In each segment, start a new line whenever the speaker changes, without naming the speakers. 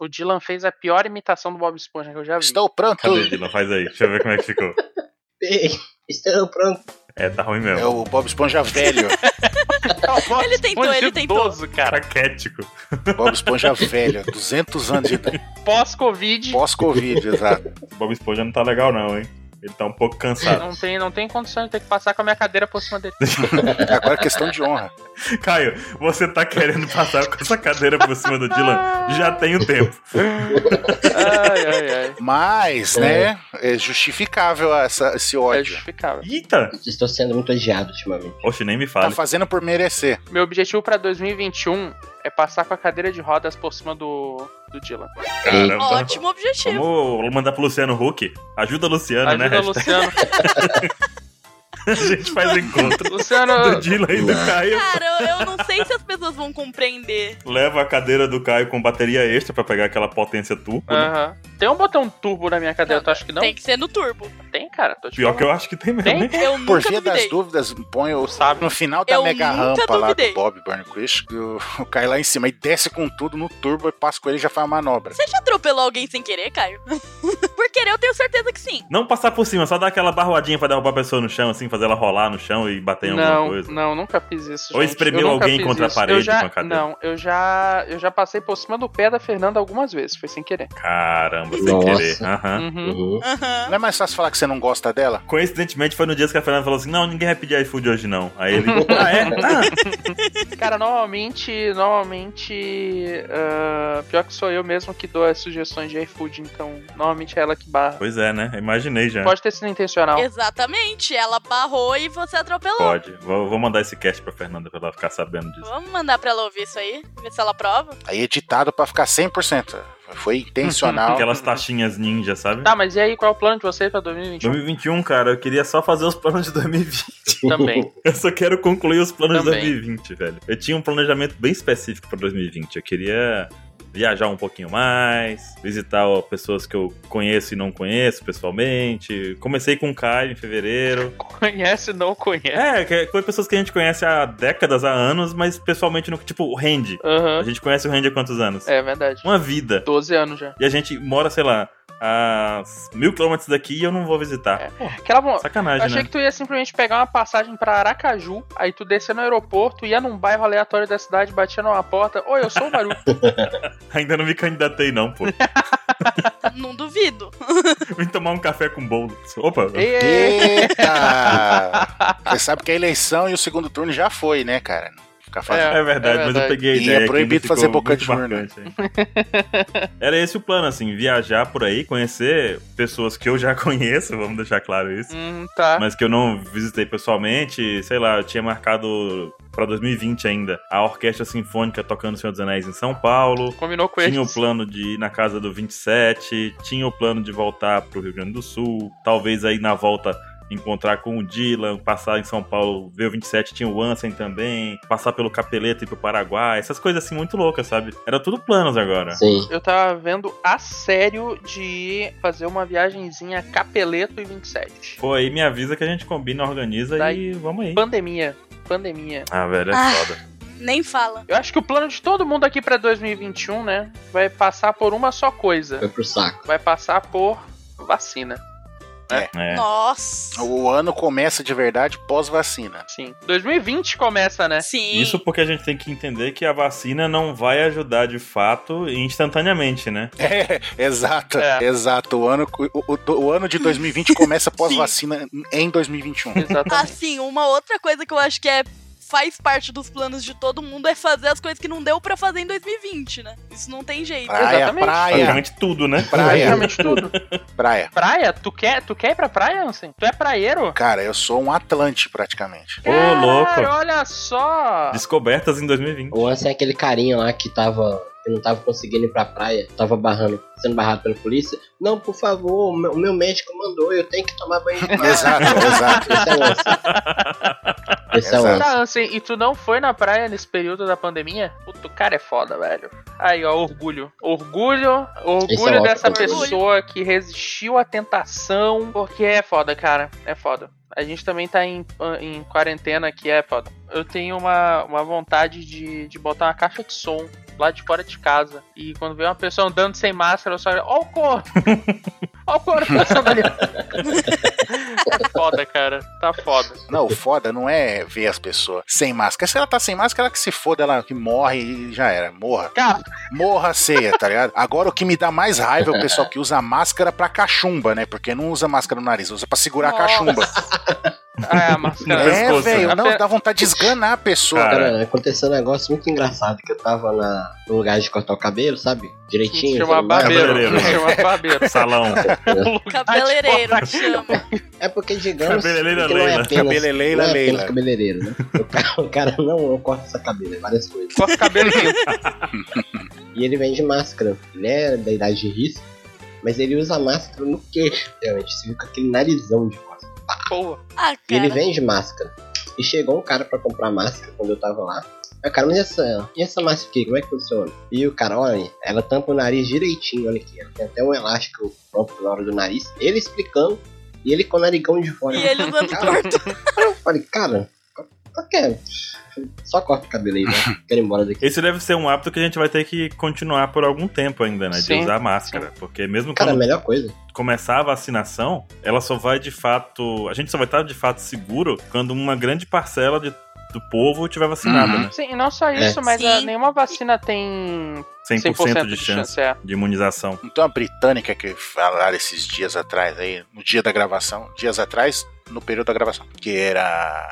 O Dylan fez a pior imitação do Bob Esponja que eu já vi.
Estou pronto.
Cadê, Dylan? Faz aí. Deixa eu ver como é que ficou.
Estou pronto.
É, tá ruim mesmo.
É o Bob Esponja velho.
Ele tentou, ele
Idoso, cara.
Caraquético.
Bob Esponja velho. 200 anos de idade.
Pós-Covid,
Pós-Covid, exato.
O Bob Esponja não tá legal, não, hein? Ele tá um pouco cansado.
não tem, não tem condições de ter que passar com a minha cadeira por cima dele.
Agora é questão de honra.
Caio, você tá querendo passar com essa cadeira por cima do Dylan? Já tem o tempo.
Ai, ai, ai.
Mas, né, é justificável essa- esse
É
ódio.
justificável.
Eita!
Estou sendo muito odiado ultimamente.
Tá. Oxe, nem me
Tá
fale.
fazendo por merecer.
Meu objetivo pra 2021 é passar com a cadeira de rodas por cima do, do Dylan.
Caramba.
Ótimo objetivo.
Vamos mandar pro Luciano Huck. Ajuda o Luciano, né?
Ajuda, Luciano.
A gente faz encontro do
Luciano,
Dylan e do Caio.
Cara, eu- eu não sei se as pessoas vão compreender.
Leva a cadeira do Caio com bateria extra pra pegar aquela potência turbo. né?
Aham. Tem um botão turbo na minha cadeira, tu acha que não?
Tem que ser no turbo.
Tem, cara. Tô te
Pior que
falando.
eu acho que tem mesmo,
Tem?
hein?
Eu nunca
Por via das
duvidei.
dúvidas, põe o
Sabe?
no final da
Eu
mega
nunca
rampa lá do
duvidei.
Bob Burnquist, que o, o cai lá em cima e desce com tudo no turbo e passa com ele e já faz a manobra.
Você já atropelou alguém sem querer, Caio? Por querer, eu tenho certeza que sim.
Não passar por cima, só dar aquela barroadinha pra derrubar a pessoa no chão, assim, fazer ela rolar no chão e bater em alguma
não,
coisa.
não, nunca fiz isso.
Ou
gente.
espremeu
Eu nunca
alguém
fiz
contra a
isso.
parede
Eu já-
com a cadeira.
Não, eu já, eu já passei por cima do pé da Fernanda algumas vezes, foi sem querer.
Caramba, sem
Nossa.
querer. Aham.
Uhum.
Uhum.
Aham.
Não é mais fácil falar que você não gosta dela?
Coincidentemente foi no dia que a Fernanda falou assim: não, ninguém vai pedir iFood hoje não. Aí ele, ah, é? Ah,
Cara, normalmente, normalmente, ah, pior que sou eu mesmo que dou as sugestões de iFood, então normalmente é ela que barra.
Pois é, né? Imaginei já.
Pode ter sido intencional.
Exatamente. Ela barrou e você atropelou.
Pode. Vou, vou mandar esse cast pra Fernanda pra ela ficar sabendo disso.
Vamos mandar pra ela ouvir isso aí, ver se ela aprova.
Aí editado pra ficar 100%. Foi intencional.
Aquelas taxinhas ninja, sabe?
Tá, mas e aí, qual é o plano de vocês pra 2021
2021, cara, eu queria só fazer os planos de 2020.
também?
Eu só quero concluir os planos
Também.
de 2020, velho. Eu tinha um planejamento bem específico pra 2020. Eu queria viajar um pouquinho mais, visitar ó, pessoas que eu conheço e não conheço pessoalmente. Comecei com o Caio em fevereiro.
Conhece, não conhece.
É, que foi pessoas que a gente conhece há décadas, há anos, mas pessoalmente, no, tipo, o Randy.
Aham.
A gente conhece o Randy há quantos anos?
É verdade.
Uma vida.
12 anos já.
E a gente mora, sei lá, a mil quilômetros daqui e eu não vou visitar.
É. Aquela bom. Eu
Sacanagem,
achei
né?
que tu ia simplesmente pegar uma passagem pra Aracaju, aí tu descer no aeroporto, ia num bairro aleatório da cidade, batia numa porta. Oi, eu sou o Maru.
Ainda não me candidatei, não, pô.
não duvido.
Vim tomar um café com bolo. Opa,
Ê,
Eita! Você sabe que a eleição e o segundo turno já foi, né, cara? Ficar fazendo.
É verdade,
É
mas eu
verdade.
peguei a
E
ideia.
é
que
proibido
ficou
fazer boca
muito
de urna.
marcante, hein? Era esse o plano, assim, viajar por aí, conhecer pessoas que eu já conheço, vamos deixar claro isso.
hum, tá.
Mas que eu não visitei pessoalmente, sei lá, eu tinha marcado pra 2020 ainda a Orquestra Sinfônica tocando Senhor dos Anéis em São Paulo.
Combinou com
Tinha o
eles.
plano de ir na casa do 27, tinha o plano de voltar pro Rio Grande do Sul, talvez aí na volta encontrar com o Dylan, passar em São Paulo, ver o 27, tinha o Ansem também, passar pelo Capeleta e pro Paraguai, essas coisas assim muito loucas, sabe? Era tudo planos agora.
Sim.
Eu tava vendo a sério de fazer uma viagenzinha Capeleto e 27.
Pô, aí me avisa que a gente combina, organiza
Daí.
e vamos aí.
Pandemia. Pandemia.
Ah, velho, é
Ah.
foda.
Nem fala.
Eu acho que o plano de todo mundo aqui pra 2021, né? Vai passar por uma só coisa.
Foi pro saco.
Vai passar por vacina.
É.
Nossa.
O ano começa de verdade pós-vacina.
Sim. 2020 começa, né?
Sim.
Isso porque a gente tem que entender que a vacina não vai ajudar de fato e instantaneamente, né?
É, exato,
É.
exato. O ano, o, o- o ano de 2020 começa pós-vacina em 2021.
Exatamente.
Assim, uma outra coisa que eu acho que é faz parte dos planos de todo mundo é fazer as coisas que não deu pra fazer em 2020, né? Isso não tem jeito.
Praia,
Exatamente.
praia,
Praticamente tudo, né?
praia,
Praticamente tudo.
praia.
Praia? Tu quer, tu quer ir pra praia, Ansem? Tu é praieiro?
Cara, eu sou um Atlante praticamente.
Ô, louco.
Cara, olha só.
Descobertas em 2020.
O Ansem é aquele carinha lá que tava. que não tava conseguindo ir pra praia, tava barrando, sendo barrado pela polícia. Não, por favor, o meu, o meu médico mandou, eu tenho que tomar banho de mar.
Exato, exato.
Esse é o Ansem. Esse é o
Exato.
lance.
Tá, Ansem, e tu não foi na praia nesse período da pandemia? Puto, o cara é foda, velho. Aí, ó, orgulho. Orgulho,
Esse é
orgulho
ótimo,
dessa
orgulho.
pessoa que resistiu à tentação, porque é foda, cara. É foda. A gente também tá em, em quarentena, que é foda. Eu tenho uma, uma vontade de, de botar uma caixa de som lá de fora de casa. E quando vê uma pessoa andando sem máscara, eu só olho, ó o corno! ó o corno passando ali. é foda, cara. Tá foda.
Não, o foda não é ver as pessoas sem máscara. Se ela tá sem máscara, ela que se foda, ela que morre e já era. Morra.
Cara,
Morra a ceia, tá ligado? Agora o que me dá mais raiva é o pessoal que usa máscara pra cachumba, né? Porque não usa máscara no nariz, usa pra segurar
Nossa.
a cachumba.
Ah, a máscara.
É, velho, não,
Ape-
dá vontade de esganar a pessoa.
Cara,
Cara, aconteceu um negócio muito engraçado que eu tava na, no lugar de cortar o cabelo, sabe? Direitinho.
Chama
tudo mais.
barbeiro.
Cabeleireiro.
Chama barbeiro.
Salão.
Cabeleireiro que chama.
É porque, digamos,
Cabeleireira
que não é
Leila.
apenas,
Cabeleireira
não é
Leila.
apenas cabeleireiro, né? O cara, o cara não corta essa cabelo, é várias coisas.
Corta o cabelo limpo.
E ele vende máscara. Ele é da idade de risco, mas ele usa máscara no queixo, realmente. Você fica com aquele narizão de costas.
Boa.
Ah,
E ele
cara.
vende máscara. E chegou um cara pra comprar máscara quando eu tava lá. Aí o cara, mas e essa, e essa máscara aqui, como é que funciona? E o cara, olha, ela tampa o nariz direitinho, olha aqui. Ela tem até um elástico próprio na hora do nariz. Ele explicando, e ele com o narigão de fora.
E ele usando
Cara,
torto.
eu falei, cara, qual que é? Só corta o cabelo aí, né? Quero ir embora daqui.
Esse deve ser um hábito que a gente vai ter que continuar por algum tempo ainda, né?
Sim.
De usar máscara. Porque mesmo
Cara, a
quando
melhor coisa.
começar a vacinação, ela só vai de fato. A gente só vai estar de fato seguro quando uma grande parcela de- do povo tiver vacinado,
Uhum.
né?
Sim, e não só isso,
É.
mas a-
Sim.
nenhuma vacina tem
100%,
100%
de chance
é.
de imunização.
Então a britânica que falaram esses dias atrás aí, no dia da gravação, dias atrás, no período da gravação, que era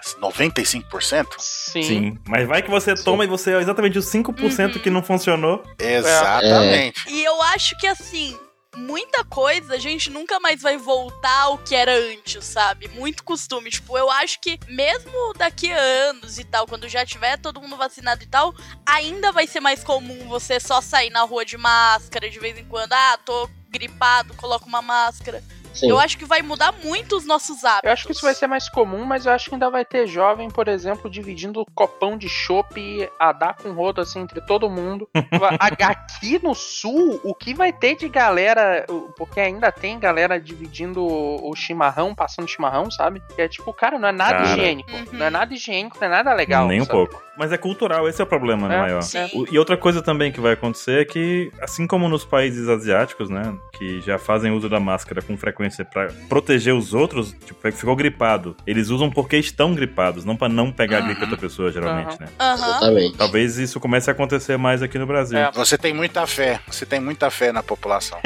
95%?
Sim.
Sim. Mas vai que você
Sim.
toma e você é exatamente os 5%
Uhum.
que não funcionou.
Exatamente.
E eu acho que assim, muita coisa a gente nunca mais vai voltar ao que era antes, sabe? Muito costume. Tipo, eu acho que mesmo daqui a anos e tal, quando já tiver todo mundo vacinado e tal, ainda vai ser mais comum você só sair na rua de máscara de vez em quando. Ah, tô gripado, coloco uma máscara.
Sim.
Eu acho que vai mudar muito os nossos hábitos.
Eu acho que isso vai ser mais comum, mas eu acho que ainda vai ter jovem, por exemplo, dividindo copão de chopp a dar com rodo assim entre todo mundo. A- Aqui no sul, o que vai ter de galera, o- porque ainda tem galera dividindo o o chimarrão, passando chimarrão, sabe? Que é tipo, cara, não é nada
Cara.
higiênico.
Uhum.
Não é nada higiênico, não é nada legal.
Nem um
sabe?
pouco. Mas é cultural, esse é o problema né,
É,
maior.
Sim.
O- E outra coisa também que vai acontecer é que, assim como nos países asiáticos, né, que já fazem uso da máscara com frequência pra proteger os outros, tipo, é que ficou gripado. Eles usam porque estão gripados, não pra não pegar a gripe da
Uhum.
outra pessoa, geralmente, né?
Aham.
Exatamente.
Talvez isso comece a acontecer mais aqui no Brasil.
É.
Você tem muita fé, você tem muita fé na população.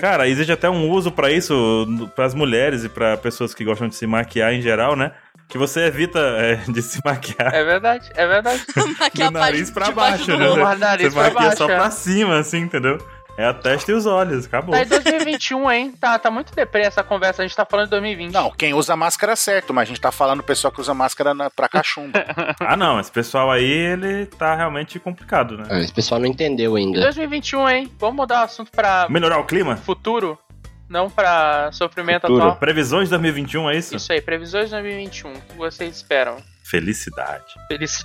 Cara, existe até um uso pra isso para as mulheres e pra pessoas que gostam de se maquiar em geral, né? Que você evita é, de se maquiar
É verdade, é verdade.
Aqui a
Do nariz
parte
pra
de
baixo,
do
né?
olho.
Mas nariz
Você
pra
maquia
baixo.
só
é.
pra cima, assim, entendeu? É a testa e os olhos, acabou.
Tá em 2021, hein? Tá, tá muito depressa essa conversa, a gente tá falando de 2020.
Não, quem usa máscara é certo, mas a gente tá falando do pessoal que usa máscara na, pra cachumba.
Ah, não, esse pessoal aí, ele tá realmente complicado, né?
Ah, Esse pessoal não entendeu
Em
ainda.
2021, hein? Vamos mudar o assunto pra
Melhorar o clima?
futuro, não pra sofrimento
Futuro.
atual.
Previsões de 2021, é isso?
Isso aí, previsões de 2021, o que vocês esperam?
Felicidade.
Feliz...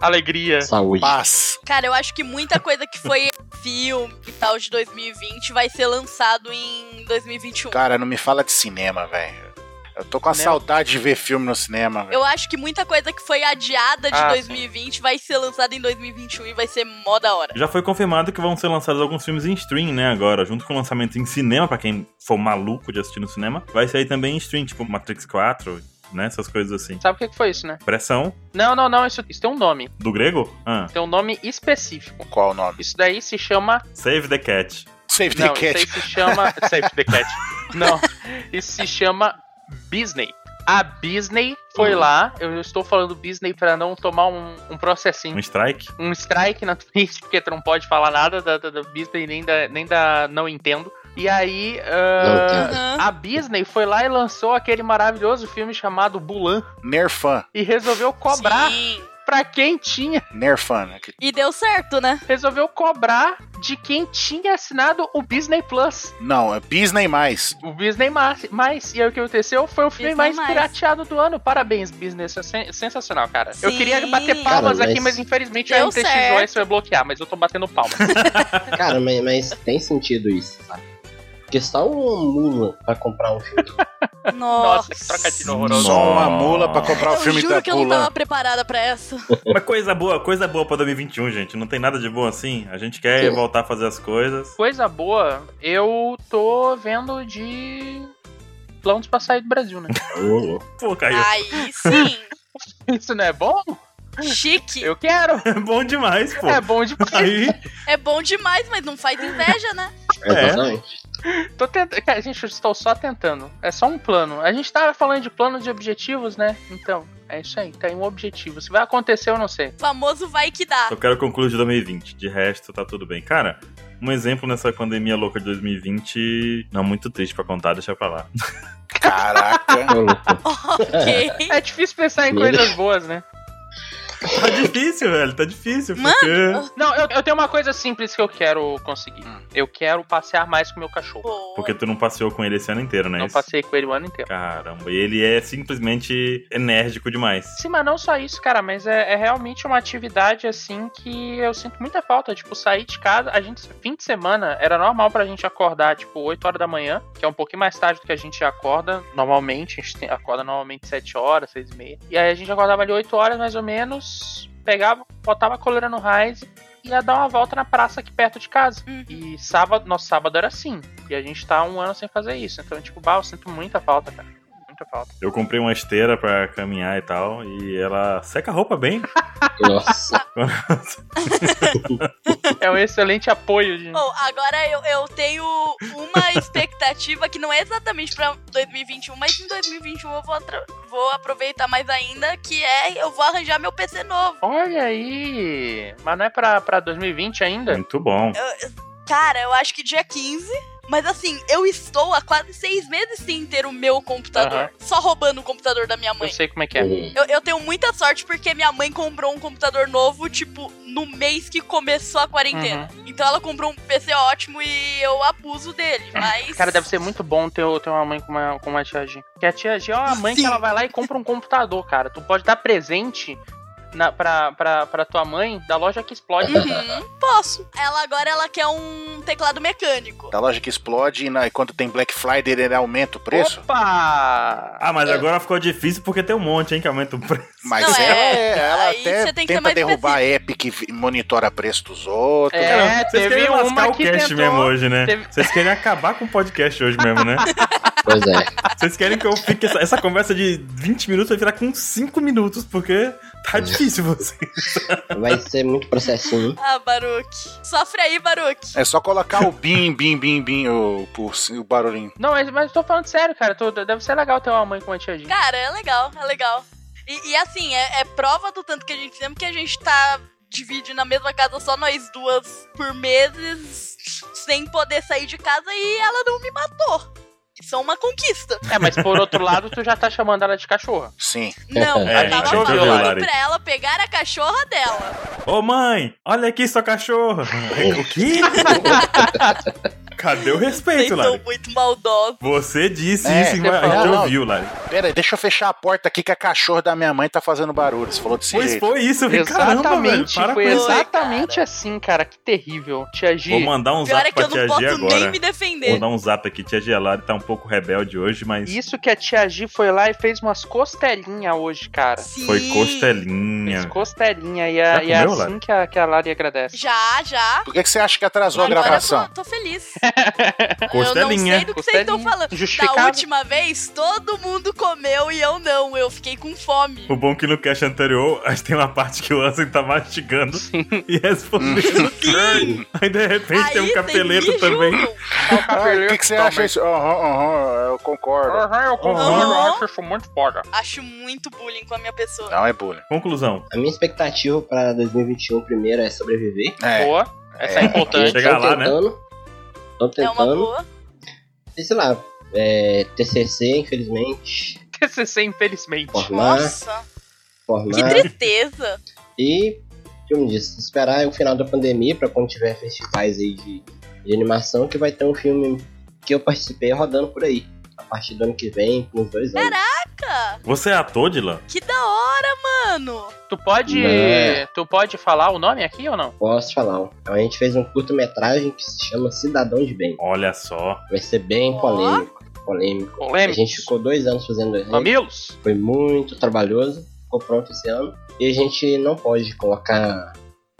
Alegria.
Saúde.
Paz.
Cara, eu acho que muita coisa que foi filme e tal de 2020 vai ser lançado em 2021.
Cara, não me fala de cinema, velho. Eu tô com a
Cinema?
saudade de ver filme no cinema, velho.
Eu acho que muita coisa que foi adiada de
Ah,
2020 vai ser lançada em 2021 e vai ser mó da hora.
Já foi confirmado que vão ser lançados alguns filmes em stream, né, agora. Junto com lançamentos em cinema, pra quem for maluco de assistir no cinema. Vai sair também em stream, tipo Matrix 4, né, essas coisas assim.
Sabe o que que foi isso, né?
Pressão
Não, não, não, isso, isso tem um nome.
do grego? Ah,
Tem um nome específico.
Qual o nome?
Isso daí se chama
Save the Cat.
Save the
Não, isso aí
Cat.
se chama. Save the Cat. Não, isso se chama Disney. A Disney foi lá, eu estou falando Disney para não tomar um, um processinho,
Um strike?
um strike na Twitch, porque tu não pode falar nada da, da, da Disney nem da, nem da Não Entendo. E aí, ah,
Não Entendo.
Aham.
a Disney foi lá e lançou aquele maravilhoso filme chamado Bulan
Nerfan.
e resolveu cobrar
Sim.
pra quem tinha.
Nerfana. né, que-
E deu certo, né?
Resolveu cobrar de quem tinha assinado o Disney Plus.
Não, é Disney mais.
O Disney mais, mais. E aí o que aconteceu foi o filme
Disney
mais,
mais.
pirateado do ano. Parabéns, Business. É sen- sensacional, cara. Eu
Sim.
queria bater palmas
Cara, mas
aqui, mas infelizmente
deu
o MTX
certo.
Voice vai bloquear, mas eu tô batendo palmas.
Cara, mas, mas tem sentido isso, sabe? Porque só um mula pra comprar um filme.
Nossa.
que trocadilho horroroso.
Só uma mula pra comprar o
Eu
filme
tá
juro
da
que eu não tava
Pula.
preparada pra essa.
Mas coisa boa, coisa boa pra 2021, gente. Não tem nada de bom assim. A gente quer
Sim.
voltar a fazer as coisas.
Coisa boa, eu tô vendo de planos pra sair do Brasil, né?
Pô, Caio,
Aí sim.
Isso não é bom?
Chique.
Eu quero.
é bom demais, pô.
É bom demais.
Aí, é.
É bom demais, mas não faz inveja, né?
É,
É.
Exatamente.
Tô tentando. Cara, gente, eu estou só tentando. É só um plano. A gente tava falando de planos de objetivos, né? Então, é isso aí. Tem um objetivo. Se vai acontecer, eu não sei.
Famoso vai que dá.
só quero concluir de 2020. De resto, tá tudo bem. Cara, um exemplo nessa pandemia louca de 2020. Não, muito triste pra contar, deixa pra lá.
Caraca.
Ô, louco.
Ok.
É difícil pensar em
Meu Deus.
coisas boas, né?
Tá difícil, velho. Tá difícil,
Mano,
porque.
Não, eu, eu tenho uma coisa simples que eu quero conseguir.
Hum.
Eu quero passear mais com meu cachorro.
Boa.
Porque tu não passeou com ele esse ano inteiro, né?
Não
Isso?
passei com ele o ano inteiro.
Caramba, e ele é simplesmente enérgico demais.
Sim, mas não só isso, cara, mas é, é realmente uma atividade assim que eu sinto muita falta. Tipo, sair de casa, a gente, fim de semana, era normal pra gente acordar, tipo, 8 horas da manhã, que é um pouquinho mais tarde do que a gente acorda normalmente. A gente tem- acorda normalmente 7 horas, 6 e meia. E aí a gente acordava ali 8 horas mais ou menos, pegava, botava a coleira no raiz e ia dar uma volta na praça aqui perto de casa.
Uhum.
E sábado, nosso sábado era assim. E a gente tá um ano sem fazer isso. Então, tipo, bah, eu sinto muita falta, cara. Muita falta.
Eu comprei uma esteira pra caminhar e tal, e ela seca a roupa bem.
Nossa.
É um excelente apoio de.
Bom, agora eu, eu tenho uma expectativa que não é exatamente pra 2021, mas em 2021 eu vou, atra- vou aproveitar mais ainda, que é eu vou arranjar meu PC novo.
Olha aí! Mas não é pra, pra 2020 ainda?
Muito bom.
Cara, eu acho que dia 15. Mas assim, eu estou há quase seis meses sem ter o meu computador. Só roubando o computador da minha
Eu
mãe.
sei como é que é.
Eu, eu tenho muita sorte porque minha mãe comprou um computador novo, tipo, no mês que começou a quarentena.
Uhum.
Então ela comprou um PC ótimo e eu abuso dele, mas.
Cara, deve ser muito bom ter, ter uma mãe com uma, com uma tia G. Porque a tia G é uma mãe que
Sim.
ela vai lá e compra um computador, cara. Tu pode dar presente na, pra, pra, pra tua mãe da loja que explode.
Uhum, posso. Ela agora ela quer um teclado mecânico.
Da loja que explode e na- quando tem Black Friday ele aumenta o preço.
Opa!
Ah, mas
É.
agora ficou difícil porque tem um monte, hein, que aumenta o preço.
Mas
Não, é.
ela, é- ela
Aí
até
você tem que ser
tenta
mais
derrubar a app que vi- monitora preço dos outros.
É,
Cara, vocês
teve
querem
uma
lascar o
que
cast
tentou-
mesmo hoje, né?
teve-
Vocês querem acabar com o podcast hoje mesmo, né?
Pois é.
Vocês querem que eu fique. Essa, essa conversa de 20 minutos vai virar com 5 minutos, porque tá
é.
difícil você.
Vai ser muito processinho.
Ah, Baruque. Sofre aí, Baruque.
É só colocar o bim, bim, bim, bim, o, o, o barulhinho.
Não, mas, mas tô falando sério, cara. Tu- deve ser legal ter uma mãe com uma tia G.
Cara, é legal, é legal. E, e, assim, é, é prova do tanto que a gente sempre que a gente tá divide na mesma casa só nós duas por meses, sem poder sair de casa e ela não me matou. Isso é uma conquista.
É, mas por outro lado, tu já tá chamando ela de cachorra.
Sim.
Não,
É,
eu
a
tava
gente ouviu,
falando
Lari.
pra ela pegar a cachorra dela.
Ô mãe, olha aqui sua cachorra. o quê? Cadê o
Vocês
respeito,
são
Lari?
muito maldosos.
Você disse
É,
isso e
você
a gente
falou. Não.
ouviu, Lari.
Pera aí, deixa eu fechar a porta aqui que a cachorra da minha mãe tá fazendo barulho. Você falou desse
Pois
jeito.
foi isso, velho. Caramba, velho.
Exatamente,
Para com
foi
isso.
aí,
exatamente assim, cara. Que terrível. Tia G.
Vou mandar um
Pior
zap
é que
pra
eu não
Tia G
posso nem
agora.
me
Vou
defender.
dar um zap aqui. Tia G, a Lari tá um pouco rebelde hoje, mas
Isso que a tia G foi lá e fez umas costelinhas hoje, cara.
Sim.
foi
Fez
costelinha.
costelinha e, a,
Já
e é
comeu,
assim
Lari?
que, a, que a Lari agradece.
Já, já.
Por que, que você acha que atrasou a
Agora
gravação?
Eu tô, tô feliz. Eu não
Costelinha.
sei do que vocês estão
Costelinha.
falando. Da
Justificável.
última vez, todo mundo comeu e eu não. Eu fiquei com fome.
O bom é que no cast anterior, a gente tem uma parte que o Ansem tá mastigando e respondendo.
Sim.
Aí de repente tem um capeleto
me
também.
É
julgam.
Ah, O que, que você acha isso? Aham, aham, eu concordo.
eu
concordo,
eu Aham.
acho isso muito foda.
Acho muito bullying com a minha pessoa.
Não é bullying.
Conclusão.
A minha expectativa pra 2021 primeiro é sobreviver.
É.
Boa, essa é,
É.
importante.
Chegar
Tão
lá, né?
tentando,
É
Tão
uma
tentando.
boa.
E sei lá, é, TCC, infelizmente.
TCC, infelizmente.
Formar.
Nossa. Que
formar.
tristeza.
E, como disse, esperar o final da pandemia pra quando tiver festivais aí de, de animação, que vai ter um filme que eu participei rodando por aí. A partir do ano que vem, nos dois anos.
Cara,
Você é ator, Dylan?
que da hora, mano.
Tu pode.
Né.
Tu pode falar o nome aqui ou não?
Posso falar. A gente fez um curta-metragem que se chama Cidadão de Bem.
Olha só.
Vai ser bem
Ó.
polêmico. Polêmico. A
Polêmico.
gente ficou dois anos fazendo ele.
Mamilos?
Foi muito trabalhoso. Ficou pronto esse ano. E a gente não pode colocar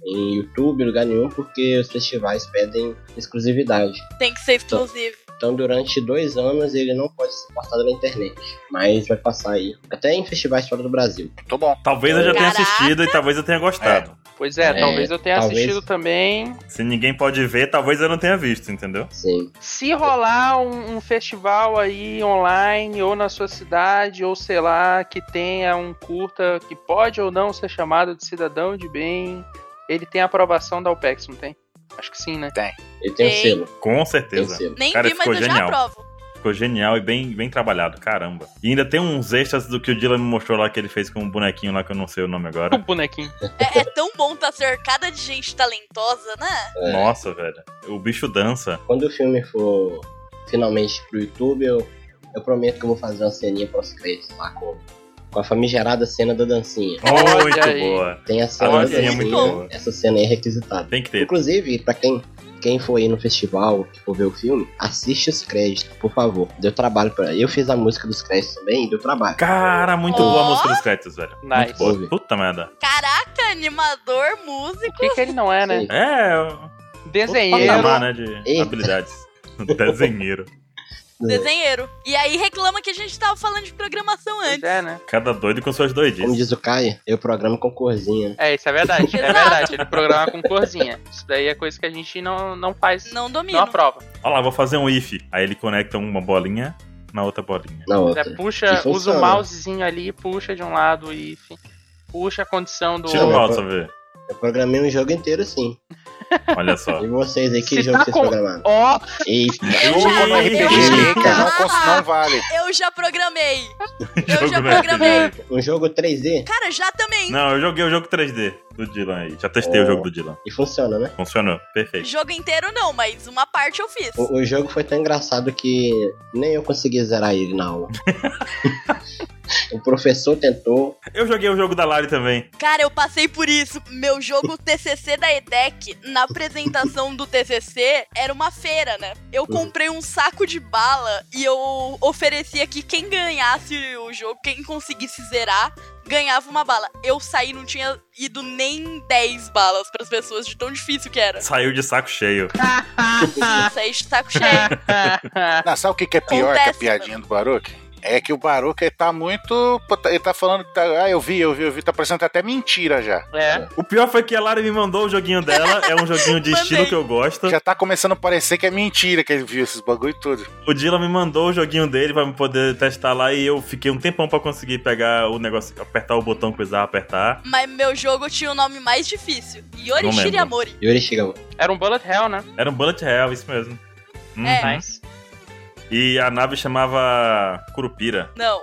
em YouTube, em lugar nenhum, porque os festivais pedem exclusividade.
Tem que ser exclusivo.
Então, durante dois anos, ele não pode ser passado na internet. Mas vai passar aí. Até em festivais fora do Brasil.
Tô bom.
Talvez eu já tenha
Caraca.
assistido e talvez eu tenha gostado.
Pois é,
É,
talvez eu tenha
talvez.
assistido também.
Se ninguém pode ver, talvez eu não tenha visto, entendeu?
Sim.
Se rolar um, um festival aí online, ou na sua cidade, ou sei lá, que tenha um curta que pode ou não ser chamado de cidadão de bem, ele tem a aprovação da UPEX, não tem? Acho que sim, né?
Ele tem um
Ei.
selo.
Com
Tem um
certeza.
selo.
Nem
Cara,
vi, mas
ficou
eu já
genial.
aprovo.
Ficou genial e bem, bem trabalhado, caramba. E ainda tem uns extras do que o Dylan me mostrou lá que ele fez com um bonequinho lá que eu não sei o nome
O
agora.
bonequinho.
É, é tão bom estar cercada de gente talentosa, né?
É.
Nossa, velho. O bicho dança.
Quando o filme for finalmente pro YouTube, eu, eu prometo que eu vou fazer uma ceninha pós-crédito lá com, com a famigerada cena da dancinha.
Olha
Muito
aí.
boa.
Tem a cena da
dancinha é
dancinha,
muito boa.
essa cena aí é requisitada.
Tem que ter.
Inclusive, pra quem, quem for aí no festival, que for ver o filme, assiste os créditos, por favor. Deu trabalho pra. Eu fiz a música dos créditos também, deu trabalho.
Cara, muito
Ó.
boa a música dos créditos, velho.
Nice.
Muito boa. Puta merda.
Caraca, animador, músico.
O que, que ele não é, né?
Sim.
É, um
Desenheiro.
patamar, né, de
Eita.
habilidades. Desenheiro.
Desenheiro. E aí reclama que a gente tava falando de programação
Pois
antes.
é, né?
Cada doido com suas
Como
doidices.
diz o Caio, eu programo com corzinha.
É, isso é verdade, é
Exato.
verdade. Ele programa com corzinha. Isso daí é coisa que a gente não, não faz, não,
Não domino.
aprova.
Olha lá, vou fazer um if. Aí ele conecta uma bolinha na outra bolinha.
Na
É,
outra.
puxa,
E
usa
funciona.
o mousezinho ali, puxa de um lado e enfim, puxa a condição do.
Tira o
Não,
mouse,
mas-
pra ver.
Eu programei um jogo inteiro sim.
Olha só.
E vocês aí, que
Se
jogo
tá
vocês
com-
programaram?
Ó,
Eita,
Eu
Jogo
já,
no
eu
RPG,
já,
Eita, não, cons- não vale.
eu já programei. Eu
Jogo
já
no
programei.
um jogo 3D
Cara, já também.
Não, eu joguei o jogo 3D do Dylan aí. Já testei
Ó.
o jogo do Dylan.
Oh. e funciona, né?
Funcionou. Perfeito.
Jogo inteiro não, mas uma parte eu fiz.
O, o jogo foi tão engraçado que nem eu consegui zerar ele na aula. o professor tentou.
Eu joguei o jogo da Lari também.
Cara, eu passei por isso. Meu jogo TCC da EDEC, na apresentação do TCC, era uma feira, né? Eu
Uhum.
comprei um saco de bala e eu oferecia que quem ganhasse o jogo, quem conseguisse zerar, ganhava uma bala. Eu saí, não tinha ido nem 10 balas pras pessoas, de tão difícil que era.
Saiu de saco cheio.
Eu saí de saco cheio.
Não, sabe o que, que é
Um
pior
Acontece,
que a piadinha do Baruque? É que o Baruque ele tá muito. Ele tá falando. que tá- ah, eu vi, eu vi, eu vi. Tá parecendo até mentira já.
é.
O pior foi que a Lari me mandou o joguinho dela. É um joguinho de
Mandei.
estilo que eu gosto.
Já tá começando a parecer que é mentira que ele viu esses bagulho e tudo.
O Dylan me mandou o joguinho dele pra me poder testar lá. E eu fiquei um tempão pra conseguir pegar o negócio, apertar o botão que eu precisava apertar.
Mas meu jogo tinha o nome mais difícil. Yori
Não lembro.
Shiramori.
Yuri chega.
Era um bullet hell, né?
Era um bullet hell, isso mesmo. Uhum.
É.
Nice.
E a nave chamava Curupira.
Não.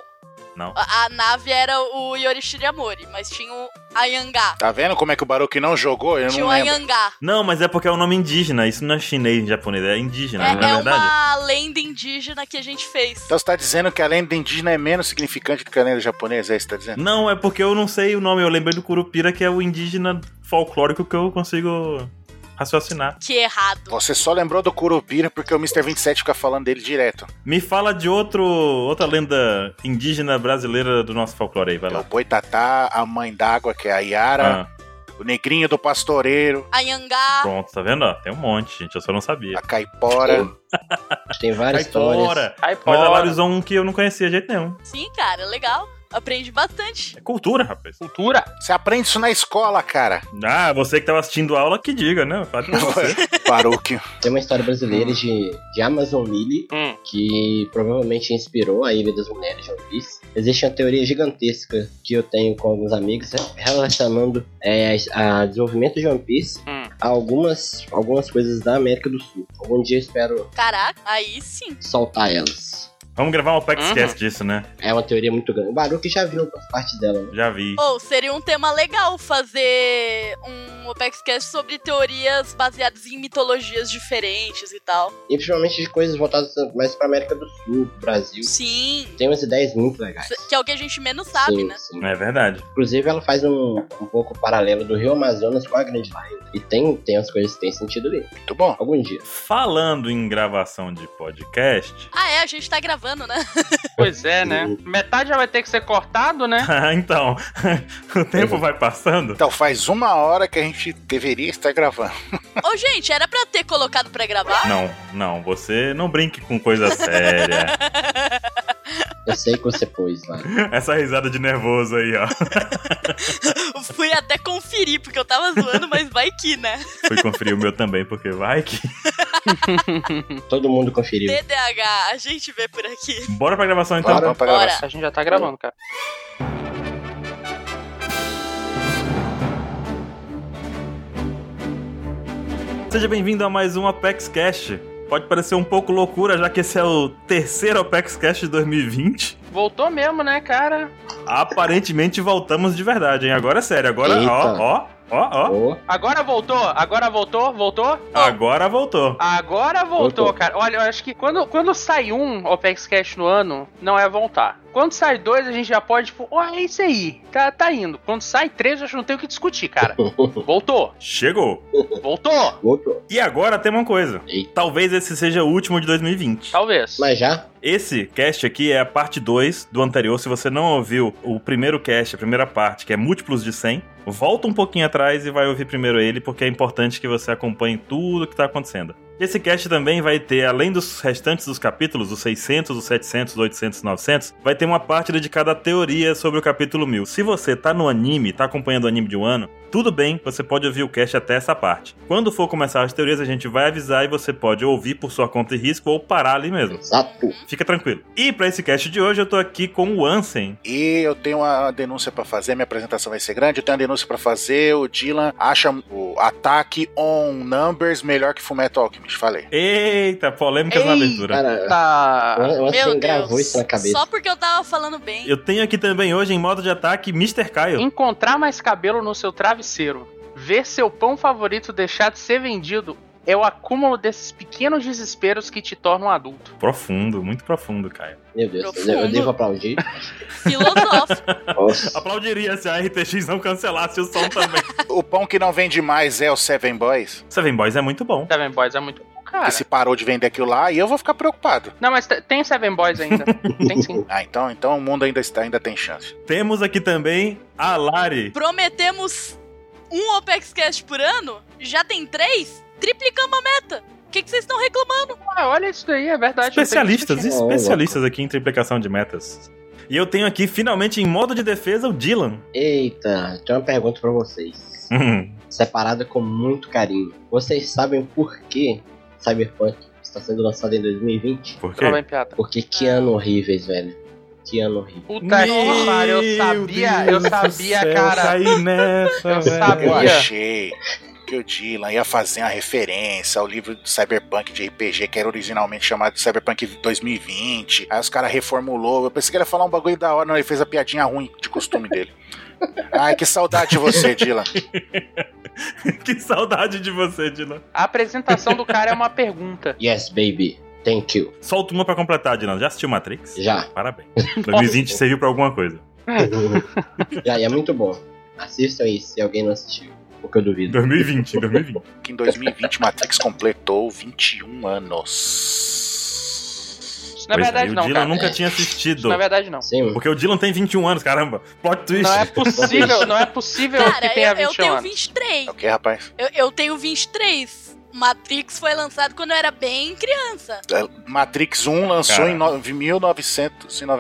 Não.
A, a nave era o Yori Shiramori, mas tinha o Ayangá.
Tá vendo como é que o Baruque não jogou? Eu
Tinha
não
o
lembro.
Ayangá.
Não, mas é porque é um nome indígena. Isso não é chinês, japonês, é indígena, não
É,
é,
é
verdade?
uma lenda indígena que a gente fez.
Então você tá dizendo que a lenda indígena é menos significante do que a lenda japonesa, é isso que você tá dizendo?
Não, é porque eu não sei o nome. Eu lembrei do Curupira, que é o indígena folclórico que eu consigo raciocinar.
Que errado.
Você só lembrou do Curupira porque o Mr. 27 fica falando dele direto.
Me fala de outro, outra lenda indígena brasileira do nosso folclore aí, vai
É o
lá.
Boitatá, a mãe d'água, que é a Yara,
Ah,
o Negrinho do Pastoreiro,
Ayangá.
pronto, tá vendo? ó? Tem um monte, gente. Eu só não sabia.
a Caipora.
Tem várias
Sai
histórias.
fora!
Aí
Mas a Lari
pode.
usou um que eu não conhecia de jeito nenhum.
Sim, cara, legal. Aprendi bastante.
É cultura, rapaz.
Cultura?
Você aprende isso na escola, cara.
Ah, você que tava assistindo aula, que diga, né? Fale pra você.
Baruque.
Tem uma história
Hum.
brasileira de, de Amazon Lily
Hum.
que provavelmente inspirou a Ilha das Mulheres de One Piece. Existe uma teoria gigantesca que eu tenho com alguns amigos né? relacionando é, a a desenvolvimento de One Piece
Hum.
a algumas, algumas coisas da América do Sul. Algum dia eu espero
Caraca, aí sim.
soltar elas.
Vamos gravar uma pack
Uhum.
esquece disso, né?
É uma teoria muito grande. O Baruque já viu as partes dela, né?
Já vi.
Ou seria um tema legal fazer um OpexCast sobre teorias baseadas em mitologias diferentes e tal.
E principalmente de coisas voltadas mais pra América do Sul, pro Brasil.
Sim.
Tem umas ideias muito legais.
Se- Que é o que a gente menos sabe,
Sim,
né?
sim.
É verdade.
Inclusive, ela faz um, um pouco paralelo do Rio Amazonas com a Grande Line. E tem, tem as coisas que tem sentido ali.
Muito bom.
Algum dia.
Falando em gravação de podcast,
Ah, é, a gente tá gravando, né?
Pois é, né? Metade já vai ter que ser cortado, né?
Ah, então, o tempo vai passando.
Então faz uma hora que a gente deveria estar gravando.
Ô, gente, era pra ter colocado pra gravar?
Não, não, você não brinque com coisa séria.
Eu sei que você pôs lá.
Essa risada de nervoso aí, ó.
Fui até conferir, porque eu tava zoando, mas vai que, né?
Fui conferir o meu também, porque vai que.
Todo mundo conferiu.
TDAH, a gente vê por aqui.
Bora pra gravação então.
Bora, vamos pra
Bora.
gravação.
A gente já tá gravando, cara.
Seja bem-vindo a mais um Apex Cash. Pode parecer um pouco loucura, já que esse é o terceiro Apex Cash de 2020.
Voltou mesmo, né, cara?
Aparentemente voltamos de verdade, hein? Agora é sério, agora
Eita.
ó, ó, ó, ó.
Ô,
Agora voltou, agora voltou, voltou.
Agora voltou.
Agora voltou,
Voltou.
cara. Olha, eu acho que quando, quando sai um OPEX Cash no ano, não é voltar. Quando sai dois, a gente já pode, tipo, ó, é isso aí, tá, tá indo. Quando sai três, eu acho que não tem o que discutir, cara. Voltou,
Chegou.
voltou,
outro.
E agora tem uma coisa.
Eita.
Talvez esse seja o último de 2020.
talvez.
Mas já?
Esse cast aqui é a parte 2 do anterior. Se você não ouviu o primeiro cast, a primeira parte, que é múltiplos de 100, volta um pouquinho atrás e vai ouvir primeiro ele, porque é importante que você acompanhe tudo que tá acontecendo. Esse cast também vai ter, além dos restantes dos capítulos, os 600, os 700, os 800, os 900, vai ter uma parte dedicada à teoria sobre o capítulo 1000. Se você tá no anime, tá acompanhando o anime de um ano, tudo bem, você pode ouvir o cast até essa parte. Quando for começar as teorias, a gente vai avisar e você pode ouvir por sua conta e risco ou parar ali mesmo.
Exato.
Fica tranquilo. E pra esse cast de hoje eu tô aqui com o Ansem.
E eu tenho uma denúncia pra fazer, minha apresentação vai ser grande. Eu tenho uma denúncia pra fazer. O Dylan acha o ataque on numbers melhor que Fullmetal Alchemist. Falei.
Eita, polêmicas na
Ei,
abertura.
Cara,
Tá.
eu
Meu
assim
Deus.
gravou isso na cabeça.
Só porque eu tava falando bem.
Eu tenho aqui também hoje em modo de ataque Mr. Caio.
Encontrar mais cabelo no seu travesseiro, ver seu pão favorito deixar de ser vendido, é o acúmulo desses pequenos desesperos que te tornam adulto.
Profundo, muito profundo, Caio.
Meu Deus, eu,
Profundo.
eu devo aplaudir.
Filosófico.
Nossa.
Aplaudiria se a RTX não cancelasse o som também.
O pão que não vende mais é o Seven Boys,
Seven Boys é muito bom.
Seven Boys é muito bom, cara.
que se parou de vender aquilo lá, e eu vou ficar preocupado.
Não, mas t- tem Seven Boys ainda. tem sim.
Ah, então, então o mundo ainda, está, ainda tem chance.
Temos aqui também a Lari.
Prometemos um OpexCast por ano? Já tem três? Triplicamos a meta. O que que vocês estão reclamando?
Ah, olha isso daí, é verdade. não tem
Especialistas,
que
tá
discutir.
especialistas aqui em triplicação de metas. E eu tenho aqui, finalmente, em modo de defesa, o Dylan.
Eita, tem uma pergunta pra vocês.
Hum,
Separada com muito carinho. Vocês sabem por que Cyberpunk está sendo lançado em 2020?
por quê?
Tudo bem, piada.
Porque que ano horríveis, velho. Que ano horrível.
Puta que
Meu
pariu, eu sabia, eu
Deus do
sabia,
céu,
cara.
Caí nessa,
Eu
velho.
sabia.
Eu
Olha.
achei que o Dylan ia fazer uma referência ao livro de Cyberpunk de RPG, que era originalmente chamado Cyberpunk 2020. Aí os caras reformulou. Eu pensei que ele ia falar um bagulho da hora, não, ele fez a piadinha ruim de costume dele. Ai, que saudade de você, Dylan.
Que saudade de você, Dylan.
A apresentação do cara é uma pergunta.
Yes, baby. Thank you.
Solta uma pra completar, Dylan. Já assistiu Matrix?
Já.
Parabéns. 2020 serviu pra alguma coisa.
Já, e é muito bom. Assistam aí se alguém não assistiu. Porque eu duvido.
2020, 2020.
Que em 2020 Matrix completou 21
Isso
anos.
na
Pois é,
verdade
e o
não,
Dylan
cara.
nunca tinha
Isso
assistido.
na verdade não.
Sim, mano.
Porque o Dylan tem 21 anos, caramba. Plot twist.
Não é possível, não é possível
Cara,
que tenha
eu, eu
21
tenho
anos.
23.
É o que, rapaz?
Eu, eu tenho 23. Matrix foi lançado quando eu era bem criança.
É, Matrix 1 lançou
Cara.
em no- 1999.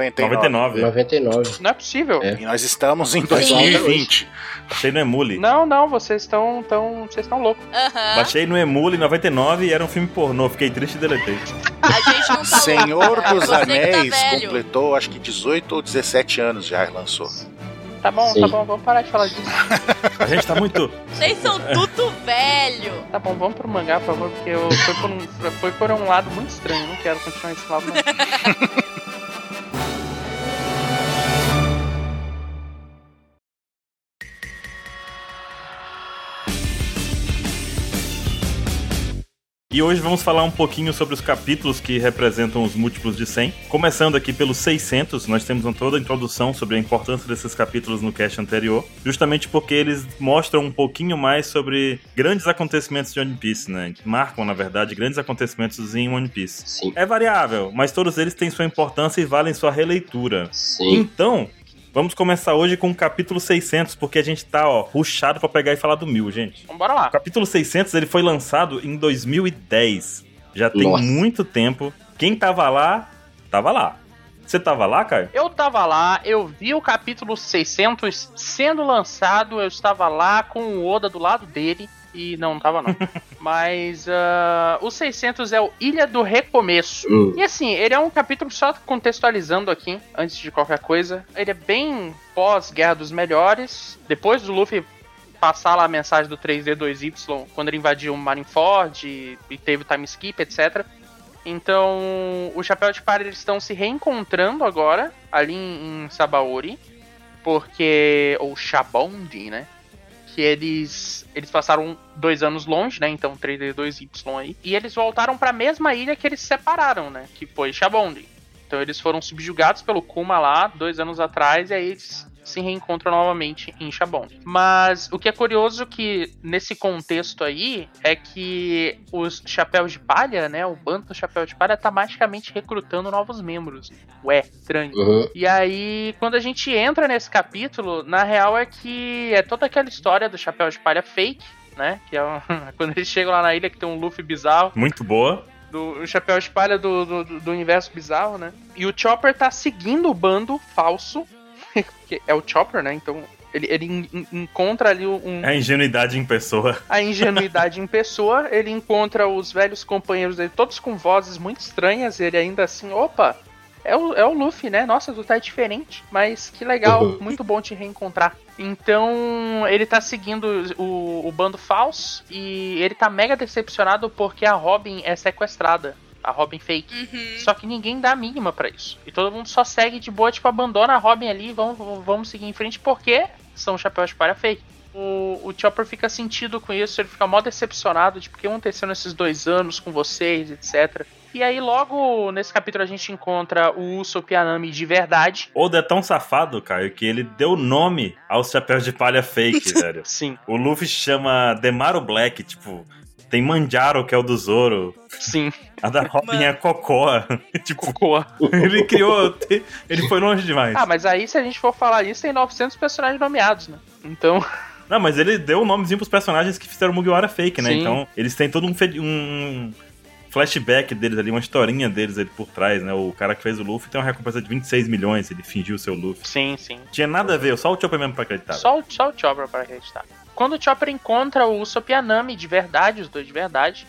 99.
99.
Não é possível.
É.
E nós estamos em 2020.
Baixei no Emule.
Não, não, vocês estão tão, vocês estão loucos.
Aham.
Baixei no Emule em 99 e era um filme pornô. Fiquei triste e deletei.
A gente não tá
Senhor
louco, cara.
dos
Você que tá
Anéis
velho.
completou, acho que 18 ou 17 anos já lançou.
Tá bom, tá
Sim.
bom, vamos parar de falar disso.
A gente tá muito...
Vocês são tudo velho.
Tá bom, vamos pro mangá, por favor, porque eu, foi, por um, foi por um lado muito estranho. Não quero continuar esse lado, não.
E hoje vamos falar um pouquinho sobre os capítulos que representam os múltiplos de 100. Começando aqui pelos 600, nós temos uma toda a introdução sobre a importância desses capítulos no cast anterior, justamente porque eles mostram um pouquinho mais sobre grandes acontecimentos de One Piece, né? Que marcam, na verdade, grandes acontecimentos em One Piece.
Sim.
É variável, mas todos eles têm sua importância e valem sua releitura.
Sim.
Então, vamos começar hoje com o capítulo 600, porque a gente tá, ó, ruxado pra pegar e falar do mil, gente.
Então bora
O
lá.
capítulo 600, ele foi lançado em 2010. Já tem
Nossa.
muito tempo. Quem tava lá, tava lá. Você tava lá, Caio?
Eu tava lá, eu vi o capítulo 600 sendo lançado, eu estava lá com o Oda do lado dele. E não, não tava não. Mas ah, o 600 é o Ilha do Recomeço.
Hum.
E assim, ele é um capítulo só contextualizando aqui, antes de qualquer coisa. Ele é bem pós-Guerra dos Melhores. Depois do Luffy passar lá a mensagem do 3D2Y, quando ele invadiu o Marineford e, e teve o time skip, etc. Então, o Chapéu de Palha eles estão se reencontrando agora, ali em, em Sabaori, porque... ou Shabondi, né? Que eles, eles passaram dois anos longe, né? Então 3D2Y aí. E eles voltaram pra mesma ilha que eles se separaram, né? Que foi Shabondi. Então eles foram subjugados pelo Kuma lá dois anos atrás e aí eles se reencontram novamente em Shabondi. Mas o que é curioso que nesse contexto aí é que os Chapéus de Palha, né? O bando do Chapéu de Palha tá magicamente recrutando novos membros. Ué, É estranho.
Uhum.
E aí, quando a gente entra nesse capítulo, na real é que é toda aquela história do chapéu de palha fake, né? Que é um- quando eles chegam lá na ilha que tem um Luffy bizarro,
Muito boa.
do o chapéu de palha do, do, do- do universo bizarro, né? E o Chopper tá seguindo o bando falso, que é o Chopper, né? Então ele, ele en- en- encontra ali um,
É a ingenuidade em pessoa.
a ingenuidade em pessoa, ele encontra os velhos companheiros dele, todos com vozes muito estranhas, e ele ainda assim, opa, é o, é o Luffy, né? Nossa, tu tá diferente, mas que legal,
Uhum.
muito bom te reencontrar. Então, ele tá seguindo o, o bando falso, e ele tá mega decepcionado porque a Robin é sequestrada, a Robin fake.
Uhum.
Só que ninguém dá a mínima pra isso. E todo mundo só segue de boa, tipo, abandona a Robin ali e vamos, vamos seguir em frente porque são chapéus de palha fake. O, o Chopper fica sentido com isso, ele fica mó decepcionado de porque aconteceu nesses dois anos com vocês, etc. E aí, logo nesse capítulo, a gente encontra o Usopp e a Nami de verdade.
Oda é tão safado, Caio, que ele deu nome aos chapéus de palha fake, velho.
Sim,
O Luffy chama Demaru Black, tipo, tem Manjaro, que é o do Zoro.
sim,
A da Robin é Cocoa. tipo,
cocô.
ele criou. Ele foi longe demais.
Ah, mas aí, se a gente for falar isso, tem 900 personagens nomeados, né? Então,
Não, mas ele deu um nomezinho pros personagens que fizeram Mugiwara fake, né?
Sim.
Então, eles têm todo um, fe- um flashback deles ali, uma historinha deles ali por trás, né? O cara que fez o Luffy tem uma recompensa de 26 milhões, ele fingiu ser o Luffy.
sim, sim.
Tinha nada a ver, só o Chopper mesmo pra acreditar.
Só, o- só o Chopper para acreditar. Quando o Chopper encontra o Usopp e a Nami de verdade, os dois de verdade,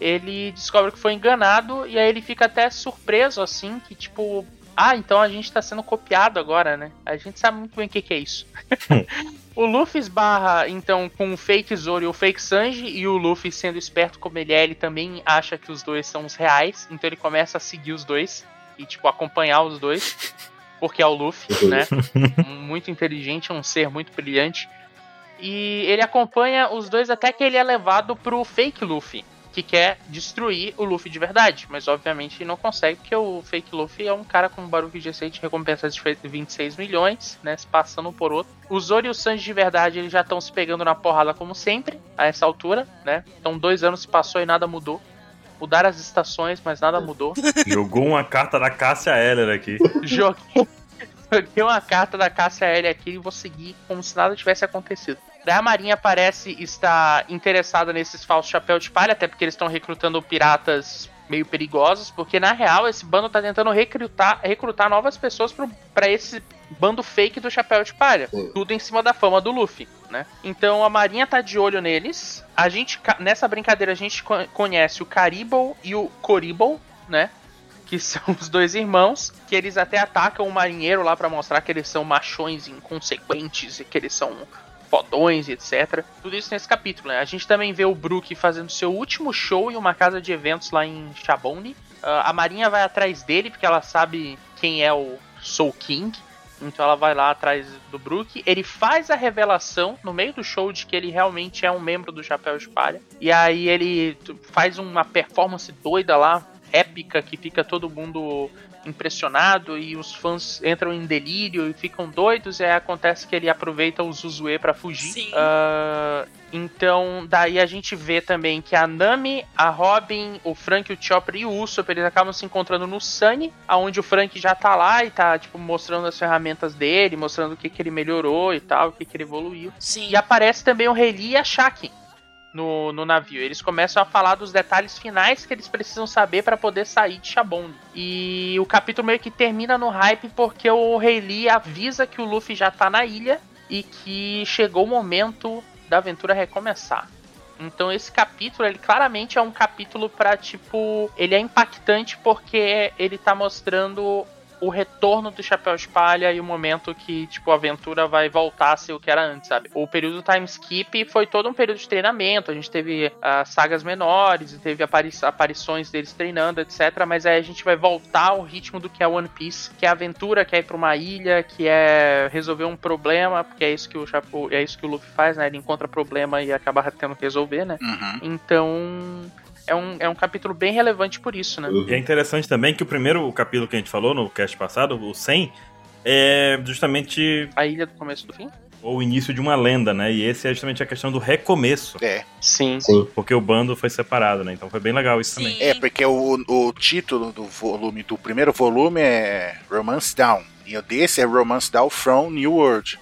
ele descobre que foi enganado e aí ele fica até surpreso assim, que tipo, ah, então a gente tá sendo copiado agora, né? A gente sabe muito bem o que, que é isso. o Luffy esbarra então com o fake Zoro e o fake Sanji e o Luffy sendo esperto como ele é, ele também acha que os dois são os reais, então ele começa a seguir os dois e tipo acompanhar os dois, porque é o Luffy, né? muito inteligente, um ser muito brilhante. E ele acompanha os dois até que ele é levado pro fake Luffy, que quer destruir o Luffy de verdade. Mas obviamente não consegue, porque o fake Luffy é um cara com um Baruch G6 de recompensa de 26 milhões, né? Se passando um por outro. O Zoro e o Sanji de verdade eles já estão se pegando na porrada como sempre, a essa altura, né? Então dois anos se passou e nada mudou. Mudaram as estações, mas nada mudou.
Jogou uma carta da Cássia Heller aqui.
joguei, joguei uma carta da Cássia L aqui e vou seguir como se nada tivesse acontecido. Daí a Marinha parece estar interessada nesses falsos chapéus de palha, até porque eles estão recrutando piratas meio perigosos, porque na real esse bando tá tentando recrutar, recrutar novas pessoas pro- pra esse bando fake do chapéu de palha.
Sim.
Tudo em cima da fama do Luffy, né? Então a Marinha tá de olho neles. A gente ca- nessa brincadeira a gente co- conhece o Caribou e o Coribou, né? que são os dois irmãos, que eles até atacam o marinheiro lá pra mostrar que eles são machões inconsequentes e que eles são fodões, etc. Tudo isso nesse capítulo, né? A gente também vê o Brook fazendo seu último show em uma casa de eventos lá em Chabone. Ah, a Marinha vai atrás dele porque ela sabe quem é o Soul King. Então ela vai lá atrás do Brook, ele faz a revelação no meio do show de que ele realmente é um membro do Chapéu de Palha. E aí ele faz uma performance doida lá, épica, que fica todo mundo impressionado e os fãs entram em delírio e ficam doidos e aí acontece que ele aproveita o Zuzue para fugir.
Sim.
Ah, então daí a gente vê também que a Nami, a Robin, o Frank, o Chopper e o Usopp eles acabam se encontrando no Sunny, aonde o Frank já tá lá e tá tipo mostrando as ferramentas dele, mostrando o que que ele melhorou e tal, o que que ele evoluiu.
Sim.
E aparece também o Reli e a Shakin no, no navio. Eles começam a falar dos detalhes finais que eles precisam saber para poder sair de Shabond. E o capítulo meio que termina no hype porque o Reli avisa que o Luffy já tá na ilha e que chegou o momento da aventura recomeçar. Então esse capítulo, ele claramente é um capítulo pra, tipo, ele é impactante porque ele tá mostrando o retorno do Chapéu de Palha e o momento que, tipo, a aventura vai voltar a ser o que era antes, sabe? O período do time skip foi todo um período de treinamento, a gente teve ah, sagas menores, e teve apari- aparições deles treinando, etc. Mas aí a gente vai voltar ao ritmo do que é One Piece, que é aventura, que é ir pra uma ilha, que é resolver um problema, porque é isso que o, Chapo, é isso que o Luffy faz, né? Ele encontra problema e acaba tendo que resolver, né?
Uhum.
Então... É um, é um capítulo bem relevante por isso, né?
E é interessante também que o primeiro capítulo que a gente falou no cast passado, o 100, é justamente
A ilha do começo do fim?
o início de uma lenda, né? E esse é justamente a questão do recomeço,
É.
Sim.
Sim.
porque o bando foi separado, né? Então foi bem legal isso também.
Sim.
é, porque o, o título do volume, do primeiro volume é Romance Down. E o desse é Romance Down from New World.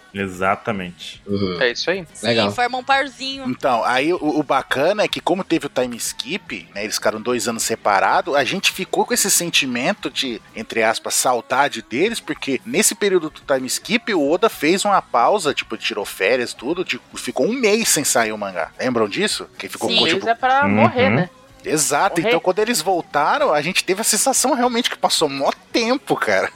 Exatamente.
Uhum.
É isso aí.
Sim,
Legal.
forma um parzinho.
Então, aí o, o bacana é que como teve o time skip, né, eles ficaram dois anos separados, a gente ficou com esse sentimento de, entre aspas, saudade deles, porque nesse período do time skip, o Oda fez uma pausa, tipo, tirou férias, tudo, de- ficou um mês sem sair o mangá. Lembram disso? Que ficou
Sim,
com,
Eles
tipo,
é pra
Uhum.
morrer, né?
Exato,
Morrer.
então quando eles voltaram, a gente teve a sensação realmente que passou mó tempo, cara.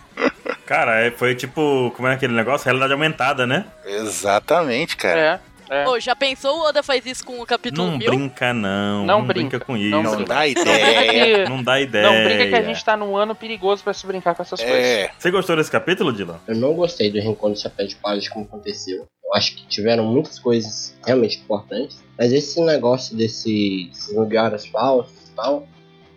Cara, é- foi tipo, como é aquele negócio? Realidade aumentada, né?
Exatamente, cara.
É. é.
Ô, já pensou o Oda faz isso com o capítulo
Não
mil?
brinca, não.
Não
brinca,
brinca.
com
Não
isso.
Não
brinca.
dá
Não brinca,
ideia.
que,
Não dá ideia.
não brinca que a gente tá num ano perigoso pra se brincar com essas coisas.
É,
Você gostou desse capítulo, Dylan?
Eu não gostei do reencontro do Chapéu de Palha de como aconteceu. Eu acho que tiveram muitas coisas realmente importantes. Mas esse negócio desses lugares falsos e tal,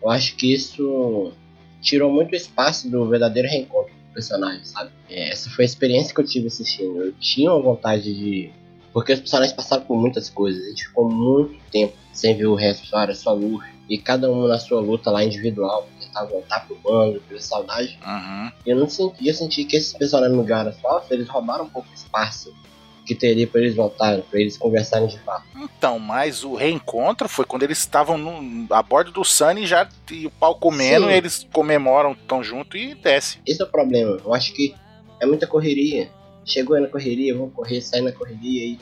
eu acho que isso tirou muito espaço do verdadeiro reencontro do personagem, sabe? É, Essa foi a experiência que eu tive assistindo. Eu tinha uma vontade de. Porque os personagens passaram por muitas coisas. A gente ficou muito tempo sem ver o resto, só era só luta. E cada um na sua luta lá individual, um tentar voltar pro bando, pela saudade.
uhum.
Eu não senti, eu senti que esses personagens no Garas Falso, eles roubaram um pouco de espaço que teria pra eles voltarem, pra eles conversarem de fato.
Então, mas o reencontro foi quando eles estavam no- a bordo do Sunny já e o pau comendo,
Sim.
eles comemoram, estão junto e desce.
Esse é o problema. Eu acho que é muita correria. Chegou aí na correria, vamos correr, sair na correria aí.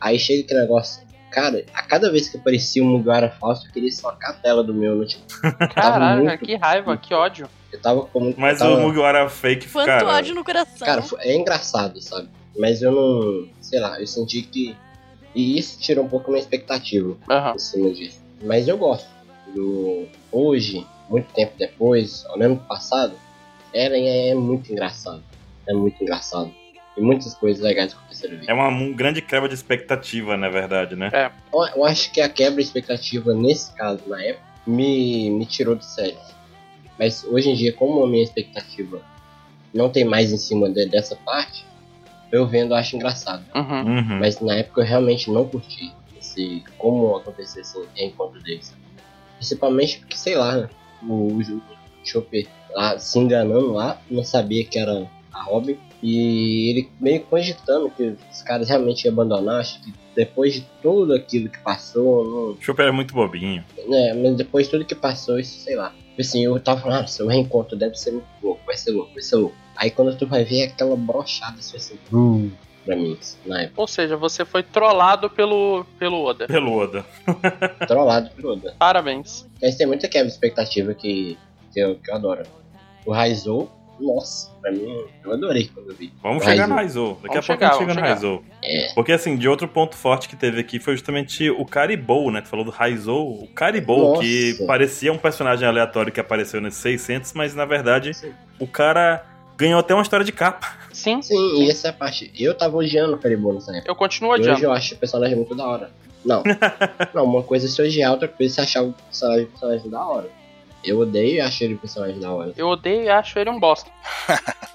Aí chega aquele negócio. Cara, a cada vez que aparecia um Mugara falso, eu queria socar a tela do meu né? notebook.
Caralho,
tá muito-
que raiva, que ódio.
Eu tava com muito.
Mas
tava...
o Mugiwara Fake,
Quanto
cara...
ódio no coração.
Cara, foi- é engraçado, sabe? Mas eu não. Sei lá, eu senti que. E isso tirou um pouco a minha expectativa.
Aham.
em cima disso. Mas eu gosto do hoje, muito tempo depois, olhando pro passado, Eren é muito engraçado. É muito engraçado. E muitas coisas legais aconteceram ali.
É uma um grande quebra de expectativa, na verdade,
É.
né?
Eu, eu acho que a quebra de expectativa nesse caso, na época, me, me tirou de série. Mas hoje em dia, como a minha expectativa não tem mais em cima de- dessa parte, eu vendo eu acho engraçado.
Uhum.
Uhum.
Mas na época eu realmente não curti esse, como aconteceu esse encontro deles. Principalmente porque, sei lá, o, o Ju- o Chopper lá se enganando lá, não sabia que era a Robin. E ele meio que cogitando que os caras realmente iam abandonar. Acho que depois de tudo aquilo que passou,
O Chopper é muito bobinho.
não- né, mas depois de tudo que passou, isso, sei lá. Tipo Assim, eu tava falando, ah, seu reencontro deve ser muito louco, vai ser louco, vai ser louco. Aí quando tu vai ver é aquela brochada, assim, hum, pra mim, na época,
Ou seja, você foi trollado pelo, pelo Oda.
Pelo Oda.
trollado por Oda.
Parabéns.
Mas tem muita quebra de expectativa que, que, eu, que eu adoro. O Raizou, nossa, pra mim, eu adorei quando eu vi.
Vamos
Raizo.
chegar no Raizou. Daqui a
Vamos
pouco
chegar,
a gente chega
vamos
no
chegar.
Raizou.
É.
Porque, assim, de outro ponto forte que teve aqui foi justamente o Caribou, né? Tu falou do Raizou. O Caribou,
Nossa.
que parecia um personagem aleatório que apareceu nesses 600, mas, na verdade,
Sim.
o cara ganhou até uma história de capa.
Sim.
Sim,
sim.
e essa é a parte. Eu tava odiando o Caribou nessa época.
Eu continuo
E hoje
odiando.
eu acho o personagem muito da hora. Não. não, uma coisa é se odiar, outra coisa é se achar o personagem, o personagem da hora. Eu odeio e acho ele o personagem da hora.
Eu odeio e acho ele um bosta.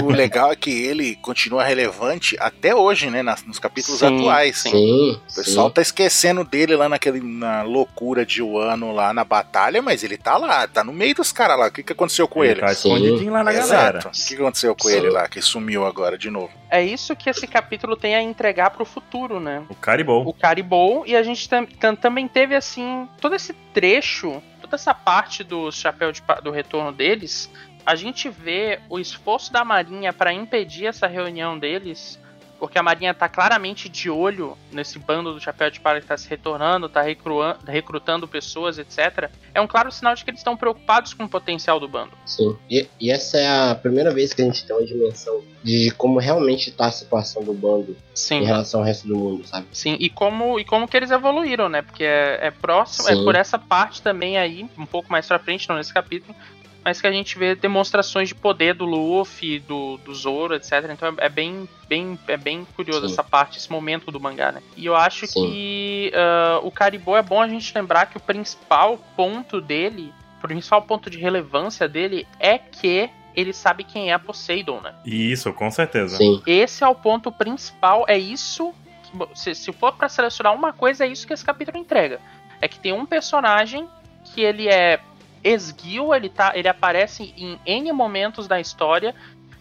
O, o legal é que ele continua relevante até hoje, né? nas- nos capítulos
Sim,
atuais.
Sim,
O pessoal
sim.
tá esquecendo dele lá naquele, na loucura de Wano lá na batalha, mas ele tá lá, tá no meio dos caras lá. O que, que aconteceu com ele?
Tá
Sim.
escondidinho lá na galera.
Exato. O que que aconteceu com
Sim.
ele lá, que sumiu agora de novo?
É isso que esse capítulo tem a entregar pro futuro, né?
O é Caribou.
o Caribou e a gente tam- tam- também teve assim todo esse trecho, toda essa parte do chapéu de pa- do retorno deles, a gente vê o esforço da Marinha para impedir essa reunião deles, porque a Marinha tá claramente de olho nesse bando do chapéu de palha que tá se retornando, tá recruan- recrutando pessoas, etc. É um claro sinal de que eles estão preocupados com o potencial do bando.
sim. E, e essa é a primeira vez que a gente tem uma dimensão de como realmente tá a situação do bando em
Sim.
relação ao resto do mundo, sabe?
Sim, e como, e como que eles evoluíram, né? Porque é, é próximo, é
Sim.
por essa parte também aí, um pouco mais pra frente, não nesse capítulo, mas que a gente vê demonstrações de poder do Luffy, do, do Zoro, etc. Então é, é bem, bem, é bem curioso
Sim.
essa parte, esse momento do mangá, né? E eu acho
Sim.
que ah, o Caribou é bom a gente lembrar que o principal ponto dele, o principal ponto de relevância dele é que ele sabe quem é Poseidon, né?
Isso, com certeza.
Sim.
Esse é o ponto principal, é isso. que- bom, Se, se for pra selecionar uma coisa, é isso que esse capítulo entrega. É que tem um personagem que ele é esguio, ele, tá, ele aparece em N momentos da história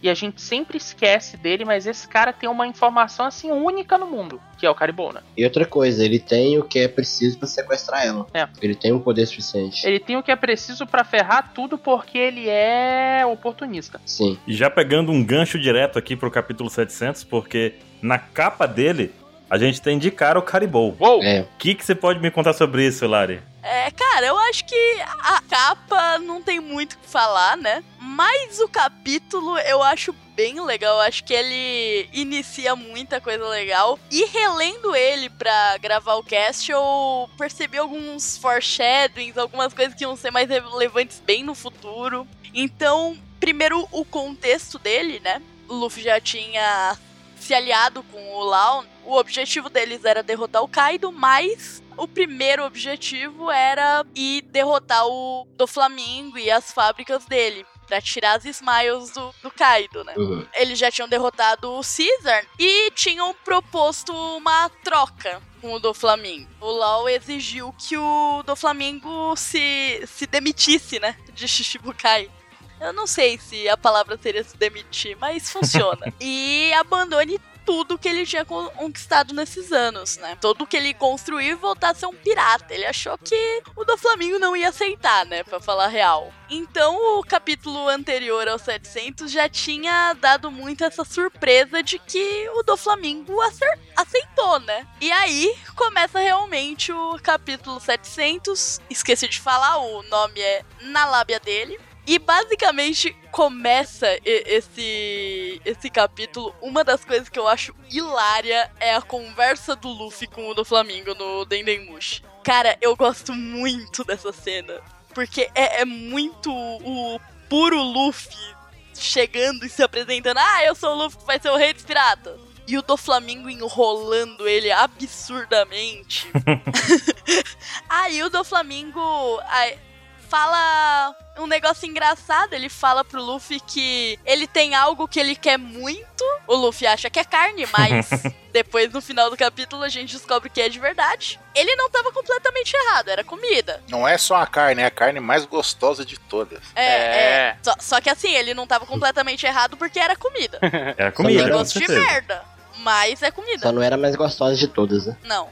e a gente sempre esquece dele, mas esse cara tem uma informação assim única no mundo, que é o Caribona.
E outra coisa, ele tem o que é preciso pra sequestrar ela.
É.
Ele tem um poder suficiente.
Ele tem o que é preciso pra ferrar tudo porque ele é oportunista.
Sim.
E já pegando um gancho direto aqui pro capítulo 700, porque na capa dele a gente tem de cara o Caribou.
Uou!
É,
O que, que você pode me contar sobre isso, Lari?
É, cara, eu acho que a capa não tem muito o que falar, né? Mas o capítulo eu acho bem legal. Eu acho que ele inicia muita coisa legal. E relendo ele pra gravar o cast, eu percebi alguns foreshadowings, algumas coisas que iam ser mais relevantes bem no futuro. Então, primeiro o contexto dele, né? O Luffy já tinha se aliado com o Law. O objetivo deles era derrotar o Kaido, mas o primeiro objetivo era ir derrotar o do Flamingo e as fábricas dele. Pra tirar as smiles do, do Kaido, né?
uhum.
Eles já tinham derrotado o Caesar e tinham proposto uma troca com o do Flamingo. O Law exigiu que o do Flamingo se, se demitisse, né? De Shichibukai. Eu não sei se a palavra seria se demitir, mas funciona. e abandone tudo que ele tinha con- conquistado nesses anos, né? Tudo que ele construiu e voltar a ser um pirata. Ele achou que o do Flamengo não ia aceitar, né? Pra falar a real. Então, o capítulo anterior ao 700 já tinha dado muito essa surpresa de que o do Flamengo acer- aceitou, né? E aí começa realmente o capítulo 700. Esqueci de falar, o nome é Na Lábia dele. E basicamente começa e- esse esse capítulo. Uma das coisas que eu acho hilária é a conversa do Luffy com o do Flamingo no Dendemushi. Cara, eu gosto muito dessa cena. Porque é, é muito o puro Luffy chegando e se apresentando. Ah, eu sou o Luffy que vai ser o rei dos piratas. E o do Flamingo enrolando ele absurdamente. Aí o do Flamingo fala um negócio engraçado. Ele fala pro Luffy que ele tem algo que ele quer muito. O Luffy acha que é carne, mas depois no final do capítulo a gente descobre que é de verdade. Ele não tava completamente errado, era comida.
Não é só a carne, é a carne mais gostosa de todas.
É, é. Só, só que assim, ele não tava completamente errado porque era comida.
Era É comida,
Era
com
Negócio de
certeza.
merda. Mas é comida.
Só não era a mais gostosa de todas, né?
Não.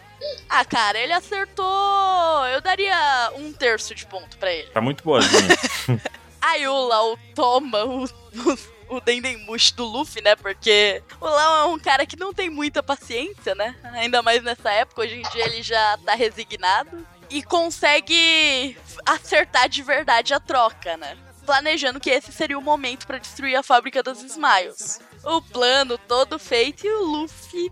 Ah, cara, ele acertou. Eu daria um terço de ponto pra ele.
Tá muito boazinha.
Aí o Lau toma o, o, o Dendemushi do Luffy, né? Porque o Lau é um cara que não tem muita paciência, né? Ainda mais nessa época, hoje em dia ele já tá resignado. E consegue acertar de verdade a troca, né? Planejando que esse seria o momento pra destruir a fábrica das Smiles. O plano todo feito e o Luffy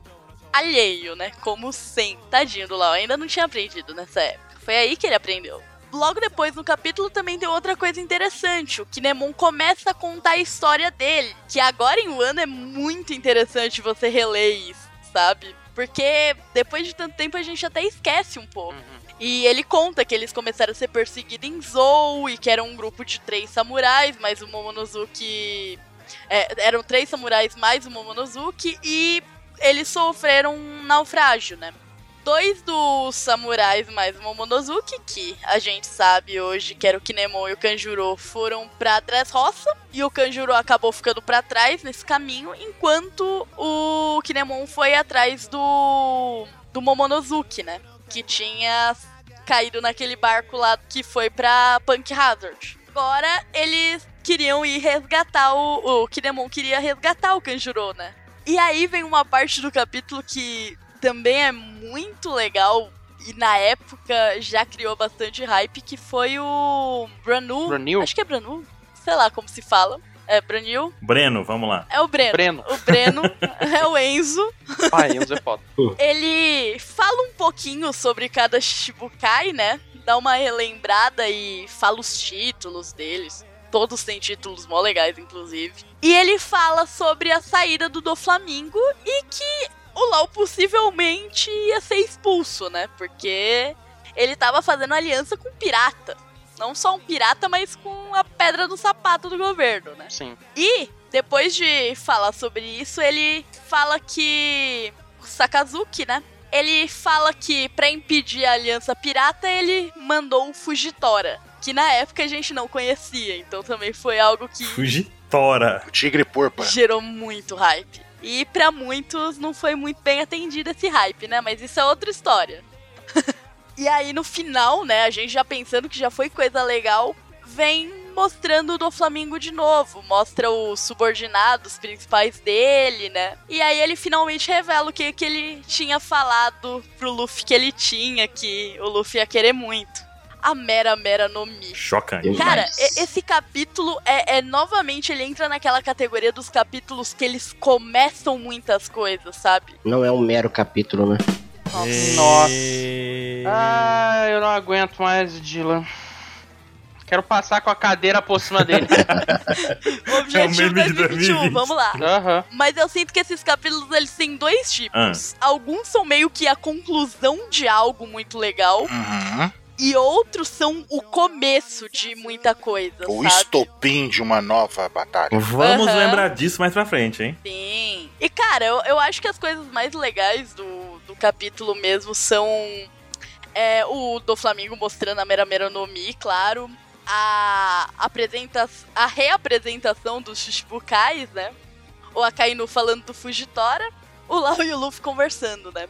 alheio, né? Como sempre. Tadinho do Lau, ainda não tinha aprendido nessa época. Foi aí que ele aprendeu. logo depois no capítulo também tem outra coisa interessante. O Kinemon começa a contar a história dele. Que agora em Wano é muito interessante você reler isso, sabe? Porque depois de tanto tempo a gente até esquece um pouco.
Uhum.
E ele conta que eles começaram a ser perseguidos em Zou e que era um grupo de três samurais, mas o Momonosuke. é, eram três samurais mais o Momonosuke e eles sofreram um naufrágio, né? Dois dos samurais mais o Momonosuke, que a gente sabe hoje que era o Kinemon e o Kanjuro, foram pra Dressrosa e o Kanjuro acabou ficando pra trás nesse caminho, enquanto o Kinemon foi atrás do, do Momonosuke, né? que tinha caído naquele barco lá que foi pra Punk Hazard. Agora eles queriam ir resgatar o. O Kinemon queria resgatar o Kanjuro, né? E aí vem uma parte do capítulo que também é muito legal e na época já criou bastante hype, que foi o Branu.
Brunil?
Acho que é Branu, sei lá como se fala. É Branil,
Breno, vamos lá.
é o Breno.
Breno.
O Breno é o Enzo.
Pai, Enzo é foda.
Ele fala um pouquinho sobre cada Shichibukai, né? Dá uma relembrada e fala os títulos deles. Todos têm títulos mó legais, inclusive. E ele fala sobre a saída do Doflamingo e que o Lau possivelmente ia ser expulso, né? Porque ele tava fazendo aliança com um pirata. Não só um pirata, mas com a pedra do sapato do governo, né?
Sim.
E depois de falar sobre isso, ele fala que o Sakazuki, né? Ele fala que pra impedir a aliança pirata, ele mandou o Fugitora, que na época a gente não conhecia, então também foi algo que
Fugitora.
O Tigre Púrpura.
gerou muito hype. E pra muitos não foi muito bem atendido esse hype, né? Mas isso é outra história. e aí no final, né, a gente já pensando que já foi coisa legal, vem mostrando o do Flamengo de novo, mostra os subordinados principais dele, né? E aí ele finalmente revela o que, que ele tinha falado pro Luffy que ele tinha, que o Luffy ia querer muito. A mera mera no Mi.
Chocante.
Eu-
Cara,
Mas-
e- esse capítulo é, é, novamente ele entra naquela categoria dos capítulos que eles começam muitas coisas, sabe?
Não é um mero capítulo, né?
Nossa.
Nossa.
Ah, eu não aguento mais o Dylan. Quero passar com a cadeira por cima dele.
O objetivo
É um meme de
2021,
2020.
vamos lá.
Aham.
Mas eu sinto que esses capítulos eles têm dois tipos.
Ah.
Alguns são meio que a conclusão de algo muito legal
Uhum.
e outros são o começo de muita coisa,
O
sabe?
estopim de uma nova batalha.
Vamos
Aham.
lembrar disso mais pra frente, hein?
Sim. E, cara, eu, eu acho que as coisas mais legais do, do capítulo mesmo são é, o do Flamengo mostrando a Mera Mera no Mi, claro. A, apresenta a reapresentação dos Shichibukais, né? O Akainu falando do Fugitora. O Lau e o Luffy conversando, né?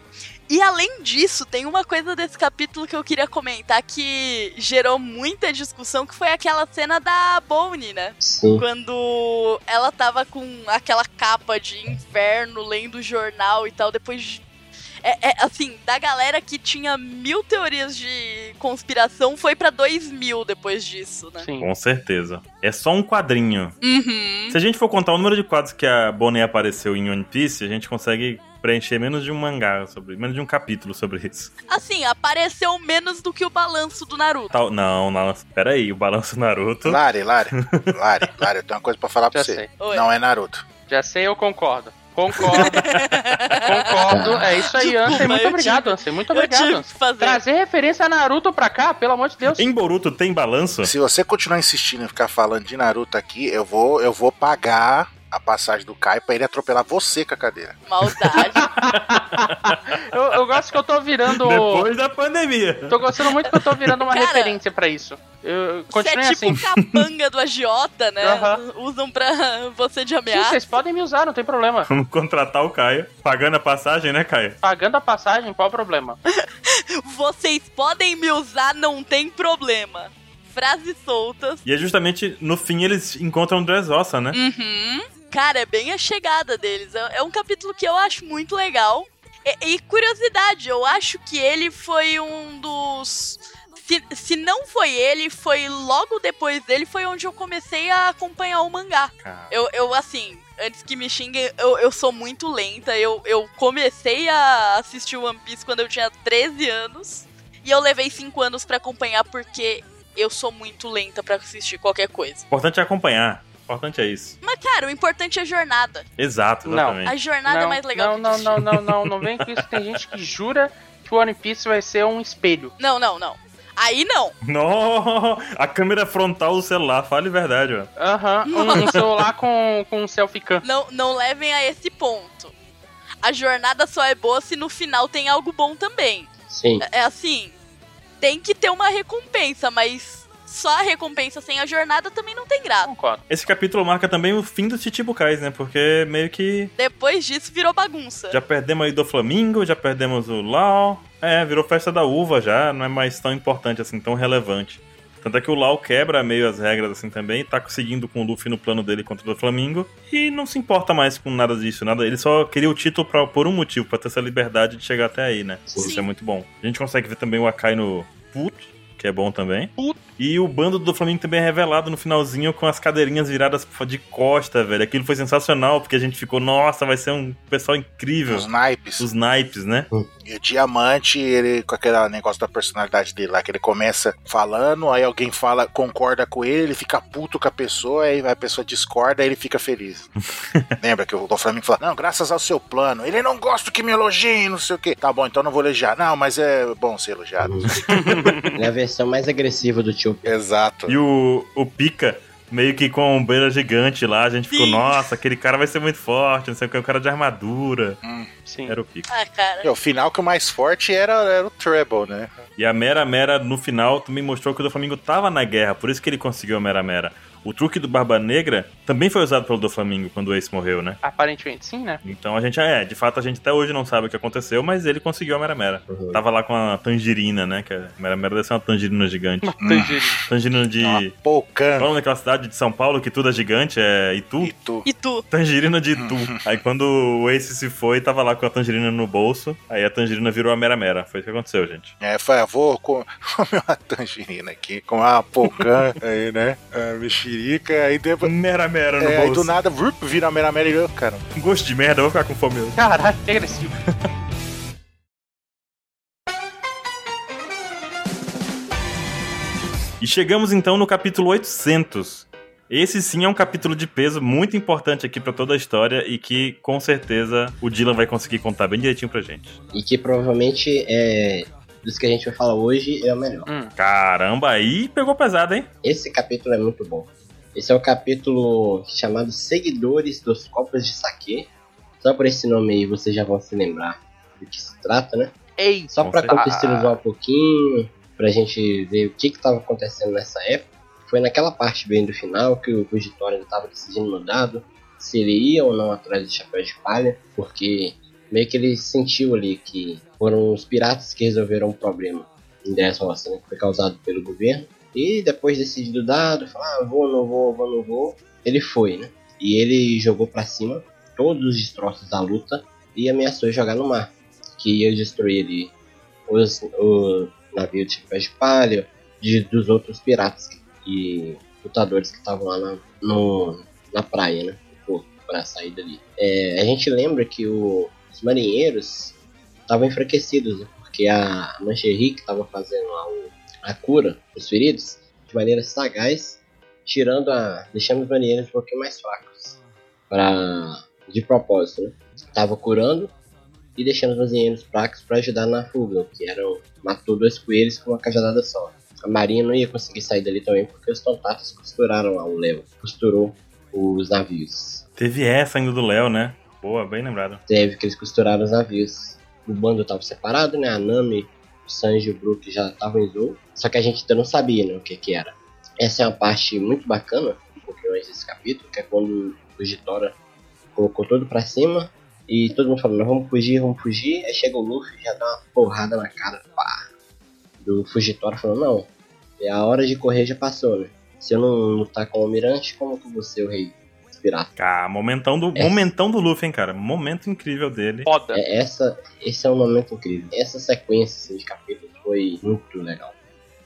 E além disso, tem uma coisa desse capítulo que eu queria comentar que gerou muita discussão, que foi aquela cena da Bonnie, né?
Sim.
quando ela tava com aquela capa de inverno lendo o jornal e tal, depois. de- É, é, assim, da galera que tinha mil teorias de conspiração, foi pra dois mil depois disso, né?
Sim.
Com certeza. É só um quadrinho.
Uhum.
Se a gente for contar o número de quadros que a Bonnie apareceu em One Piece, a gente consegue preencher menos de um mangá sobre, menos de um capítulo sobre isso.
Assim, apareceu menos do que o balanço do Naruto.
Tal, não, não, peraí, o balanço Naruto.
Lari, Lari, Lari, Lari, eu tenho uma coisa pra falar pra
Já
você.
sei.
Oi.
Não é Naruto.
Já sei, eu concordo. Concordo. concordo. É isso aí,
Desculpa,
Ansem. Muito
eu
obrigado, Ansem. Muito
Eu
obrigado,
tive
Ansem.
que fazer.
Trazer referência a Naruto pra cá, pelo amor de Deus.
Em Boruto tem balanço?
Se você continuar insistindo em ficar falando de Naruto aqui, eu vou, eu vou pagar a passagem do Kai pra ele atropelar você com a cadeira.
Maldade.
eu, eu gosto que eu tô virando.
Depois da pandemia.
Tô gostando muito que eu tô virando uma
Cara,
referência pra isso. Eu,
Você é
continue
tipo
assim.
o capanga do agiota, né?
Aham.
Usam pra você de
Sim,
ameaça.
vocês podem me usar, não tem problema.
Vamos contratar o Caio. Pagando a passagem, né, Caio?
Pagando a passagem, qual o problema?
Vocês podem me usar, não tem problema. Frases soltas.
E é justamente no fim eles encontram o Dressrosa, né?
Hum.
Uhum. Cara, é bem a chegada deles. É é um capítulo que eu acho muito legal. E, e curiosidade, eu acho que ele foi um dos. Se, se não foi ele, foi logo depois dele, foi onde eu comecei a acompanhar o mangá.
Cara,
Eu, eu assim, antes que me xinguem, eu, eu sou muito lenta. Eu, eu comecei a assistir One Piece quando eu tinha 13 anos. E eu levei 5 anos pra acompanhar porque eu sou muito lenta pra assistir qualquer coisa.
O importante é acompanhar. O importante é isso.
Mas, cara, o importante é a jornada.
Exato,
Não.
exatamente.
A jornada é
não,
mais legal
Não,
que
não, não, não, não, não vem com isso. Tem gente que jura que o One Piece vai ser um espelho.
Não, não, não. Aí não.
Não, a câmera frontal do celular, fale a verdade, ó.
Aham, um, um celular com, com um selfie cam.
Não, não levem a esse ponto. A jornada só é boa se no final tem algo bom também.
Sim.
É assim, tem que ter uma recompensa, mas só a recompensa sem a jornada também não tem graça.
Concordo.
Esse capítulo marca também o fim dos Chichibukais, né? Porque meio que
Depois disso virou bagunça.
já perdemos aí do Flamingo, já perdemos o Lau. É, virou festa da uva já, não é mais tão importante assim, tão relevante. Tanto é que o Lau quebra meio as regras assim também, tá seguindo com o Luffy no plano dele contra o Flamingo e não se importa mais com nada disso, nada. Ele só queria o título pra, por um motivo, pra ter essa liberdade de chegar até aí, né?
Sim.
Isso é muito bom. A gente consegue ver também o Akai no puto, que é bom também.
Puto.
E o bando do Flamengo também é revelado no finalzinho com as cadeirinhas viradas de costa, velho. Aquilo foi sensacional, porque a gente ficou, nossa, vai ser um pessoal incrível.
Os naipes.
Os naipes, né?
E o diamante, ele, com aquele negócio da personalidade dele lá, que ele começa falando, aí alguém fala, concorda com ele, ele fica puto com a pessoa, aí a pessoa discorda, aí ele fica feliz. Lembra que o Doflamingo fala, não, graças ao seu plano, ele não gosta que me elogiem, não sei o quê. Tá bom, então não vou elogiar. Não, mas é bom ser elogiado.
Ele é a versão mais agressiva do tio.
Exato.
E o, o Pica, meio que com a ombreira gigante lá, a gente ficou,
Sim.
nossa, aquele cara vai ser muito forte, não sei o que, o cara de armadura.
Hum.
Sim.
Era o Pica.
Ah, cara.
E o final que o mais forte era, era o Treble, né?
E a Mera Mera, no final, também mostrou que o Doflamingo tava na guerra, por isso que ele conseguiu a Mera Mera. O truque do Barba Negra também foi usado pelo Doflamingo quando o Ace morreu, né?
Aparentemente sim, né?
Então a gente, é, de fato a gente até hoje não sabe o que aconteceu, mas ele conseguiu a Mera Mera.
Uhum.
Tava lá com a tangerina, né? Que a Mera Mera deve ser uma tangerina gigante. Hum.
Tangerina.
Tangerina de.
Uma poucan
Falando daquela cidade de São Paulo que tudo é gigante, é Itu.
e tu.
E tu?
Tangerina de Itu. aí quando o Ace se foi, tava lá com a tangerina no bolso. Aí a tangerina virou a Mera Mera. Foi isso que aconteceu, gente.
É, foi, vou co- comer uma tangerina aqui, com uma poucan aí, né? A mexerica, aí depois.
Mera Mera no
É, aí do
bolso. Um
nada, vup, vira a mera mera e eu, cara.
Gosto de merda, eu vou ficar com fome hoje.
Caralho, que agressivo.
E chegamos então no capítulo 800. Esse sim é um capítulo de peso muito importante aqui pra toda a história e que com certeza o Dylan vai conseguir contar bem direitinho pra gente.
E que provavelmente é. Dos que a gente vai falar hoje é o melhor.
Caramba, aí pegou pesado, hein?
Esse capítulo é muito bom. Esse é o capítulo chamado Seguidores dos Copos de Saque. Só por esse nome aí vocês já vão se lembrar do que se trata, né?
Ei,
Só
Com
para
certeza.
contextualizar um pouquinho, pra gente ver o que que tava acontecendo nessa época. Foi naquela parte bem do final que o Vitória estava decidindo no dado se ele ia ou não atrás do chapéu de palha, porque meio que ele sentiu ali que foram os piratas que resolveram o problema em 10 roças, né, que foi causado pelo governo. E depois decidido o dado, falar, ah, vou, não vou, vou, não vou, ele foi, né? E ele jogou pra cima todos os destroços da luta e ameaçou jogar no mar, que ia destruir ali os, o navio de chapéu de palha, de, dos outros piratas que- e lutadores que estavam lá na, no- na praia, né? no porto, Pra sair dali. É, a gente lembra que o- os marinheiros estavam enfraquecidos, né? Porque a Mancherry que estava fazendo lá o- a cura dos feridos de maneira sagaz, tirando a. deixando os marinheiros um pouquinho mais fracos. Pra, de propósito, né? Tava curando e deixando os marinheiros fracos para ajudar na fuga, que um- eram matou dois coelhos com uma cajadada só. A Marinha não ia conseguir sair dali também porque os tontatos costuraram lá o Leo, costurou os navios.
Teve essa ainda do Léo, né? Boa, bem lembrado.
Teve que eles costuraram os navios. O bando tava separado, né? A Nami, o Sanji e o Brook já estavam em Zou. Só que a gente ainda não sabia né, o que que era. Essa é uma parte muito bacana, um pouquinho antes desse capítulo, que é quando o Gitora colocou todo pra cima e todo mundo falando, vamos fugir, vamos fugir. Aí chega o Luffy e já dá uma porrada na cara pá, do Fugitório falando, não, é a hora de correr já passou, né? Se eu não lutar com o Almirante, como que eu vou ser o rei dos piratas?
Cara, momentão do,
É.
momentão do Luffy, hein, cara? Momento incrível dele.
Foda.
É, essa, esse é um momento incrível. Essa sequência assim, de capítulos foi muito legal.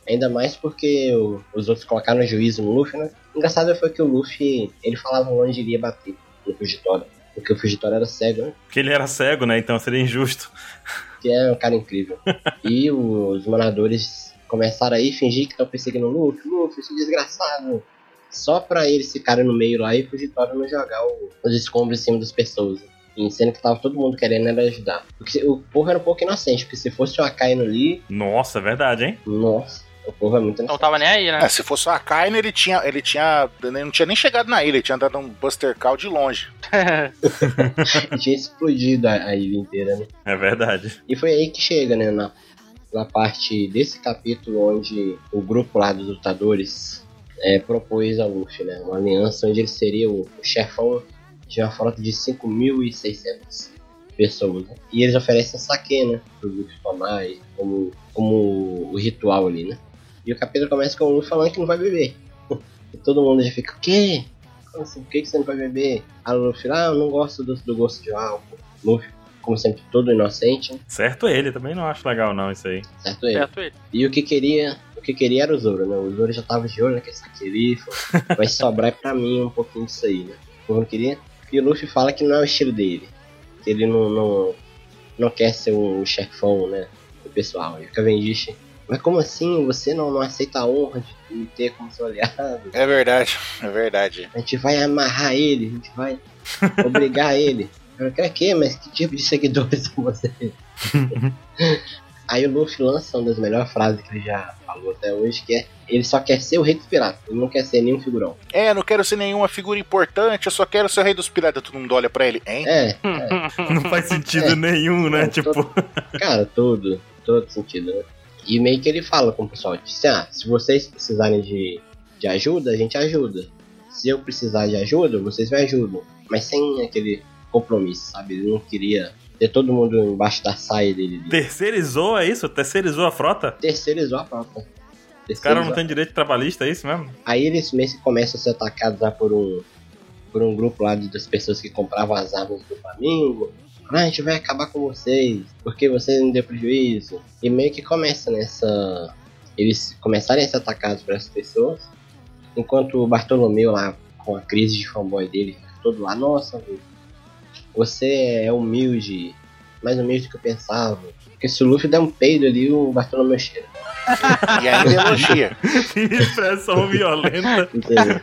Ainda mais porque o- os outros colocaram juízo no Luffy, né? Engraçado foi que o Luffy, ele falava onde iria bater no Fugitório. Porque o Fugitório era cego, né?
Porque ele era cego, né? Então seria injusto.
Que é um cara incrível. e os moradores Começaram aí a fingir que estão perseguindo o Luffy. Luffy, esse desgraçado. Só pra eles ficarem no meio lá e o Fugitório não jogar o- os escombros em cima das pessoas. E sendo que tava todo mundo querendo era ajudar. Porque o povo era um pouco inocente, porque se fosse o Akainu ali,
Nossa, é verdade, hein?
nossa, o povo é muito
Não
inocente.
tava nem aí, né?
Ah, se fosse o Akainu, ele tinha. Ele tinha. Ele não tinha nem chegado na ilha, ele tinha dado um Buster Call de longe.
Tinha explodido a, a ilha inteira, né?
É verdade.
E foi aí que chega, né? Na, na parte desse capítulo onde o grupo lá dos lutadores é, propôs a Luffy, né? Uma aliança onde ele seria o, o chefão de uma frota de 5.600 pessoas. né? E eles oferecem saque, né? Pro Luffy tomar e como, como o ritual ali, né? E o capítulo começa com o Luffy falando que não vai beber. E todo mundo já fica, o quê? Como assim? Por que que você não vai beber? A Luffy, ah, eu não gosto do, do gosto de álcool. Luffy, como sempre, todo inocente, né?
Certo ele, também não acho legal não isso aí.
certo ele?
Certo ele.
E o que queria, o que queria era o Zoro, né? O Zoro já tava de olho naquele saquerifa. vai sobrar pra mim um pouquinho disso aí, né? O Zoro queria. E o Luffy fala que não é o estilo dele. Que ele não, não, não quer ser o chefão, né? Do pessoal. E o Cavendish. Mas como assim? Você não, não aceita a honra de me ter como seu aliado?
É verdade, é verdade.
A gente vai amarrar ele, a gente vai obrigar ele. Eu quero que, mas que tipo de seguidores são vocês? Aí o Luffy lança uma das melhores frases que ele já falou até hoje, que é ele só quer ser o rei dos piratas, ele não quer ser nenhum figurão.
É, não quero ser nenhuma figura importante, eu só quero ser o rei dos piratas. Todo mundo olha pra ele, hein?
É,
Não faz sentido
É.
nenhum, né?
É,
tipo,
cara, todo, todo sentido, né? E meio que ele fala com o pessoal, tipo assim, ah, se vocês precisarem de, de ajuda, a gente ajuda. Se eu precisar de ajuda, vocês me ajudam. Mas sem aquele compromisso, sabe? Ele não queria ter todo mundo embaixo da saia dele.
terceirizou, é isso? Terceirizou a frota?
Terceirizou a frota.
Os caras
Terceirizou
não têm direito trabalhista, é isso mesmo?
Aí eles meio que começam a ser atacados lá por um, por um grupo lá de- das pessoas que compravam as armas do Flamengo. Ah, a gente vai acabar com vocês, porque vocês não deu prejuízo. E meio que começa nessa. Eles começarem a ser atacados por essas pessoas. Enquanto o Bartolomeu lá, com a crise de fanboy dele, fica todo lá, nossa, Lu, você é humilde, mais humilde do que eu pensava. Porque se o Luffy der um peido ali, o Bartolomeu cheira.
E ainda
é
elogia.
Expressão violenta.
Entendeu?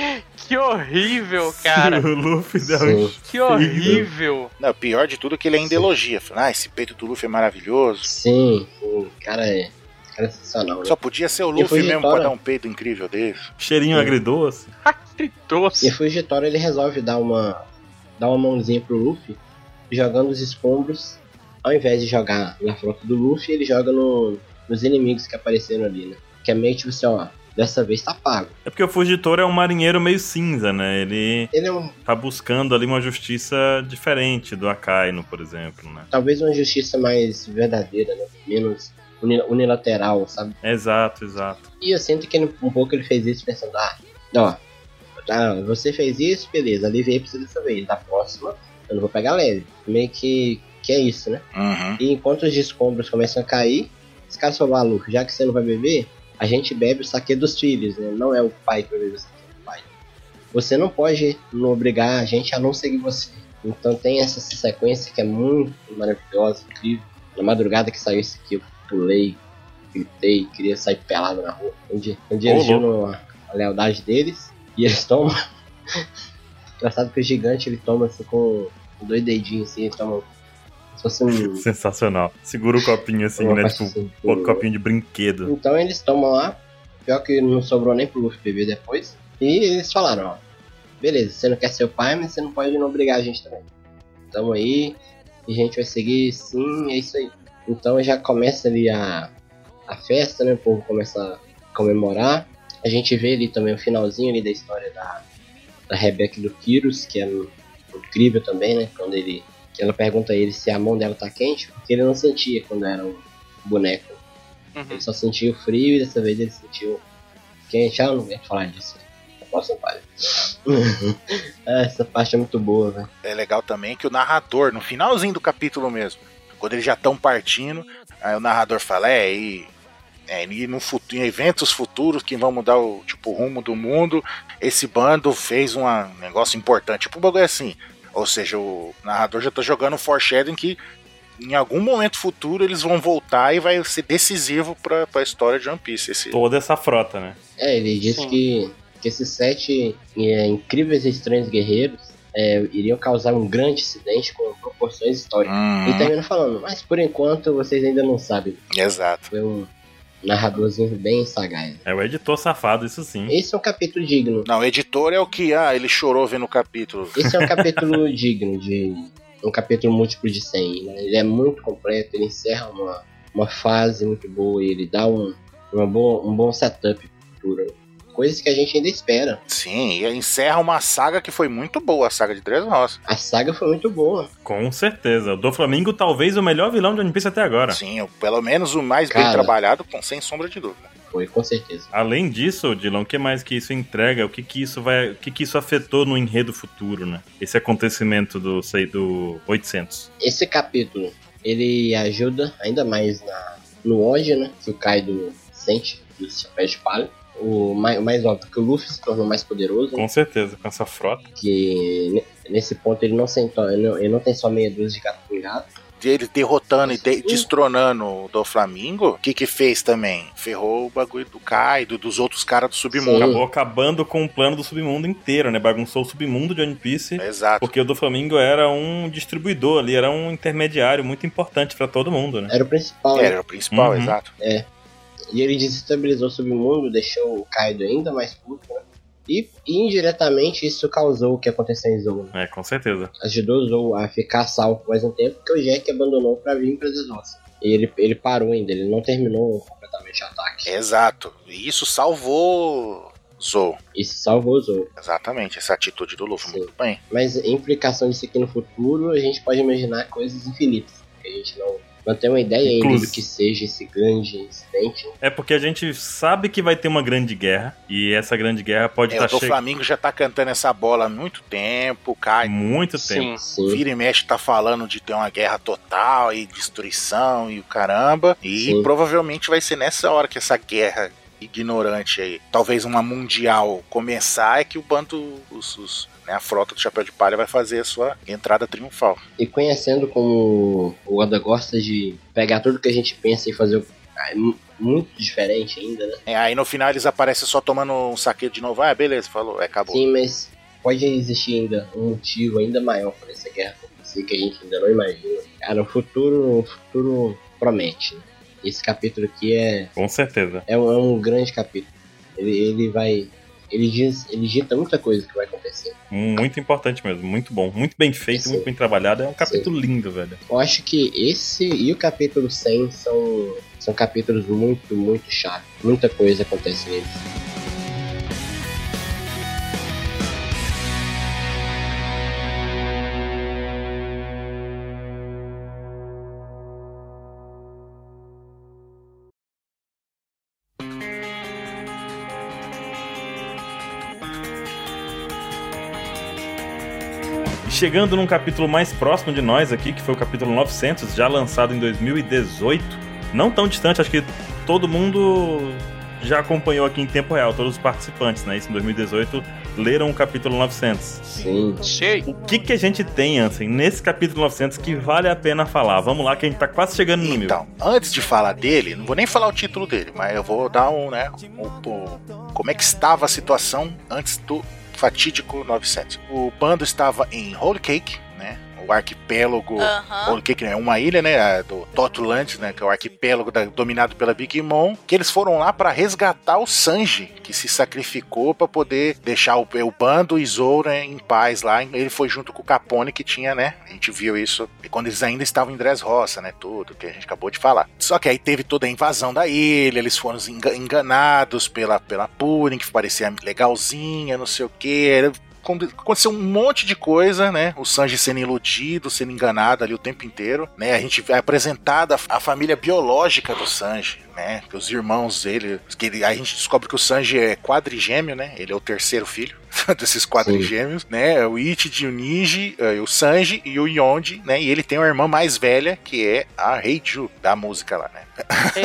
é.
Que horrível, cara.
O Luffy deu um
Sim,
Que horrível.
Não, pior de tudo é que ele ainda
Sim.
elogia. Fala, ah, esse peito do Luffy é maravilhoso.
sim, o cara é. O cara é sensacional, né?
Só podia ser o
E foi
Luffy mesmo pra
vitória.
dar um peito incrível desse.
cheirinho
Sim.
agridoce.
Que
É. E a
doce.
Fugitória ele resolve dar uma dar uma mãozinha pro Luffy, jogando os escombros. Ao invés de jogar na frota do Luffy, ele joga no- nos inimigos que apareceram ali, né? Que é meio tipo assim, ó, dessa vez tá pago.
É porque o Fugitor é um marinheiro meio cinza, né? Ele
Ele é um,
tá buscando ali uma justiça diferente do Akainu, por exemplo, né?
talvez uma justiça mais verdadeira, né? Menos uni- unilateral, sabe?
Exato, exato.
E eu sinto que ele- um pouco ele fez isso pensando, ah, ó, tá, você fez isso, beleza, aliviei pra você dessa vez. Da próxima, eu não vou pegar leve. Meio que, que é isso, né?
Uhum.
E enquanto os escombros começam a cair, os caras falam, ah, Luffy, já que você não vai beber, a gente bebe o saque dos filhos, né? Não é o pai que vai beber o saque do pai. Você não pode não obrigar a gente a não seguir você. Então tem essa sequência que é muito maravilhosa, incrível. Na madrugada que saiu isso aqui, eu pulei, gritei, queria sair pelado na rua. Um dia, um dia
Ô,
eles viram a, a lealdade deles e eles tomam. Engraçado que o gigante ele toma assim com dois dedinhos assim, ele toma. Se fosse um.
Sensacional. Segura o copinho assim,
Uma
né?
parte
Tipo,
assim,
um
tipo,
copinho de brinquedo.
Então eles tomam lá, pior que não sobrou nem pro Luffy beber depois. E eles falaram, ó, beleza, você não quer ser o pai, mas você não pode não obrigar a gente também. Tamo aí, e a gente vai seguir, sim, é isso aí. Então já começa ali a, a festa, né? O povo começa a comemorar. A gente vê ali também o finalzinho ali da história da, da Rebeca e do Kyrus, que é incrível também, né? Quando ele. Que ela pergunta a ele se a mão dela tá quente, porque ele não sentia quando era um boneco.
Uhum.
Ele só sentiu frio e dessa vez ele sentiu quente. Ah, eu não ia falar disso. Eu posso falar. Ah, Essa parte é muito boa, velho.
É legal também que o narrador, no finalzinho do capítulo mesmo, quando eles já estão partindo, aí o narrador fala, é, e, é, e no futu- em eventos futuros que vão mudar o tipo, o rumo do mundo, esse bando fez uma- um negócio importante. Tipo, o bagulho é assim. Ou seja, o narrador já tá jogando um foreshadowing que em algum momento futuro eles vão voltar e vai ser decisivo pra, pra história de One Piece. Esse...
Toda essa frota, né?
É, ele disse
Sim.
que, que esses sete é, incríveis e estranhos guerreiros é, iriam causar um grande acidente com proporções históricas.
Uhum.
E
Hum,
termina falando, mas por enquanto vocês ainda não sabem.
exato.
Foi um narradorzinho bem sagaz.
É o editor safado, isso sim.
Esse é um capítulo digno.
Não, o editor é o que, ah, ele chorou vendo o capítulo.
Esse é um capítulo digno de um capítulo múltiplo de 100. né? Ele é muito completo, ele encerra uma, uma fase muito boa, ele dá um, uma boa, um bom setup futuro. Coisas que a gente ainda espera.
Sim, e encerra uma saga que foi muito boa, a saga de Três Roças.
A saga foi muito boa.
Com certeza. O do Flamengo, talvez o melhor vilão de One Piece até agora.
Sim, o- pelo menos o mais bem
Cara.
trabalhado, com, sem sombra de dúvida.
Foi, com certeza.
Além disso, Dilão, o que mais que isso entrega? O que que isso vai, o que que isso afetou no enredo futuro, né? Esse acontecimento do sei, do 800.
Esse capítulo, ele ajuda ainda mais na, no ódio, né? Que o Kaido sente dos chapéus de palha. O mais, o mais óbvio, que o Luffy se tornou mais poderoso. né?
Com certeza, com essa frota.
Que ne- nesse ponto ele não, sentou, ele não, ele não tem só meia dúzia de gato pingado.
De Ele derrotando e de-
Sim.
destronando o do Flamingo, o que que fez também? Ferrou o bagulho do Kaido, dos outros caras do submundo.
Sim.
Acabou acabando com o plano do submundo inteiro, né? Bagunçou o submundo de One Piece.
É, Exato.
Porque o do Flamengo era um distribuidor ali, era um intermediário muito importante pra todo mundo, né?
Era o principal, né? É.
Era o principal,
Uhum.
exato.
E ele desestabilizou o submundo, deixou o Kaido ainda mais puto, né? E, e indiretamente isso causou o que aconteceu em Zou. né?
É, com certeza.
Ajudou o Zou a ficar salvo mais um tempo, porque o Jack abandonou pra vir pra Desossa. E ele, ele parou ainda, ele não terminou completamente o ataque.
Exato. E isso salvou Zou.
Isso salvou o Zou.
Exatamente, essa atitude do Luffy.
Sim.
Muito bem.
Mas a implicação disso aqui no futuro, a gente pode imaginar coisas infinitas. Que a gente não, não tem uma ideia ainda
Inclusive.
do que seja esse grande incidente.
É porque a gente sabe que vai ter uma grande guerra e essa grande guerra pode tá
É,
estar
o do
chegando
Flamengo já tá cantando essa bola há muito tempo,
há
Kaido.
muito tempo.
Sim.
Sim,
Vira e mexe tá falando de ter uma guerra total e destruição e o caramba. E
Sim.
provavelmente vai ser nessa hora que essa guerra ignorante aí, talvez uma mundial começar, é que o bando, os, os- né, a frota do Chapéu de Palha vai fazer a sua entrada triunfal.
E conhecendo como o Oda gosta de pegar tudo que a gente pensa e fazer ah, mu- muito diferente ainda, né?
É, aí no final eles aparecem só tomando um saqueiro de novo. Ah, beleza, falou, é, acabou.
Sim, mas pode existir ainda um motivo ainda maior para essa guerra acontecer que a gente ainda não imagina. Cara, o futuro, o futuro promete. né? Esse capítulo aqui é,
Com certeza.
é, um, é um grande capítulo. Ele, ele vai. Ele diz. Ele dita muita coisa que vai acontecer.
Muito importante mesmo, muito bom, muito bem feito,
Sim.
muito bem trabalhado. É um capítulo lindo, velho.
Eu acho que esse e o capítulo 100 são, são capítulos muito, muito chaves. Muita coisa acontece neles.
Chegando num capítulo mais próximo de nós aqui, que foi o capítulo 900, já lançado em 2018. Não tão distante, acho que todo mundo já acompanhou aqui em tempo real, todos os participantes, né? Isso em 2018, leram o capítulo 900.
Sim.
Sei.
O que, que a gente tem, Ansem, nesse capítulo 900 que vale a pena falar? Vamos lá, que a gente tá quase chegando no mil.
Então, antes de falar dele, não vou nem falar o título dele, mas eu vou dar um, né, um- um- como é que estava a situação antes do fatídico 900. O bando estava em Holy Cake, né, o arquipélago...
Aham.
Holy Cake né, é uma ilha, né, a do Totuland, né, que é o arquipélago da- dominado pela Big Mom, que eles foram lá para resgatar o Sanji, que se sacrificou para poder deixar o, o bando e Zou, né, em paz lá. Ele foi junto com o Capone que tinha, né, a gente viu isso e quando eles ainda estavam em Dressrosa, né, tudo que a gente acabou de falar. Só que aí teve toda a invasão da ilha, eles foram enga- enganados pela pela Purim, que parecia legalzinha, não sei o que, Aconte- aconteceu um monte de coisa, né? O Sanji sendo iludido, sendo enganado ali o tempo inteiro, né? A gente é apresentada a família biológica do Sanji, né? Que os irmãos dele, que ele- a gente descobre que o Sanji é quadrigêmeo, né? Ele é o terceiro filho desses quadrigêmeos, né? O Ichiji, o Niji, eh, o Sanji e o Yonji, né? E ele tem uma irmã mais velha que é a Heiju da música lá, né?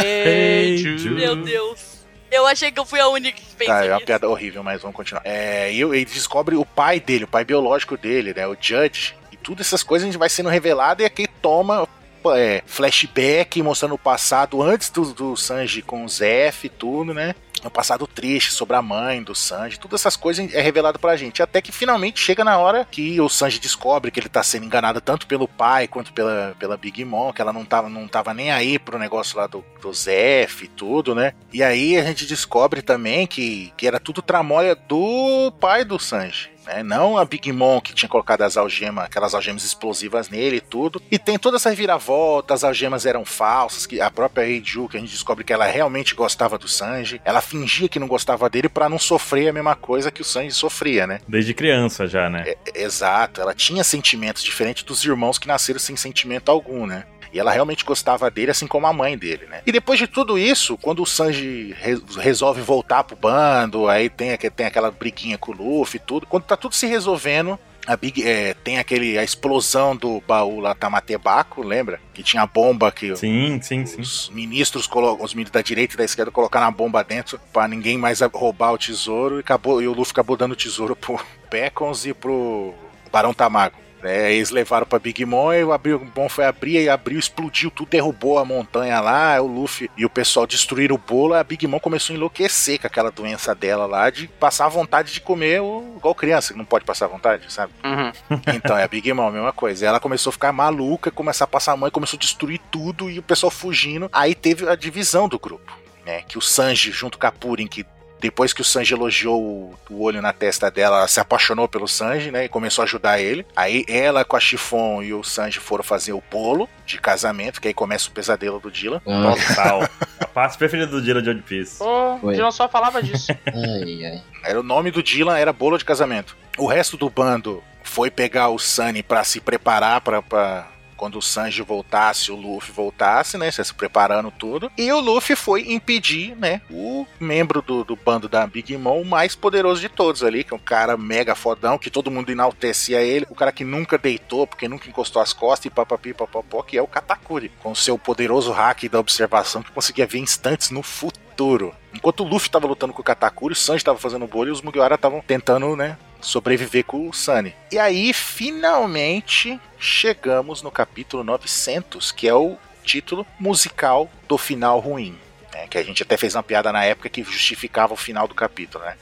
Ei,
Ju.
Ju.
Meu Deus. Eu achei que eu fui a única que pensou
Tá, é uma
nisso.
piada horrível, mas vamos continuar. É, e ele descobre o pai dele, o pai biológico dele, né? O Judge. E tudo essas coisas a gente vai sendo revelado e aqui toma é, flashback mostrando o passado antes do, do Sanji com o Zef e tudo, né? um passado triste sobre a mãe do Sanji, todas essas coisas é revelado pra gente, até que finalmente chega na hora que o Sanji descobre que ele tá sendo enganado tanto pelo pai quanto pela, pela Big Mom, que ela não tava, não tava nem aí pro negócio lá do, do Zef e tudo, né? E aí a gente descobre também que, que era tudo tramóia do pai do Sanji. Né? Não a Big Mom que tinha colocado as algemas, aquelas algemas explosivas nele e tudo. E tem toda essa reviravolta, as algemas eram falsas, que a própria Eiju, que a gente descobre que ela realmente gostava do Sanji, ela fingia que não gostava dele para não sofrer a mesma coisa que o Sanji sofria, né?
Desde criança já, né?
É, é, exato, ela tinha sentimentos diferentes dos irmãos que nasceram sem sentimento algum, né? E ela realmente gostava dele, assim como a mãe dele, né? E depois de tudo isso, quando o Sanji re resolve voltar pro bando, aí tem, tem aquela briguinha com o Luffy e tudo. Quando tá tudo se resolvendo, a Big, é, tem aquele a explosão do baú lá Tamatebaco, lembra? Que tinha a bomba que
sim, sim,
os sim. ministros colocam, os ministros da direita e da esquerda colocaram a bomba dentro para ninguém mais roubar o tesouro e acabou e o Luffy acabou dando o tesouro pro Beckons e pro Barão Tamago. É, eles levaram pra Big Mom e o abriu, bom foi abrir e abriu, explodiu tudo, derrubou a montanha lá, é o Luffy e o pessoal destruíram o bolo, a Big Mom começou a enlouquecer com aquela doença dela lá, de passar vontade de comer o, igual criança, que não pode passar vontade, sabe?
Uhum.
Então, é a Big Mom, a mesma coisa. Ela começou a ficar maluca, começar a passar a mãe, começou a destruir tudo e o pessoal fugindo. Aí teve a divisão do grupo, né? Que o Sanji, junto com a Purin, que depois que o Sanji elogiou o, o, olho na testa dela, ela se apaixonou pelo Sanji, né? E começou a ajudar ele. Aí ela com a Chifon e o Sanji foram fazer o bolo de casamento, que aí começa o pesadelo do Dylan. Então,
Ah.
Total. a parte preferida do Dylan de One Piece.
Pô, o
Oi.
Dylan só falava disso.
Ai, ai.
Era o nome do Dylan, era bolo de casamento. O resto do bando foi pegar o Sunny pra se preparar pra. pra- Quando o Sanji voltasse, o Luffy voltasse, né? Se preparando tudo. E o Luffy foi impedir, né? O membro do, do bando da Big Mom, o mais poderoso de todos ali, que é um cara mega fodão, que todo mundo enaltecia ele. O cara que nunca deitou, porque nunca encostou as costas e papapi, papapó, que é o Katakuri. Com seu poderoso hack da observação, que conseguia ver instantes no futuro. Enquanto o Luffy tava lutando com o Katakuri, o Sanji tava fazendo bolha e os Mugiwara estavam tentando, né? sobreviver com o Sunny. E aí, finalmente, chegamos no capítulo 900, que é o título musical do final ruim. né? que a gente até fez uma piada na época que justificava o final do capítulo, né?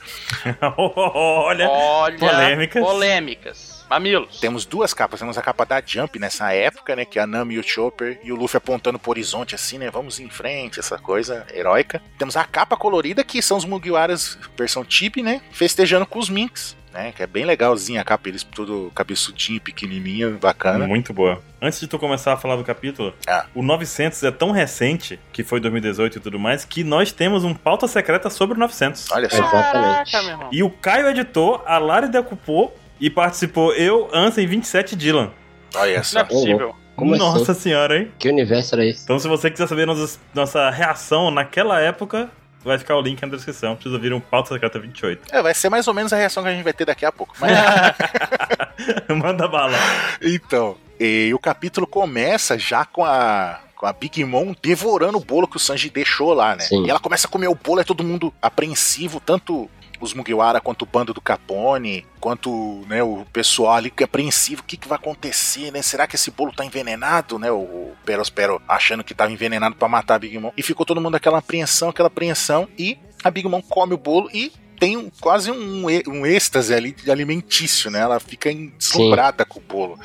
Olha,
Olha,
polêmicas.
polêmicas. Mamilos.
Temos duas capas, temos a capa da Jump nessa época, né? Que é a Nami e o Chopper e o Luffy apontando pro horizonte assim, né? Vamos em frente, essa coisa heróica. Temos a capa colorida, que são os Mugiwaras versão Chip, né? Festejando com os Minks, né? Que é bem legalzinha a capa, eles tudo cabeçudinho, pequenininho, bacana.
Muito boa. Antes de tu começar a falar do capítulo,
Ah.
o 900 é tão recente, que foi 2018 e tudo mais, que nós temos um pauta secreta sobre o 900.
Olha só.
Exatamente.
Caraca, meu irmão.
E o Caio editou, a Lari decupou e participou eu, Ansem, 27 e Dylan.
Olha
Não é
só.
possível.
Como
Nossa
assim?
senhora, hein?
Que universo era esse?
Então se você quiser saber nossa, nossa reação naquela época, vai ficar o link na descrição. Precisa vir um pauta secreta 28.
É, vai ser mais ou menos a reação que a gente vai ter daqui a pouco. Mas,
Manda bala.
então, e o capítulo começa já com a. com A Big Mom devorando o bolo que o Sanji deixou lá, né?
Sim.
E ela começa a comer o bolo, é todo mundo apreensivo, tanto os Mugiwara quanto o bando do Capone, quanto né, o pessoal ali que é apreensivo, o que, que vai acontecer, né? Será que esse bolo tá envenenado, né? O, o Perospero achando que tava envenenado pra matar a Big Mom. E ficou todo mundo aquela apreensão, aquela apreensão, e a Big Mom come o bolo e tem um- quase um, ê- um êxtase ali de alimentício, né? Ela fica deslumbrada com o bolo.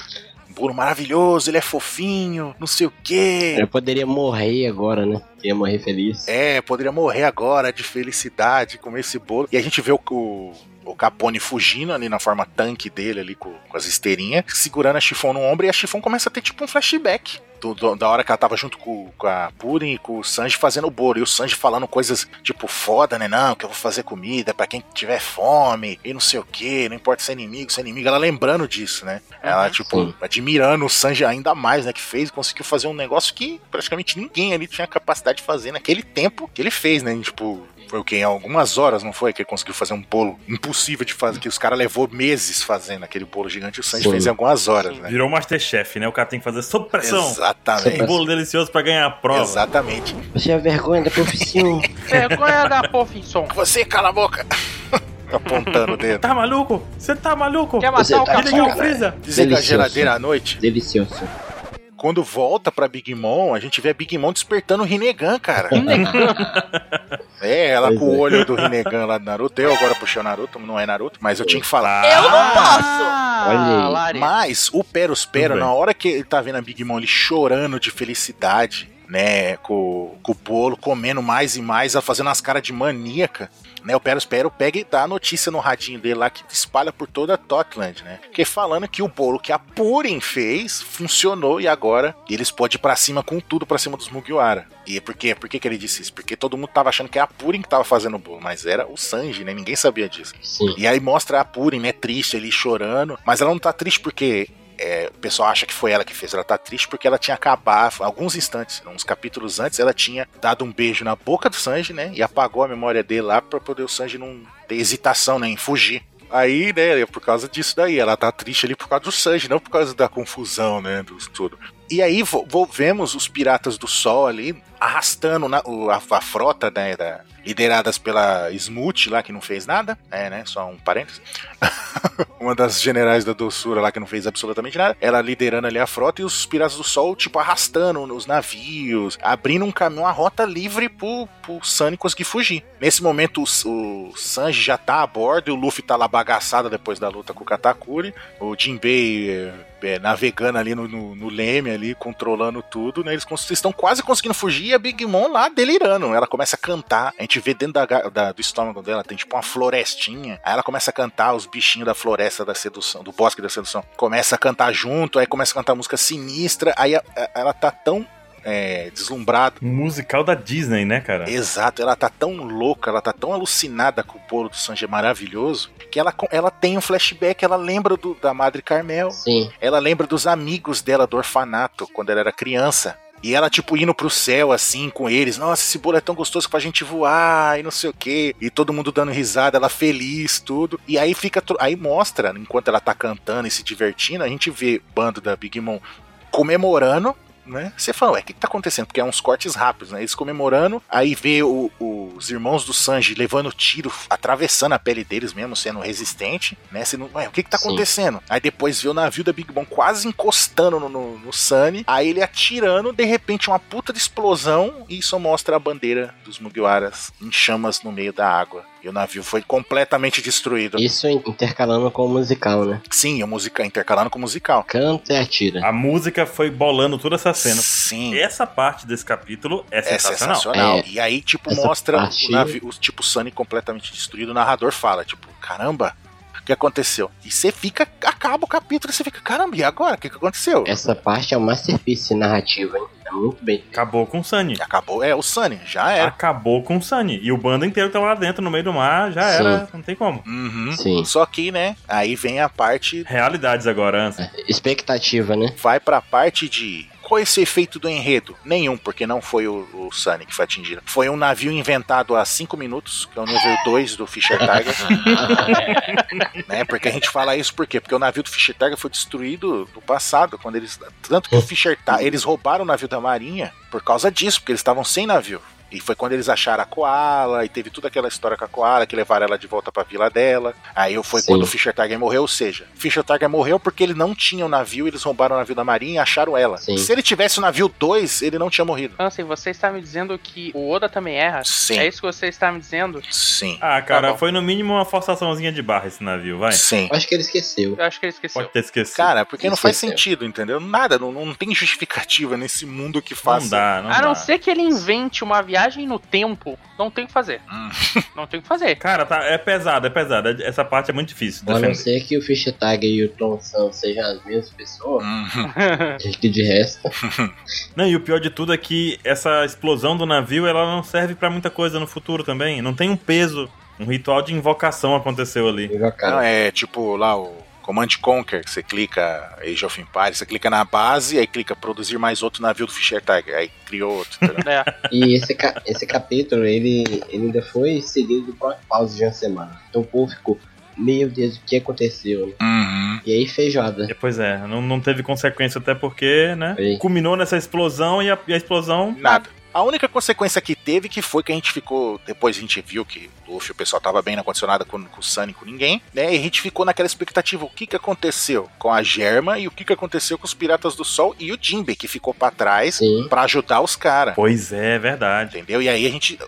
Um bolo maravilhoso, ele é fofinho, não sei o quê.
Eu poderia morrer agora, né? Ia morrer feliz.
É, poderia morrer agora de felicidade, comer esse bolo. E a gente vê o, o, o Capone fugindo ali na forma tanque dele, ali com, com as esteirinhas, segurando a Chifon no ombro e a Chifon começa a ter tipo um flashback. do- do- da hora que ela tava junto com, com a Purin e com o Sanji fazendo o bolo. E o Sanji falando coisas tipo foda, né? Não, que eu vou fazer comida pra quem tiver é fome e não sei o que, não importa se é inimigo, se é inimigo. Ela lembrando disso, né? Ela,
Uhum.
tipo,
Sim.
admirando o Sanji ainda mais, né? Que fez, conseguiu fazer um negócio que praticamente ninguém ali tinha capacidade de fazer naquele tempo que ele fez, né? E, tipo, foi o quê? Em algumas horas, não foi? Que ele conseguiu fazer um bolo impossível de fazer, que os caras levou meses fazendo aquele bolo gigante. O Sanji
Sim.
fez em algumas horas, né?
Virou
Masterchef, né? O cara tem que fazer sob pressão.
Exatamente.
um bolo delicioso pra ganhar a prova.
Exatamente.
Você é vergonha da profissão.
Vergonha é da Poffinson.
Você, cala a boca! Apontando o dedo.
Tá maluco? Você tá maluco?
Quer
Você
matar o
tá
Capone?
Desliga o
cara.
freezer.
Desliga a
Delicioso.
geladeira à noite.
Delicioso.
Quando volta pra Big Mom, a gente vê a Big Mom despertando o Rinnegan, cara. É, ela
Pois
com o
é.
olho do Rinnegan lá do Naruto. Eu agora puxei o Naruto, não é Naruto, mas eu tinha que falar.
Eu não
"Ah,
posso. Ah,
Olha aí.
Lari.
Mas o Peros Pero,
Tudo bem.
na hora que ele tá vendo a Big Mom ali chorando de felicidade, né, com, com o bolo, comendo mais e mais, ela fazendo as caras de maníaca, né, o Peros Pero pega e dá a notícia no radinho dele lá que espalha por toda a Totland, né, que falando que o bolo que a Purim fez funcionou e agora eles podem ir pra cima com tudo, pra cima dos Mugiwara. E por quê? Por que que ele disse isso? Porque todo mundo tava achando que era a Purim que tava fazendo o bolo, mas era o Sanji, né, ninguém sabia disso.
Sim.
E aí mostra a Purim, né, triste ali, chorando. Mas ela não tá triste porque é, o pessoal acha que foi ela que fez. Ela tá triste porque ela tinha acabado, alguns instantes, uns capítulos antes, ela tinha dado um beijo na boca do Sanji, né? E apagou a memória dele lá pra poder o Sanji não ter hesitação, né, em fugir. Aí, né, é por causa disso daí, ela tá triste ali por causa do Sanji, não por causa da confusão, né, do tudo. E aí vo- vo- vemos os Piratas do Sol ali arrastando na- o- a, a frota, né, da- lideradas pela Smoot lá, que não fez nada, é, né, só um parênteses. Uma das generais da doçura lá que não fez absolutamente nada. Ela liderando ali a frota e os Piratas do Sol, tipo, arrastando os navios, abrindo um caminho, uma rota livre pro, pro Sunny conseguir fugir. Nesse momento, o, S- o Sanji já tá a bordo e o Luffy tá lá bagaçado depois da luta com o Katakuri. O Jinbei eh, é, navegando ali no, no- no leme ali, controlando tudo, né? Eles cons- estão quase conseguindo fugir e a Big Mom lá delirando. Ela começa a cantar. A gente vê dentro da ga- da- do estômago dela, tem tipo uma florestinha. Aí ela começa a cantar os bichinhos da floresta da sedução, do bosque da sedução. Começa a cantar junto, aí começa a cantar música sinistra. Aí a- a- ela tá tão é, deslumbrada
Um musical da Disney, né, cara?
Exato, ela tá tão louca, ela tá tão alucinada com o bolo do Sanji é maravilhoso, que ela, co- ela tem um flashback, ela lembra do- da Madre Carmel,
Sim.
ela lembra dos amigos dela do orfanato, quando ela era criança. E ela, tipo, indo pro céu, assim, com eles. Nossa, esse bolo é tão gostoso que faz a gente voar e não sei o quê. E todo mundo dando risada, ela feliz, tudo. E aí fica. tro- Aí mostra, enquanto ela tá cantando e se divertindo, a gente vê o bando da Big Mom comemorando. Né? Você fala, ué, o que, que tá acontecendo? Porque é uns cortes rápidos, né? Eles comemorando, aí vê o- os irmãos do Sanji levando tiro, atravessando a pele deles mesmo, sendo resistente, né? Você não, ué, o que que tá
Sim.
acontecendo? Aí depois vê o navio da Big Mom quase encostando no, no, no Sunny, aí ele atirando, de repente uma puta de explosão e só mostra a bandeira dos Mugiwaras em chamas no meio da água. E o navio foi completamente destruído.
Isso in- intercalando com o musical, né?
Sim, a música intercalando com o musical.
Canta e atira.
A música foi bolando toda essa cena.
Sim.
Essa parte desse capítulo é
É
sensacional.
sensacional.
É.
E aí, tipo,
Essa
mostra
parte-
o navio, o tipo, Sunny completamente destruído. O narrador fala, tipo, caramba, o que aconteceu? E você fica, acaba o capítulo e você fica, caramba, e agora? O que, que aconteceu?
Essa parte é um masterpiece narrativa, hein? É muito bem.
Acabou com o Sunny.
Acabou, é, o Sunny, já era.
Acabou com o Sunny. E o bando inteiro tá lá dentro, no meio do mar, já
Sim.
era. Não tem como.
Uhum.
Sim.
Só que, né, aí vem a parte,
Realidades agora, Anson.
É, Expectativa, né?
vai pra parte de... Qual é esse efeito do enredo? Nenhum, porque não foi o, o Sunny que foi atingido. Foi um navio inventado há 5 minutos, que é o nível 2 do Fischer Tiger. né? Porque a gente fala isso por quê? Porque o navio do Fischer Tiger foi destruído no passado, quando eles tanto que o Fischer Tiger, eles roubaram o navio da Marinha por causa disso, porque eles estavam sem navio. E foi quando eles acharam a Koala e teve toda aquela história com a Koala que levaram ela de volta pra vila dela. Aí foi
Sim.
quando o Fischer Tiger morreu, ou seja, o Fischer Tiger morreu porque ele não tinha o navio, eles roubaram o navio da Marinha e acharam ela.
Sim.
Se ele tivesse o navio 2, ele não tinha morrido.
Ansem, Então, assim, você está me dizendo que o Oda também erra?
Sim.
É isso que você está me dizendo? Tá
Sim.
Ah, cara,
bom.
foi no mínimo uma forçaçãozinha de barra esse navio, vai.
Sim.
Eu Acho que ele esqueceu.
Eu acho que ele esqueceu.
Pode ter esquecido.
Cara, é porque não faz
Esqueceu.
sentido, entendeu? Nada, não, não tem justificativa nesse mundo que faça.
não dá, Ah, não
a
dá.
não ser que ele invente uma viagem no tempo, não tem o que fazer.
Hum.
não tem o que fazer.
Cara, tá, é pesado, é pesado. É- Essa parte é muito difícil. de
A não
defender.
ser que o Fish Tiger e o Tom Sam sejam as mesmas pessoas,
Uhum.
Hum.
acho que de resto.
Não, e o pior de tudo é que essa explosão do navio, ela não serve pra muita coisa no futuro também. Não tem um peso. Um ritual de invocação aconteceu ali.
Não,
invocado.
é tipo lá o Command Conquer, que você clica Age of Empires, você clica na base, aí clica produzir mais outro navio do Fischer Tiger, aí criou outro. entendeu?
É.
E esse, ca- esse capítulo, ele, ele ainda foi seguido por uma pausa de uma semana. Então o povo ficou, meu Deus, o que aconteceu?
uhum.
E aí feijoada.
É, Pois é, não, não teve consequência até porque, né?
Ei.
Culminou nessa explosão e a, e a explosão
Nada. A única consequência que teve que foi que a gente ficou. Depois a gente viu que o Luffy, o pessoal tava bem, não aconteceu nada com, com o Sunny, com ninguém, né? E a gente ficou naquela expectativa: o que que aconteceu com a Germa e o que que aconteceu com os Piratas do Sol e o Jinbe, que ficou pra trás
Sim.
pra ajudar os caras.
Pois é, é verdade.
Entendeu? E aí a gente,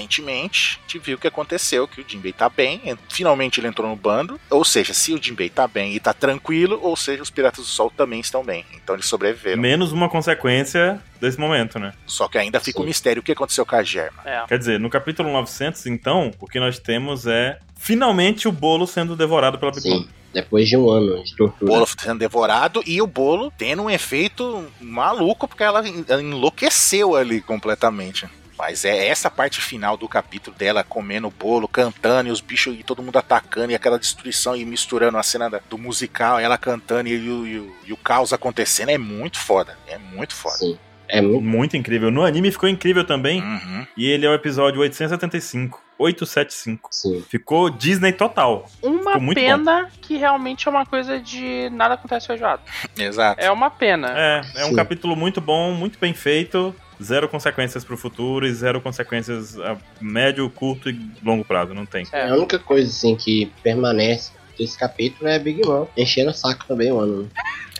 recentemente, a gente viu o que aconteceu, que o Jinbei tá bem, en- finalmente ele entrou no bando, ou seja, se o Jinbei tá bem e tá tranquilo, ou seja, os Piratas do Sol também estão bem, então eles sobreviveram.
Menos uma consequência desse momento, né?
Só que ainda fica o
Sim.
mistério, o que aconteceu com a Germa?
É.
Quer dizer, no capítulo 900, então, o que nós temos é finalmente o bolo sendo devorado pela pipoca.
Sim, depois de um ano de
O
tortura.
bolo sendo né, devorado e o bolo tendo um efeito maluco, porque ela en- ela enlouqueceu ali completamente. Mas é essa parte final do capítulo dela comendo o bolo, cantando, e os bichos e todo mundo atacando, e aquela destruição e misturando a cena da- do musical, ela cantando e, o, e o- e o caos acontecendo. É muito foda. É muito foda.
Sim. É muito.
Muito incrível. No anime ficou incrível também.
Uhum.
E ele é o episódio 875. 875.
Sim.
Ficou Disney total.
Uma
Ficou muito
pena que realmente é uma coisa de nada acontece feijoado.
Exato.
É uma pena.
É, é um
Sim.
capítulo muito bom, muito bem feito. Zero consequências pro futuro e zero consequências a médio, curto e longo prazo. Não tem.
É.
A única coisa assim que permanece desse capítulo é Big Mom enchendo o saco também o ano. né?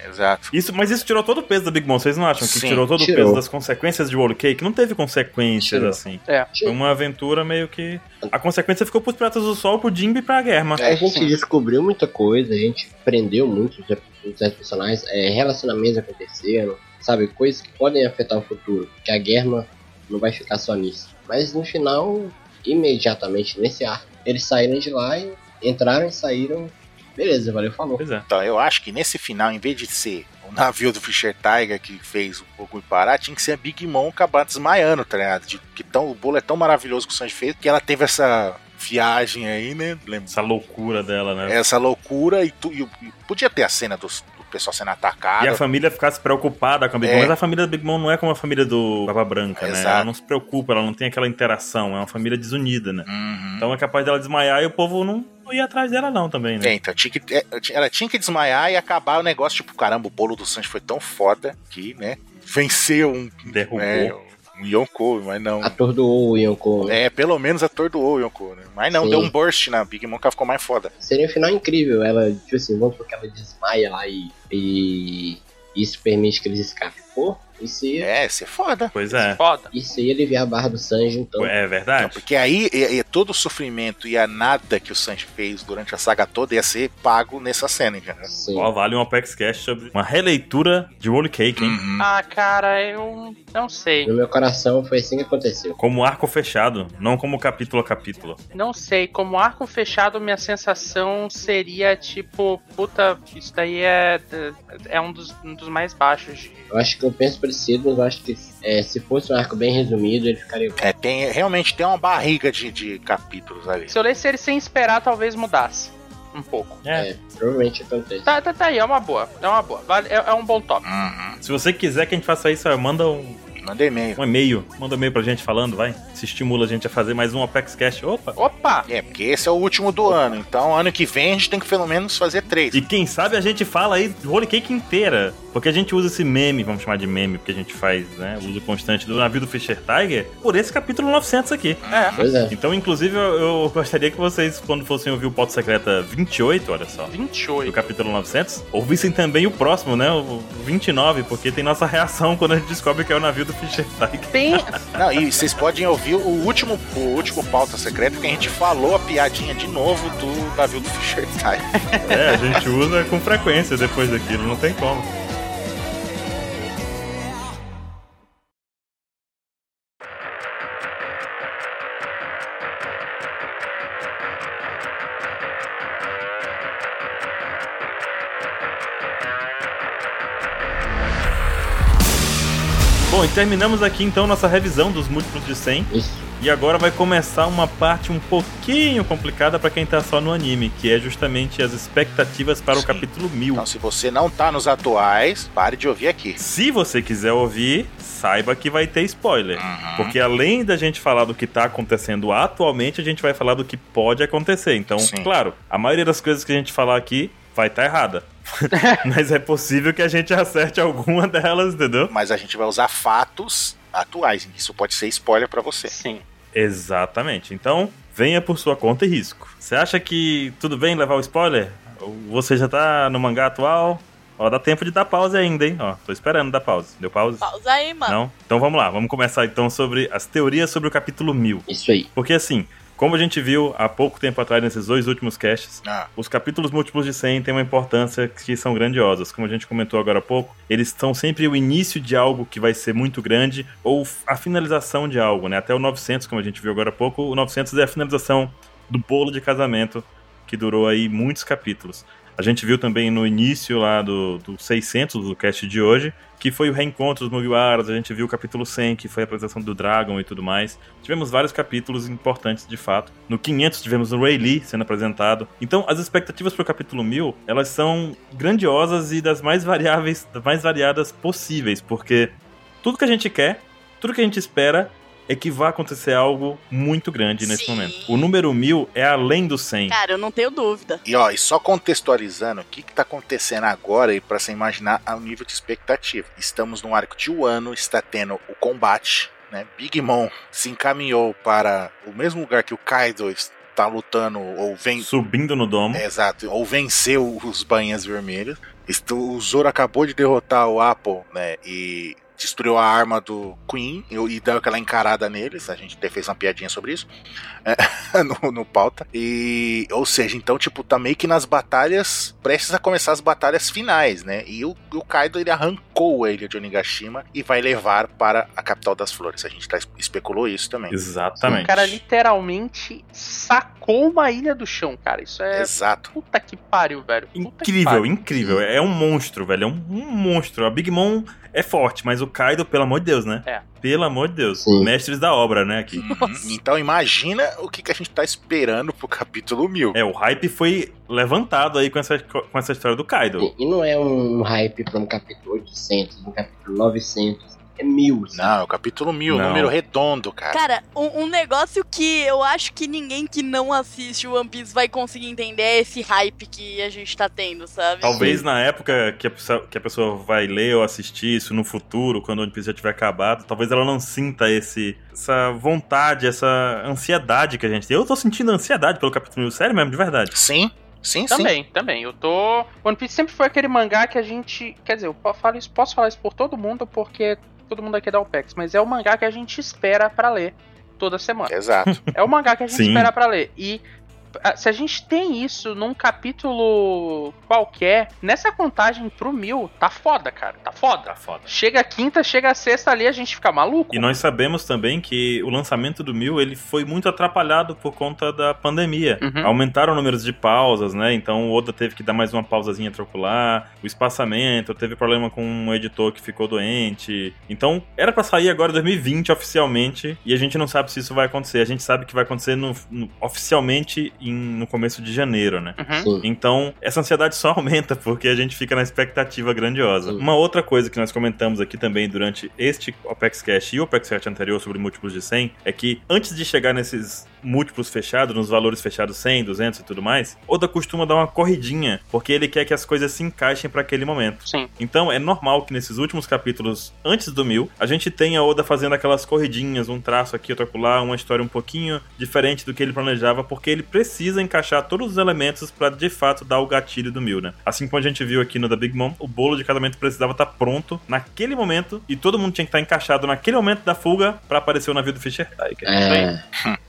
Exato.
Isso, mas isso tirou todo o peso da Big Mom, vocês não acham? Que
Sim,
tirou todo
tirou.
o peso das consequências de World Cake? Não teve consequências
Tirou.
assim.
É.
Foi uma aventura meio que. A consequência ficou pros Piratas do Sol, pro Jimby e pra Germa.
É,
a gente
sim.
descobriu muita coisa, a gente prendeu muitos dos personagens, é, relacionamentos aconteceram, sabe? Coisas que podem afetar o futuro. Que a Germa não vai ficar só nisso. Mas no final, imediatamente nesse ar, eles saíram de lá e entraram e saíram. Beleza, valeu, falou.
Pois é.
Então, eu acho que nesse final, em vez de ser o navio do Fischer Tiger que fez o Goku parar, tinha que ser a Big Mom acabar desmaiando, tá ligado? De, que tão, o bolo é tão maravilhoso que o Sanji fez que ela teve essa viagem aí, né? Lembra?
Essa loucura dela, né?
Essa loucura e, tu, e, o- e podia ter a cena dos- do pessoal sendo atacado.
E a família ficasse preocupada com a Big
É.
Mom. Mas a família da Big Mom não é como a família do Baba Branca, né?
Exato.
Ela não se preocupa, ela não tem aquela interação. É uma família desunida, né?
Uhum.
Então é capaz dela desmaiar e o povo não, não ia atrás dela, não, também, né?
É, então, tinha que- é, ti- ela tinha que desmaiar e acabar o negócio, tipo, caramba, o bolo do Sanji foi tão foda que, né, venceu um,
Derrubou.
né, um Yonkou, mas não.
Atordoou o Yonko. né?
É, pelo menos atordoou o Yonkou, né? Mas não,
Sim.
deu um burst na Big Mom, que ela ficou mais foda.
Seria um final incrível. Ela, tipo assim, vamos porque ela desmaia lá e, e isso permite que eles escapem. Pô, isso ia,
É, isso é foda.
Pois é.
Foda.
isso ia aliviar a barra do Sanji, então.
É
Não,
verdade.
porque aí é, é todo o sofrimento e a nada que o Sanji fez durante a saga toda ia ser pago nessa cena, entendeu?
Sim.
Ó, vale um Apex Cash sobre uma releitura de World Cake, hein?
Uhum.
Ah, cara, eu não sei.
No meu coração foi assim que aconteceu.
Como arco fechado, não como capítulo a capítulo.
Não sei, como arco fechado, minha sensação seria tipo, puta, isso daí é, é um, dos, um dos mais baixos. de-
Eu acho que eu penso parecido, mas eu acho que é, se fosse um arco bem resumido, ele ficaria bom.
É, tem, realmente tem uma barriga de, de capítulos ali.
Se eu lesse ele sem esperar, talvez mudasse um pouco.
É.
É, provavelmente acontece.
Tá, tá, tá aí, é uma boa, é uma boa. Vale- é, é um bom top.
Uhum.
Se você quiser que a gente faça isso, ó, manda um,
Manda e-mail.
um e-mail. Manda um e-mail pra gente falando, vai. Se estimula a gente a fazer mais um Apex Cash. Opa!
Opa!
É, porque esse é o último do ano, então ano que vem a gente tem que pelo menos fazer três.
E quem sabe a gente fala aí Holy Cake inteira. Porque a gente usa esse meme, vamos chamar de meme, porque a gente faz, né? o Uso constante do navio do Fischer Tiger por esse capítulo 900 aqui.
Pois é.
Então, inclusive, eu, eu gostaria que vocês, quando fossem ouvir o Pauta Secreta 28, olha só, do
28.
capítulo 900, ouvissem também o próximo, né? O 29, porque tem nossa reação quando a gente descobre que é o navio do Fischer Tiger.
Tem.
Não, e vocês podem ouvir o último, o último pauta secreto que a gente falou a piadinha de novo do navio do Fischer Time.
É, a gente usa com frequência depois daquilo, não tem como. Bom, e terminamos aqui então nossa revisão dos múltiplos de 100.
Isso.
E agora vai começar uma parte um pouquinho complicada pra quem tá só no anime, que é justamente as expectativas para o
Sim.
capítulo 1000.
Então, se você não tá nos atuais, pare de ouvir aqui.
Se você quiser ouvir, saiba que vai ter spoiler.
Uhum.
Porque além da gente falar do que tá acontecendo atualmente, a gente vai falar do que pode acontecer. Então,
Sim.
claro, a maioria das coisas que a gente falar aqui vai estar errada. Mas é possível que a gente acerte alguma delas, entendeu?
Mas a gente vai usar fatos atuais. Isso pode ser spoiler pra você.
Sim.
Exatamente. Então, venha por sua conta e risco. Você acha que tudo bem levar o spoiler? Ou Você já tá no mangá atual? Ó, dá tempo de dar pause ainda, hein? Ó, tô esperando dar pause. Deu pause?
Pausa aí, mano.
Não? Então vamos lá, vamos começar então sobre as teorias sobre o capítulo 1000.
Isso aí.
Porque assim, como a gente viu há pouco tempo atrás nesses dois últimos casts,
Ah,
os capítulos múltiplos de 100 têm uma importância que são grandiosas. Como a gente comentou agora há pouco, eles são sempre o início de algo que vai ser muito grande ou a finalização de algo, né? Até o 900, como a gente viu agora há pouco, o 900 é a finalização do bolo de casamento que durou aí muitos capítulos. A gente viu também no início lá do, do 600 do cast de hoje, que foi o reencontro dos Mugiwaras, a gente viu o capítulo 100, que foi a apresentação do Dragon e tudo mais. Tivemos vários capítulos importantes de fato. No 500 tivemos o Ray Lee sendo apresentado. Então, as expectativas para o capítulo 1000, elas são grandiosas e das mais variáveis, das mais variadas possíveis, porque tudo que a gente quer, tudo que a gente espera é que vá acontecer algo muito grande nesse
Sim.
momento. O número 1000 é além do 100.
Cara, eu não tenho dúvida.
E ó, e só contextualizando o que, que tá acontecendo agora e pra você imaginar o nível de expectativa. Estamos num arco de um ano, está tendo o combate, né? Big Mom se encaminhou para o mesmo lugar que o Kaido está lutando ou vem
Subindo no domo.
É, Exato, ou venceu os Banhas Vermelhas. Est- O Zoro acabou de derrotar o Apple, né? E destruiu a arma do Queen e, e deu aquela encarada neles. A gente até fez uma piadinha sobre isso é, no, no pauta. E, ou seja, então, tipo, tá meio que nas batalhas, prestes a começar as batalhas finais, né? E o, o Kaido ele arrancou a ilha de Onigashima e vai levar para a capital das flores. A gente tá, es- especulou isso também.
Exatamente.
O cara literalmente sacou uma ilha do chão, cara. Isso é.
Exato.
Puta que pariu, velho. Puta que
Incrível,
pariu.
incrível. É um monstro, velho. É um, um monstro. A Big Mom é forte, mas o Kaido, pelo amor de Deus, né?
É.
Pelo amor de Deus.
Sim.
Mestres da obra, né? Aqui.
Uhum. Então imagina o que, que a gente tá esperando pro capítulo 1000.
É, o hype foi levantado aí com essa, com essa história do Kaido.
E, e não é um hype pra um capítulo 800, um capítulo 900, é mil. sabe?
Não, é o capítulo 1000,
Não.
número redondo, cara.
Cara, um, um negócio que eu acho que ninguém que não assiste o One Piece vai conseguir entender é esse hype que a gente tá tendo, sabe?
Talvez na época que a, pessoa, que a pessoa vai ler ou assistir isso no futuro, quando o One Piece já tiver acabado, talvez ela não sinta esse, essa vontade, essa ansiedade que a gente tem. Eu tô sentindo ansiedade pelo capítulo 1000, sério mesmo, de verdade.
Sim, sim, sim.
Também, também. Eu tô. One Piece sempre foi aquele mangá que a gente. Quer dizer, eu po- falo isso, posso falar isso por todo mundo, porque todo mundo aqui é da OPEX, mas é o mangá que a gente espera pra ler toda semana.
Exato.
É o mangá que a gente
Sim.
espera pra ler. E ah, se a gente tem isso num capítulo qualquer, nessa contagem pro mil, tá foda, cara. Tá foda.
Tá foda.
Chega a quinta, chega a sexta ali, a gente fica maluco.
E nós sabemos também que o lançamento do Mil ele foi muito atrapalhado por conta da pandemia.
Uhum.
Aumentaram o número de pausas, né? Então o Oda teve que dar mais uma pausazinha trocular, o espaçamento, teve problema com um editor que ficou doente. Então era pra sair agora em 2020 oficialmente e a gente não sabe se isso vai acontecer. A gente sabe que vai acontecer no- no- oficialmente em- no começo de janeiro, né?
Uhum.
Sim.
Então, essa ansiedade só aumenta porque a gente fica na expectativa grandiosa.
Sim.
Uma outra coisa que nós comentamos aqui também durante este Opex Cash e o Opex Cash anterior sobre múltiplos de 100 é que antes de chegar nesses múltiplos fechados, nos valores fechados 100, 200 e tudo mais, Oda costuma dar uma corridinha, porque ele quer que as coisas se encaixem para aquele momento.
Sim.
Então é normal que nesses últimos capítulos, antes do mil, a gente tenha Oda fazendo aquelas corridinhas, um traço aqui, outro acolá, uma história um pouquinho diferente do que ele planejava, porque ele precisa encaixar todos os elementos pra de fato dar o gatilho do mil, né? Assim como a gente viu aqui no da Big Mom, o bolo de casamento precisava estar pronto naquele momento e todo mundo tinha que estar encaixado naquele momento da fuga pra aparecer o navio do Fischer Tiger.
É,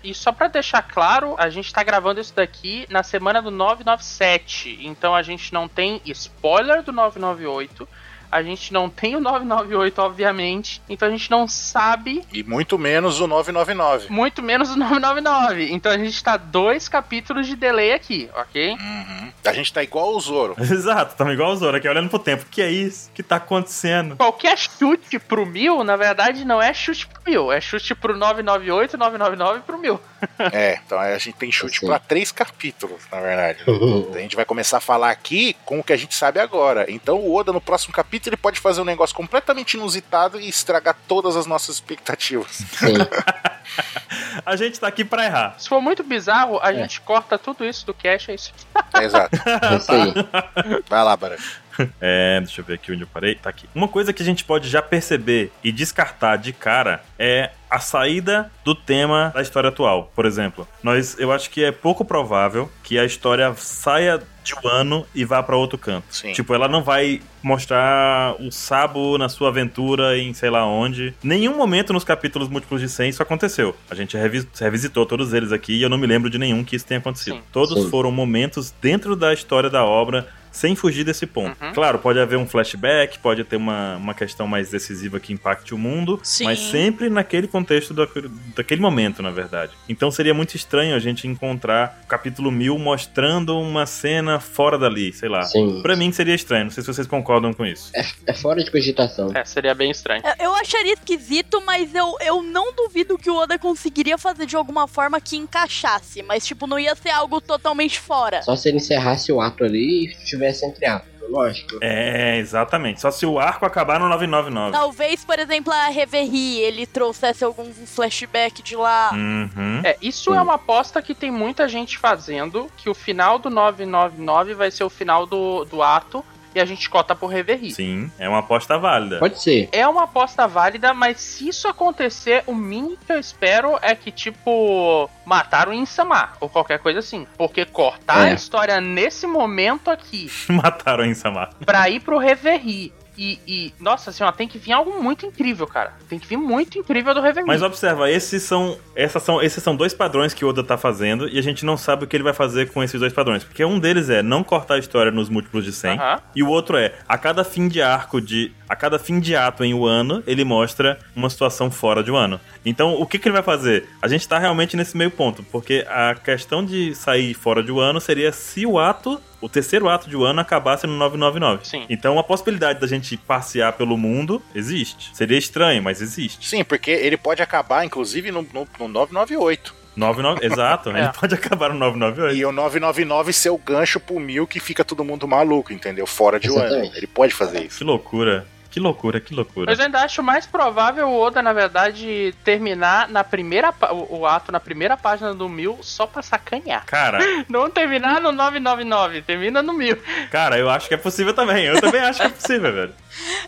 E só pra deixar claro, a gente tá gravando isso daqui na semana do 997. Então a gente não tem spoiler do 998. A gente não tem o 998, obviamente. Então a gente não sabe,
E muito menos o 999.
muito menos o 999. Então a gente tá dois capítulos de delay aqui, ok?
Uhum. A gente tá igual o Zoro.
Exato, tamo igual o Zoro aqui, olhando pro tempo. Que é isso? que tá acontecendo?
Qualquer chute pro mil, na verdade, não é chute pro mil. É chute pro 998, 999 e pro mil.
é, então a gente tem chute
Sim.
pra três capítulos, na verdade. A gente vai começar a falar aqui com o que a gente sabe agora. Então o Oda, no próximo capítulo, ele pode fazer um negócio completamente inusitado e estragar todas as nossas expectativas.
sim.
A gente tá aqui pra errar.
Se for muito bizarro, a
É.
gente corta tudo isso do cash, é isso.
É, exato.
É isso aí.
Vai lá, Barão.
É, deixa eu ver aqui onde eu parei. Tá aqui. Uma coisa que a gente pode já perceber e descartar de cara é a saída do tema da história atual. Por exemplo, nós, eu acho que é pouco provável que a história saia de um ano e vá pra outro canto.
Sim.
Tipo, ela não vai mostrar o Sabo na sua aventura em sei lá onde. Nenhum momento nos capítulos múltiplos de 100 isso aconteceu. A gente revis- revisitou todos eles aqui e eu não me lembro de nenhum que isso tenha acontecido.
Sim.
Todos
Sim.
foram momentos dentro da história da obra sem fugir desse ponto.
Uhum.
Claro, pode haver um flashback, pode ter uma, uma questão mais decisiva que impacte o mundo,
Sim.
mas sempre naquele contexto da- daquele momento, na verdade. Então seria muito estranho a gente encontrar o capítulo 1000 mostrando uma cena fora dali, sei lá.
Sim.
Pra mim seria estranho, não sei se vocês concordam com isso.
É fora de cogitação.
É, seria bem estranho.
Eu- Eu acharia esquisito, mas eu, eu não duvido que o Oda conseguiria fazer de alguma forma que encaixasse. Mas, tipo, não ia ser algo totalmente fora.
Só se ele encerrasse o ato ali e tivesse entre atos. Lógico.
É, exatamente. Só se o arco acabar no 999.
Talvez, por exemplo, a Reverie, ele trouxesse algum flashback de lá.
Uhum.
É, isso
Sim.
é uma aposta que tem muita gente fazendo, que o final do 999 vai ser o final do, do ato e a gente cota por Reverie.
Sim, é uma aposta válida.
Pode ser.
É uma aposta válida, mas se isso acontecer, o mínimo que eu espero é que, tipo, mataram o Insama, ou qualquer coisa assim. Porque cortar
É.
a história nesse momento aqui,
Mataram em Samar.
pra ir pro Reverie. E, e, nossa senhora, tem que vir algo muito incrível, cara. Tem que vir muito incrível do Reverie.
Mas observa, esses são, essas são, esses são dois padrões que o Oda tá fazendo e a gente não sabe o que ele vai fazer com esses dois padrões. Porque um deles é não cortar a história nos múltiplos de 100.
Aham.
E o outro é, a cada fim de arco de. A cada fim de ato em um ano, ele mostra uma situação fora de um ano. Então, o que, que ele vai fazer? A gente tá realmente nesse meio ponto, porque a questão de sair fora de um ano seria se o ato, o terceiro ato de um ano, acabasse no 999.
Sim.
Então, a possibilidade da gente passear pelo mundo existe. Seria estranho, mas existe.
Sim, porque ele pode acabar, inclusive, no, no, no 998.
99, exato, né?
É.
ele pode acabar no 998.
E o 999 ser o gancho pro mil que fica todo mundo maluco, entendeu? Fora de um ano.
Exatamente.
Ele pode fazer isso.
Que loucura. Que loucura, que loucura.
Mas eu ainda acho mais provável o Oda, na verdade, terminar na primeira pa- o, o ato na primeira página do Mil só pra sacanear.
Cara,
Não terminar no 999, termina no Mil.
cara, eu acho que é possível também. Eu também acho que é possível, velho.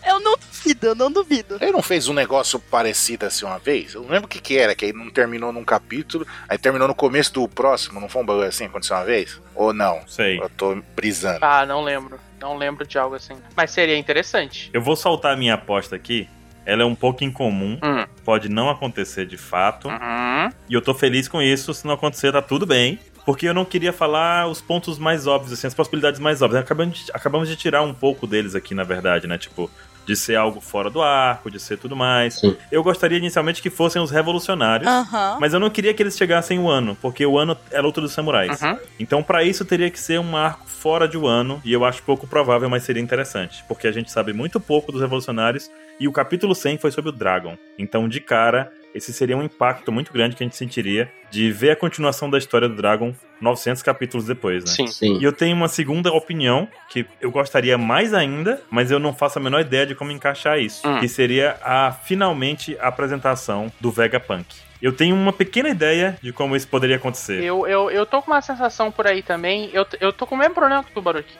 Eu não duvido, eu não duvido.
Ele não fez um negócio parecido assim uma vez? Eu não lembro o que que era, que aí não terminou num capítulo, aí terminou no começo do próximo, não foi um bagulho assim que aconteceu uma vez? Ou não?
Sei.
Eu tô brisando.
Ah, não lembro. Não lembro de algo assim. Mas seria interessante.
Eu vou soltar a minha aposta aqui. Ela é um pouco incomum,
Hum.
pode não acontecer de fato.
Uhum.
E eu tô feliz com isso. Se não acontecer, tá tudo bem. Porque eu não queria falar os pontos mais óbvios, assim, as possibilidades mais óbvias. Acabamos de, acabamos de tirar um pouco deles aqui, na verdade, né? Tipo, de ser algo fora do arco, de ser tudo mais.
Sim.
Eu gostaria inicialmente que fossem os revolucionários.
Aham.
Mas eu não queria que eles chegassem o ano, porque o ano é a luta dos samurais.
Uhum.
Então, pra isso, teria que ser um arco fora de Wano, e eu acho pouco provável, mas seria interessante, porque a gente sabe muito pouco dos revolucionários, e o capítulo 100 foi sobre o Dragon. Então, de cara, esse seria um impacto muito grande que a gente sentiria de ver a continuação da história do Dragon 900 capítulos depois, né?
Sim.
Sim.
E eu tenho uma segunda opinião que eu gostaria mais ainda, mas eu não faço a menor ideia de como encaixar isso.
Hum.
Que seria a finalmente a apresentação do Vegapunk. Eu tenho uma pequena ideia de como isso poderia acontecer.
Eu, eu, eu tô com uma sensação por aí também. Eu, eu tô com o mesmo problema que tu, Baruch.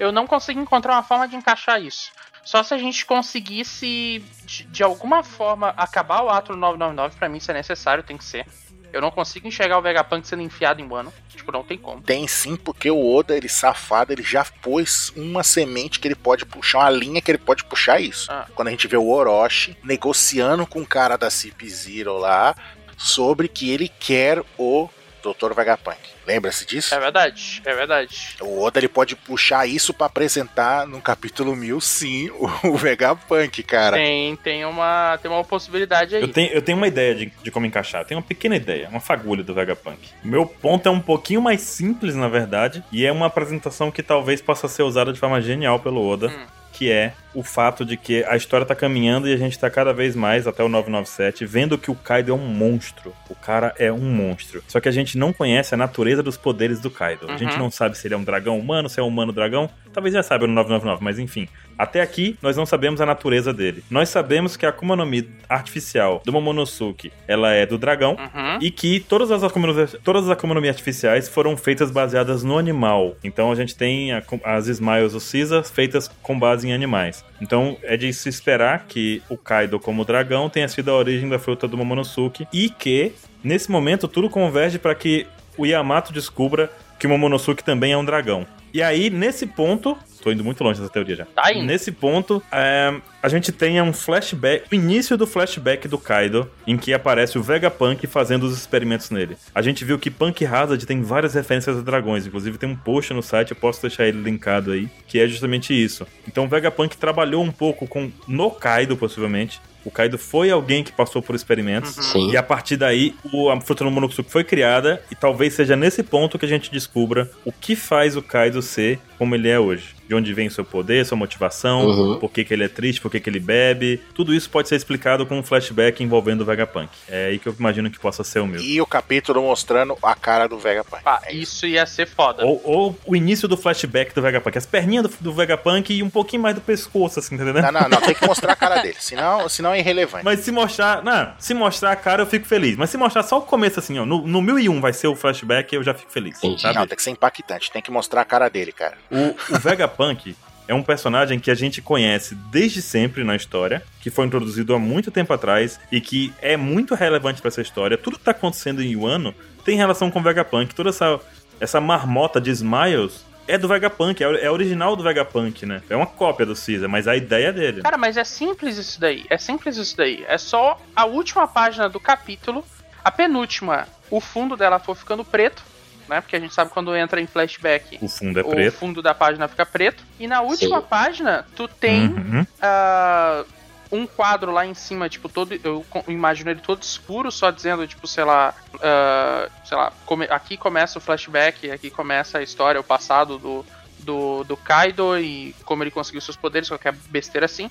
Eu não consigo encontrar uma forma de encaixar isso. Só se a gente conseguisse, de, de alguma forma, acabar o ato 999, pra mim isso é necessário, tem que ser. Eu não consigo enxergar o Vegapunk sendo enfiado em Wano. Tipo, não tem como.
Tem sim, porque o Oda, ele safado, ele já pôs uma semente que ele pode puxar, uma linha que ele pode puxar isso.
Ah.
Quando a gente vê o Orochi negociando com o cara da Cip Zero lá sobre que ele quer o Dr. Vegapunk. Lembra-se disso?
É verdade, é verdade.
O Oda ele pode puxar isso pra apresentar no capítulo 1000, sim, o, o Vegapunk, cara.
Tem, tem, uma, tem uma possibilidade aí.
Eu tenho, eu tenho uma ideia de, de como encaixar. Eu tenho uma pequena ideia, uma fagulha do Vegapunk. Meu ponto é um pouquinho mais simples, na verdade, e é uma apresentação que talvez possa ser usada de forma genial pelo Oda.
Hum.
Que é o fato de que a história tá caminhando e a gente tá cada vez mais até o 997 vendo que o Kaido é um monstro. O cara é um monstro. Só que a gente não conhece a natureza dos poderes do Kaido. A gente
Uhum.
não sabe se ele é um dragão humano, se é um humano dragão. Talvez já saiba no 999, mas enfim. Até aqui, nós não sabemos a natureza dele. Nós sabemos que a Akuma no Mi artificial do Momonosuke, ela é do dragão.
Uhum.
E que todas as, Akuma no, todas as Akuma no Mi artificiais foram feitas baseadas no animal. Então a gente tem a- as Smiles ou Caesar feitas com base em animais. Então é de se esperar que o Kaido como dragão tenha sido a origem da fruta do Momonosuke. E que, nesse momento, tudo converge para que o Yamato descubra que o Momonosuke também é um dragão. E aí, nesse ponto, tô indo muito longe dessa teoria já.
Tá indo.
Nesse ponto, é, a gente tem um flashback, o início do flashback do Kaido, em que aparece o Vegapunk fazendo os experimentos nele. A gente viu que Punk Hazard tem várias referências a dragões, inclusive tem um post no site, eu posso deixar ele linkado aí, que é justamente isso. Então o Vegapunk trabalhou um pouco com no Kaido, possivelmente. O Kaido foi alguém que passou por
Uhum.
experimentos.
Sim.
E a partir daí, o, a fruta do Monosuke foi criada, e talvez seja nesse ponto que a gente descubra o que faz o Kaido ser como ele é hoje. De onde vem o seu poder, sua motivação,
Uhum.
por que, que ele é triste, por que, que ele bebe. Tudo isso pode ser explicado com um flashback envolvendo o Vegapunk. É aí que eu imagino que possa ser o meu.
E o capítulo mostrando a cara do Vegapunk.
Pá,
É isso.
Ah, isso ia ser foda.
Ou, ou o início do flashback do Vegapunk. As perninhas do, do Vegapunk e um pouquinho mais do pescoço, assim, tá entendendo?
Não, não, não, tem que mostrar a cara dele, senão, senão é irrelevante.
Mas se mostrar. Não, se mostrar a cara, eu fico feliz. Mas se mostrar só o começo, assim, ó. No, no 1001 vai ser o flashback, eu já fico feliz.
Entendi.
Sabe?
Não, tem que ser impactante, tem que mostrar a cara dele, cara.
O, o Vegapunk é um personagem que a gente conhece desde sempre na história, que foi introduzido há muito tempo atrás e que é muito relevante pra essa história. Tudo que tá acontecendo em Wano tem relação com o Vegapunk. Toda essa, essa marmota de Smiles é do Vegapunk, é, é original do Vegapunk, né? É uma cópia do Caesar, mas a ideia é dele.
Cara, mas é simples isso daí. É simples isso daí. É só a última página do capítulo, a penúltima, o fundo dela for ficando preto, né? Porque a gente sabe quando entra em flashback,
O fundo é
o
preto.
fundo da página fica preto. E na última
Sim.
página, tu tem
Uhum.
ah, um quadro lá em cima, tipo, todo. Eu co- imagino ele todo escuro, só dizendo, tipo, sei lá. ah, sei lá, come- aqui começa o flashback, aqui começa a história, o passado do, do, do Kaido e como ele conseguiu seus poderes, qualquer besteira assim.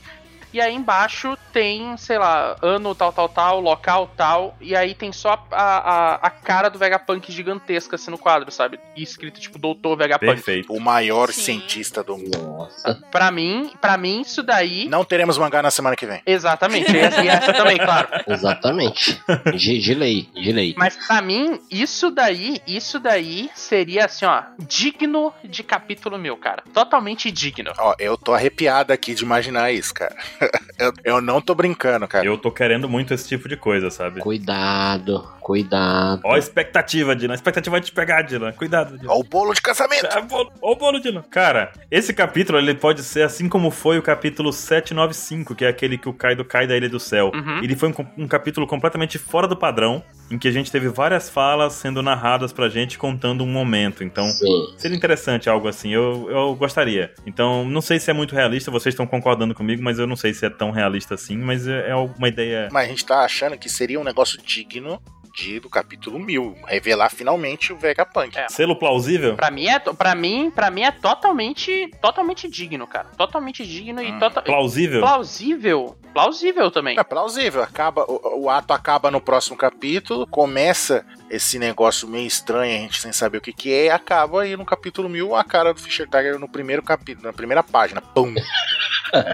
E aí embaixo tem, sei lá, ano tal, tal, tal, local tal. E aí tem só a, a, a cara do Vegapunk gigantesca assim no quadro, sabe? E escrito, tipo, Doutor Vegapunk.
Perfeito.
O maior
Sim.
cientista do mundo.
Nossa.
Pra mim, pra mim, isso daí.
Não teremos mangá na semana que vem.
Exatamente, assim, e essa, e essa também, claro.
Exatamente. De, de lei, de lei.
Mas pra mim, isso daí, isso daí seria assim, ó, digno de capítulo meu, cara. Então, Totalmente digno.
Ó, eu tô arrepiado aqui de imaginar isso, cara. eu, eu não tô brincando, cara.
Eu tô querendo muito esse tipo de coisa, sabe?
Cuidado, cuidado.
Ó a expectativa, Dylan. A expectativa vai te pegar, Dylan. Cuidado, Dylan.
Ó, o bolo de casamento.
É, bolo, ó o bolo de lã. Cara, esse capítulo ele pode ser assim como foi o capítulo 795, que é aquele que o Kaido cai da Ilha do Céu.
Uhum.
Ele foi um, com- um capítulo completamente fora do padrão, em que a gente teve várias falas sendo narradas pra gente, contando um momento. Então,
Sim.
seria interessante algo assim, eu, eu gostaria. Então, não sei se é muito realista, vocês estão concordando comigo, mas eu não sei se é tão realista assim, mas é é uma ideia.
Mas a gente tá achando que seria um negócio digno de, do capítulo 1000. Revelar finalmente o Vegapunk.
É.
Selo plausível?
Pra mim é, para mim, para mim é totalmente, totalmente digno, cara. Totalmente digno e
Hum.
tota-
Ah, Plausível?
plausível, plausível também.
É plausível, acaba, o, o ato acaba no próximo capítulo, começa esse negócio meio estranho, a gente sem saber o que que é, e acaba aí no capítulo 1000 a cara do Fischer Tiger no primeiro capítulo, na primeira página, pum,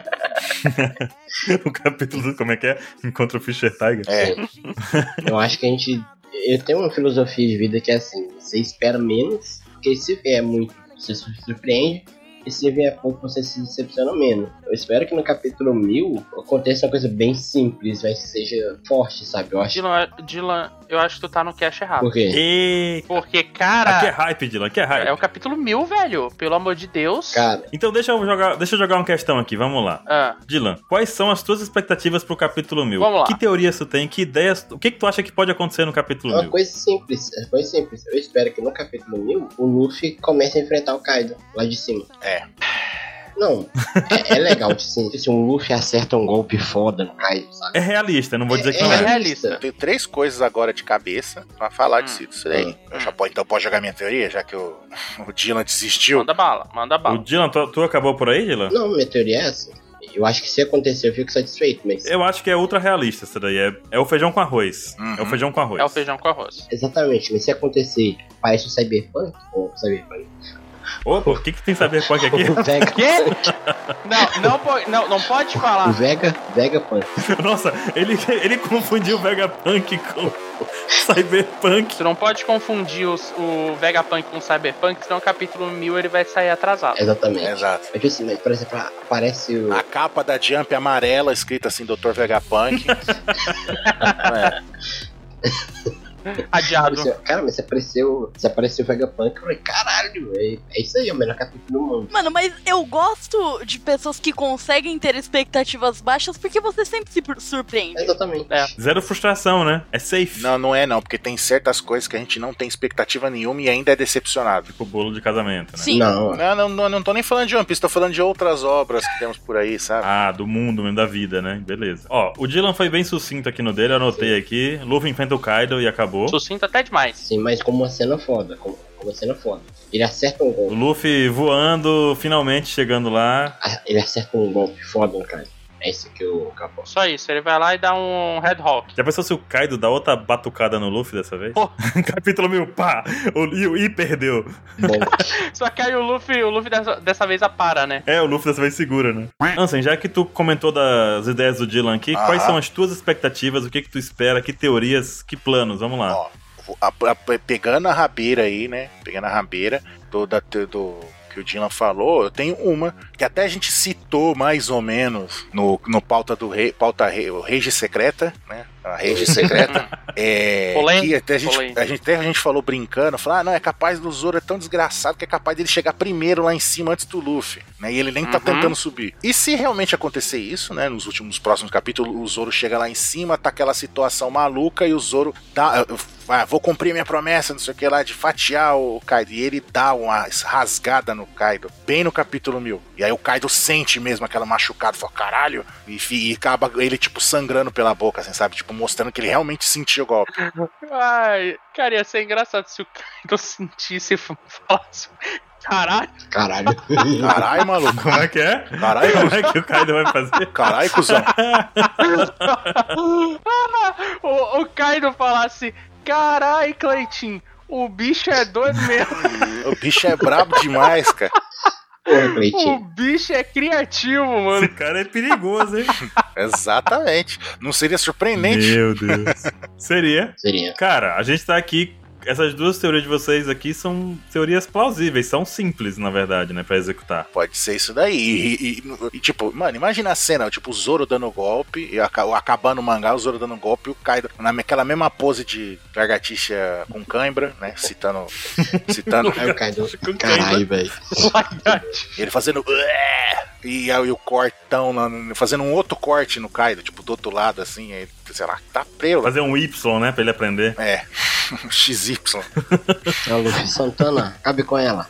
o capítulo, como é que é? Encontra o Fischer Tiger.
é,
Eu acho que a gente. Eu tenho uma filosofia de vida que é assim: você espera menos, porque se vier muito, você se surpreende, e se vier pouco, você se decepciona menos. Eu espero que no capítulo 1000 aconteça uma coisa bem simples, mas que seja forte, sabe? Eu acho. é
Dylan, Dylan, eu acho que tu tá no cache errado.
Por quê?
E...
Porque,
Aqui é
cara,
hype, Dylan, aqui é hype.
é o capítulo mil, velho. Pelo amor de Deus.
Cara,
Então deixa eu jogar, deixa eu jogar uma questão aqui, vamos lá.
Ah,
Dylan, quais são as tuas expectativas pro capítulo 1000?
Vamos lá.
Que teorias tu tem? Que ideias? O que, que tu acha que pode acontecer no
É
capítulo
uma
1000?
coisa simples, é uma coisa simples. Eu espero que no capítulo 1000 o Luffy comece a enfrentar o Kaido lá de cima.
É.
Não, é, é legal de sim. Se um Luffy acerta um golpe foda no Kaido, sabe?
É realista, não vou dizer que não
é
é.
realista.
Eu tenho três coisas agora de cabeça pra falar
Hum.
disso, disso daí. Eu já pode, então posso jogar minha teoria, já que o, o Dylan desistiu.
manda bala, manda
O
bala.
Dylan, tu, tu acabou por aí, Dylan?
Não, minha teoria é essa. Eu acho que se acontecer eu fico satisfeito, mas.
Eu acho que é ultra realista isso daí. É, é o feijão com arroz.
Uhum.
É o feijão com arroz.
É o feijão com arroz.
Exatamente, mas se acontecer, parece o um Cyberpunk, ou Cyberpunk,
Opa, o que, que tem Cyberpunk aqui?
O Vega.
Quê? Não, não, po- não, não pode
O
Ah.
falar.
Um Vega, Vega Punk.
Nossa, é ele, ele confundiu Vegapunk com Cyberpunk.
Você não pode confundir os- o Vegapunk com o Cyberpunk, senão o capítulo 1000 ele vai sair atrasado.
Exatamente.
Exato.
Mas, tipo assim, mas, por exemplo, aparece o.
A capa da Jump amarela, escrita assim, Dr. Vegapunk. é,
Ah,
Adiado.
apareceu- Cara, mas se apareceu, se apareceu o Vegapunk, eu falei, caralho, é, é isso aí, é o melhor capítulo do mundo.
Mano, mas eu gosto de pessoas que conseguem ter expectativas baixas porque você sempre se surpreende.
Exatamente.
É.
Zero frustração, né? É safe.
não, não é não, porque tem certas coisas que a gente não tem expectativa nenhuma e ainda é decepcionado.
Tipo bolo de casamento, né?
Sim.
Não,
Não, não, não, não tô nem falando de One Piece, tô falando de outras obras que temos por aí, sabe?
Ah, do mundo mesmo, da vida, né? Beleza. Ó, o Dylan foi bem sucinto aqui no dele, anotei aqui. Luffy enfrenta o Kaido e acabou.
Sucinto até demais.
Sim, mas como uma cena foda, como, como uma cena foda. Ele acerta um
O
golpe,
Luffy voando, finalmente chegando lá.
a- ele acerta um golpe foda, cara. É isso que eu que eu aposto.
Só isso, ele vai lá e dá um Red Hawk.
Já pensou se o Kaido dá outra batucada no Luffy dessa vez?
Pô.
Capítulo mil, pá! O, e o I perdeu.
Bom,
Só que aí o Luffy, o Luffy dessa, dessa vez apara, né?
É, o Luffy dessa vez segura, né? Ansem, já que tu comentou das ideias do Dylan aqui,
Aham.
quais são as tuas expectativas? O que que tu espera? Que teorias? Que planos? Vamos lá.
Ó, a- a- pe- pegando a rabeira aí, né? Pegando a rabeira do, da- do que o Dylan falou, eu tenho uma que até a gente citou mais ou menos no, no pauta do rei, pauta rei, o Rage Secreta, né? A Rage Secreta. é,
Polêmico,
que até a gente,
polêmico.
a gente, até a gente falou brincando, falou, ah, não, é capaz do Zoro é tão desgraçado que é capaz dele chegar primeiro lá em cima antes do Luffy, né? E ele nem tá
Uhum.
tentando subir. E se realmente acontecer isso, né? Nos últimos nos próximos capítulos, o Zoro chega lá em cima, tá aquela situação maluca e o Zoro dá. ah, vou cumprir minha promessa, não sei o que lá, de fatiar o Kaido. E ele dá uma rasgada no Kaido, bem no capítulo 1000. E aí o Kaido sente mesmo aquela machucada, fala, caralho. E, fi- e acaba ele, tipo, sangrando pela boca, assim, sabe? Tipo, mostrando que ele realmente sentiu o golpe.
Ai, cara, ia ser engraçado se o Kaido sentisse e falasse. Caralho,
caralho.
Caralho, maluco.
Como é que é?
Caralho,
Como é que o Kaido vai fazer?
Caralho, cuzão.
o, o Kaido falasse: Carai, Cleitinho, o bicho é doido mesmo.
O bicho é brabo demais, cara.
Porra,
O
Cleitinho.
bicho é criativo, mano.
Esse cara é perigoso, hein?
Exatamente. Não seria surpreendente.
Meu Deus. Seria.
Seria.
Cara, a gente tá aqui. Essas duas teorias de vocês aqui são teorias plausíveis, são simples, na verdade, né? Pra executar.
Pode ser isso daí. E, e- e- e, tipo, mano, imagina a cena, tipo, o Zoro dando golpe, e aca- acabando o mangá, o Zoro dando golpe e o Kaido naquela mesma pose de lagartixa com cãibra, né? Citando. citando.
Aí o Kaido.
Com
Caralho, velho.
ele fazendo. "Ué!" E aí o cortão, lá no- fazendo um outro corte no Kaido, tipo, do outro lado, assim, aí, sei lá, tá preso.
Fazer um Y, né? Pra ele aprender.
É, XY.
É o Luffy Santana, acabe com ela.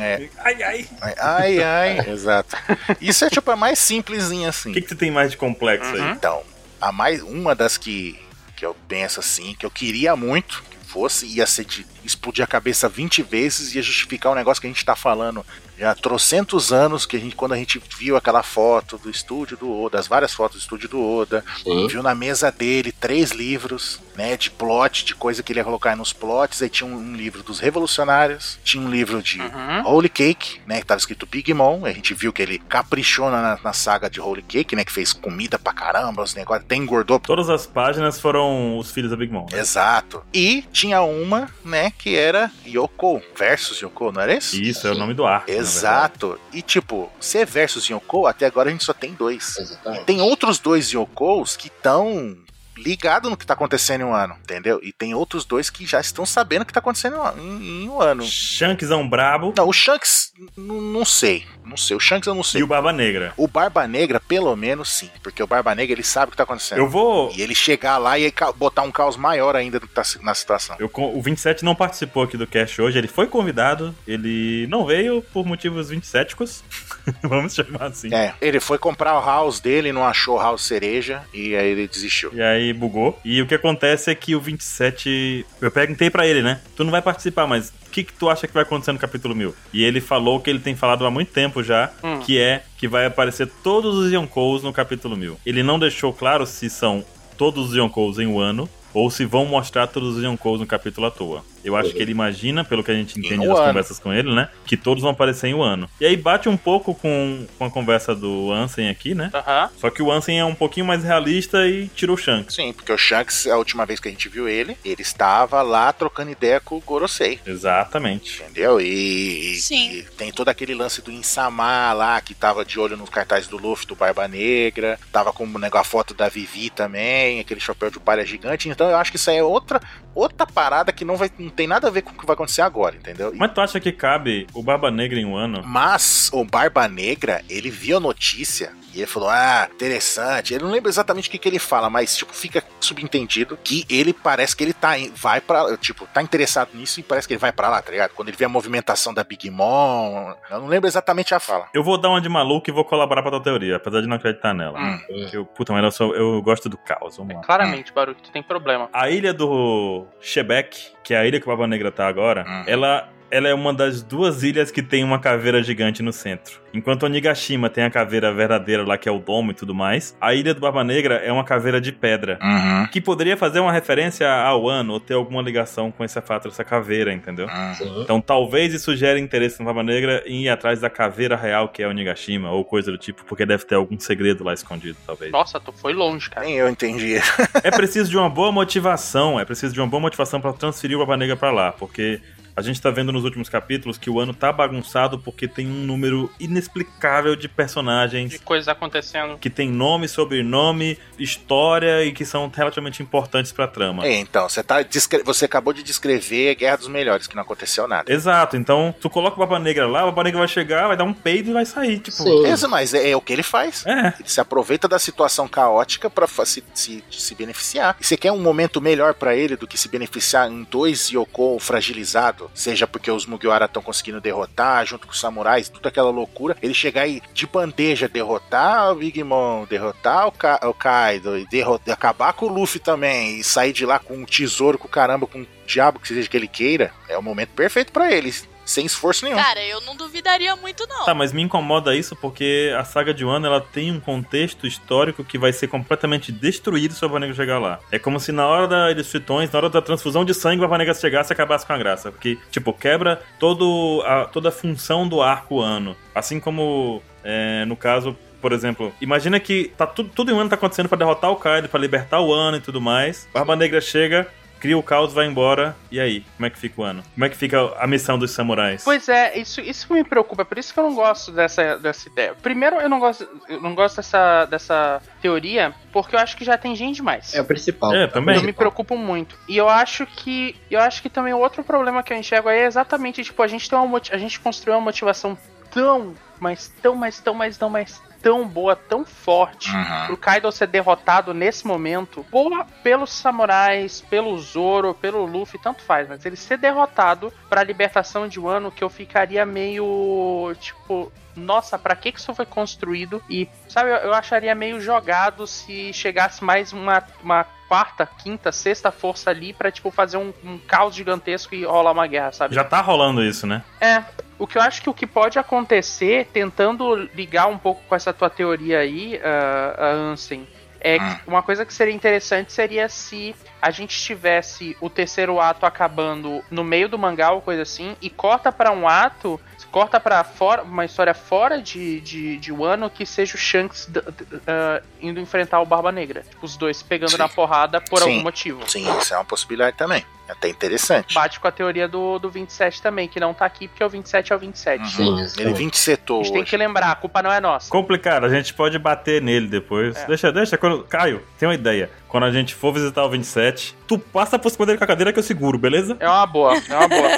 É.
Ai, ai.
Ai, ai. Exato. Isso é, tipo, a mais simplesinha,
O
assim.
que, que tu tem mais de complexo aí?
Então, a mais uma das que, que eu penso assim, que eu queria muito que fosse, ia ser de explodir a cabeça 20 vezes, ia justificar um negócio que a gente tá falando já há trocentos anos, que a gente, quando a gente viu aquela foto do estúdio do Oda, as várias fotos do estúdio do Oda,
Sim.
viu na mesa dele três livros, né, de plot, de coisa que ele ia colocar nos plots, aí tinha um, um livro dos revolucionários, tinha um livro de
Uhum.
Holy Cake, né? Que tava escrito Big Mom. A gente viu que ele caprichou na, na saga de Holy Cake, né? Que fez comida pra caramba, os negócios. Até engordou.
Todas as páginas foram os filhos da Big Mom. né?
Exato. E tinha uma, né? Que era Yoko versus Yoko, não era isso?
Isso, é o nome do arco. na
Exato. E tipo, se é versus Yoko, até agora a gente só tem dois.
Exatamente.
Tem outros dois Yokos que estão ligados no que tá acontecendo em um ano, entendeu? E tem outros dois que já estão sabendo o que tá acontecendo em um ano- em, em um ano.
verdade. Shanks é um brabo
Não, o Shanks, n- não sei. Não sei. O Shanks eu não sei.
e o Barba Negra.
O Barba Negra, pelo menos, sim. Porque o Barba Negra, ele sabe o que tá acontecendo.
Eu vou.
E ele chegar lá e ca- botar um caos maior ainda do que tá na situação.
Eu, con- o 27 não participou aqui do cast hoje, ele foi convidado, ele não veio por motivos 27cos, vamos chamar assim.
É, ele foi comprar o house dele, não achou o house cereja, e aí ele desistiu.
E aí bugou. E o que acontece é que o 27. Eu perguntei pra ele, né? Tu não vai participar, mas o que, que tu acha que vai acontecer no capítulo 1000? E ele falou o que ele tem falado há muito tempo já,
Hum.
que é que vai aparecer todos os Yonkous no capítulo 1000. Ele não deixou claro se são todos os Yonkous em um ano ou se vão mostrar todos os Yonkous no capítulo à toa. Eu
Uhum.
acho que ele imagina, pelo que a gente entende
um
das
ano.
conversas com ele, né? Que todos vão aparecer em um ano. E aí bate um pouco com, com a conversa do Ansem aqui, né?
Aham.
Só que o Ansem é um pouquinho mais realista e tira o Shanks.
Sim, porque o Shanks, a última vez que a gente viu ele, ele estava lá trocando ideia com o Gorosei.
Exatamente.
Entendeu? E, e-
Sim.
e tem todo aquele lance do Insama lá, que tava de olho nos cartazes do Luffy, do Barba Negra, tava com o negócio- a foto da Vivi também, aquele chapéu de palha gigante. Então eu acho que isso aí é outra, outra parada que não, vai, não tem nada a ver com o que vai acontecer agora, entendeu? E-
Mas tu acha que cabe o Barba Negra em um ano?
Mas o Barba Negra, ele viu a notícia e ele falou: Ah, interessante. Ele não lembra exatamente o que, que ele fala, mas, tipo, fica subentendido que ele parece que ele tá, em- vai pra, tipo, tá interessado nisso e parece que ele vai pra lá, tá ligado? Quando ele vê a movimentação da Big Mom, eu não lembro exatamente a fala.
Eu vou dar uma de maluco e vou colaborar pra tua teoria, apesar de não acreditar nela.
Hum.
Eu, puta, mas eu, sou- eu gosto do caos, vamos lá.
É Claramente, Baruque, tu tem problema.
Hum. A ilha do Chebec, que é a ilha que o Barba Negra tá agora,
Hum.
ela, ela é uma das duas ilhas que tem uma caveira gigante no centro. Enquanto Onigashima tem a caveira verdadeira lá, que é o domo e tudo mais, a ilha do Barba Negra é uma caveira de pedra.
Uhum.
Que poderia fazer uma referência ao ano ou ter alguma ligação com esse fato dessa caveira, entendeu?
Uhum.
Sim.
Então talvez isso gere interesse no Barba Negra em ir atrás da caveira real que é Onigashima ou coisa do tipo, porque deve ter algum segredo lá escondido, talvez.
Nossa, tu foi longe, cara.
Nem eu entendi.
É preciso de uma boa motivação, é preciso de uma boa motivação pra transferir o Barba Negra pra lá, porque a gente tá vendo nos últimos capítulos que o ano tá bagunçado porque tem um número inexplicável de
De
personagens
coisas acontecendo.
que tem nome, sobrenome, história e que são relativamente importantes pra trama.
É, então, você, tá descre- você acabou de descrever a Guerra dos Melhores, que não aconteceu nada.
Exato, então tu coloca o Barba Negra lá, o Barba Negra vai chegar, vai dar um peido e vai sair, tipo.
Sim.
Isso, mas é, é o que ele faz.
É,
Ele se aproveita da situação caótica pra fa- se, se, se beneficiar. E você quer um momento melhor pra ele do que se beneficiar em dois Yoko fragilizado, seja porque os Mugiwara estão conseguindo derrotar, junto com os samurais, toda aquela loucura. Ele chegar e de bandeja derrotar o Big Mom, derrotar o, Ka o Kaido, e derrotar, acabar com o Luffy também, e sair de lá com um tesouro, com o caramba, com o diabo que seja que ele queira, é o momento perfeito pra ele, sem esforço nenhum.
Cara, eu não duvidaria muito, não.
Tá, mas me incomoda isso porque a saga de Wano ela tem um contexto histórico que vai ser completamente destruído se o Barba Negra chegar lá. É como se na hora da, dos tritões, na hora da transfusão de sangue, o Barba Negra chegasse e acabasse com a graça. Porque, tipo, quebra todo a, toda a função do arco ano. Assim como, é, no caso, por exemplo, imagina que tá tudo, tudo em um ano tá acontecendo pra derrotar o Kaido, pra libertar o ano e tudo mais. Barba Negra chega. Cria o caos, vai embora. E aí? Como é que fica o ano? Como é que fica a missão dos samurais?
Pois é, isso, isso que me preocupa, é por isso que eu não gosto dessa, dessa ideia. Primeiro, eu não gosto, eu não gosto dessa, dessa teoria, porque eu acho que já tem gente demais.
É o principal.
É, também.
Eu me preocupo muito. E eu acho que. Eu acho que também outro problema que eu enxergo aí é exatamente, tipo, a gente tem uma moti- a gente construiu uma motivação tão, mas tão, mas tão, mas tão, mas tão boa, tão forte. Pro Kaido ser derrotado nesse momento, por, pelos samurais, pelo Zoro, pelo Luffy, tanto faz, mas ele ser derrotado pra libertação de Wano, que eu ficaria meio tipo, nossa, pra que que isso foi construído? E, sabe, eu, eu acharia meio jogado se chegasse mais uma, uma quarta, quinta, sexta força ali pra, tipo, fazer um, um caos gigantesco e rolar uma guerra, sabe?
Já tá rolando isso, né?
É. O que eu acho que o que pode acontecer, tentando ligar um pouco com essa tua teoria aí, ah, ah, Ansem, é que
Hum.
uma coisa que seria interessante seria se a gente tivesse o terceiro ato acabando no meio do mangá ou coisa assim, e corta pra um ato, corta pra fora, uma história fora de, de, de Wano que seja o Shanks d- d- ah, indo enfrentar o Barba Negra. Tipo, Os dois se pegando
Sim.
na porrada por
Sim.
algum motivo.
Sim, isso é uma possibilidade também. É Até interessante.
Bate com a teoria do, do 27 também, que não tá aqui porque o 27 é o 27.
Uhum.
Sim, isso
Ele
também.
20
A
setor
gente tem que lembrar, a culpa não é nossa.
Complicado, a gente pode bater nele depois.
É.
Deixa, deixa. Quando... Caio, tem uma ideia. Quando a gente for visitar o 27, tu passa por cima dele com a cadeira que eu seguro, beleza?
É uma boa, é uma boa.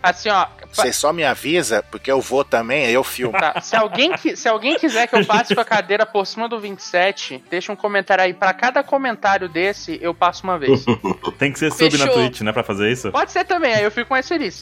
Assim, ó.
Você só me avisa, porque eu vou também, aí eu filmo.
tá, se, alguém, qui- se alguém quiser que eu passe com a cadeira por cima do 27, deixa um comentário aí. Pra cada comentário desse, eu passo uma vez.
Tem que ser sub na
Fechou.
Twitch, né, pra fazer isso?
Pode ser também, aí eu fico mais feliz.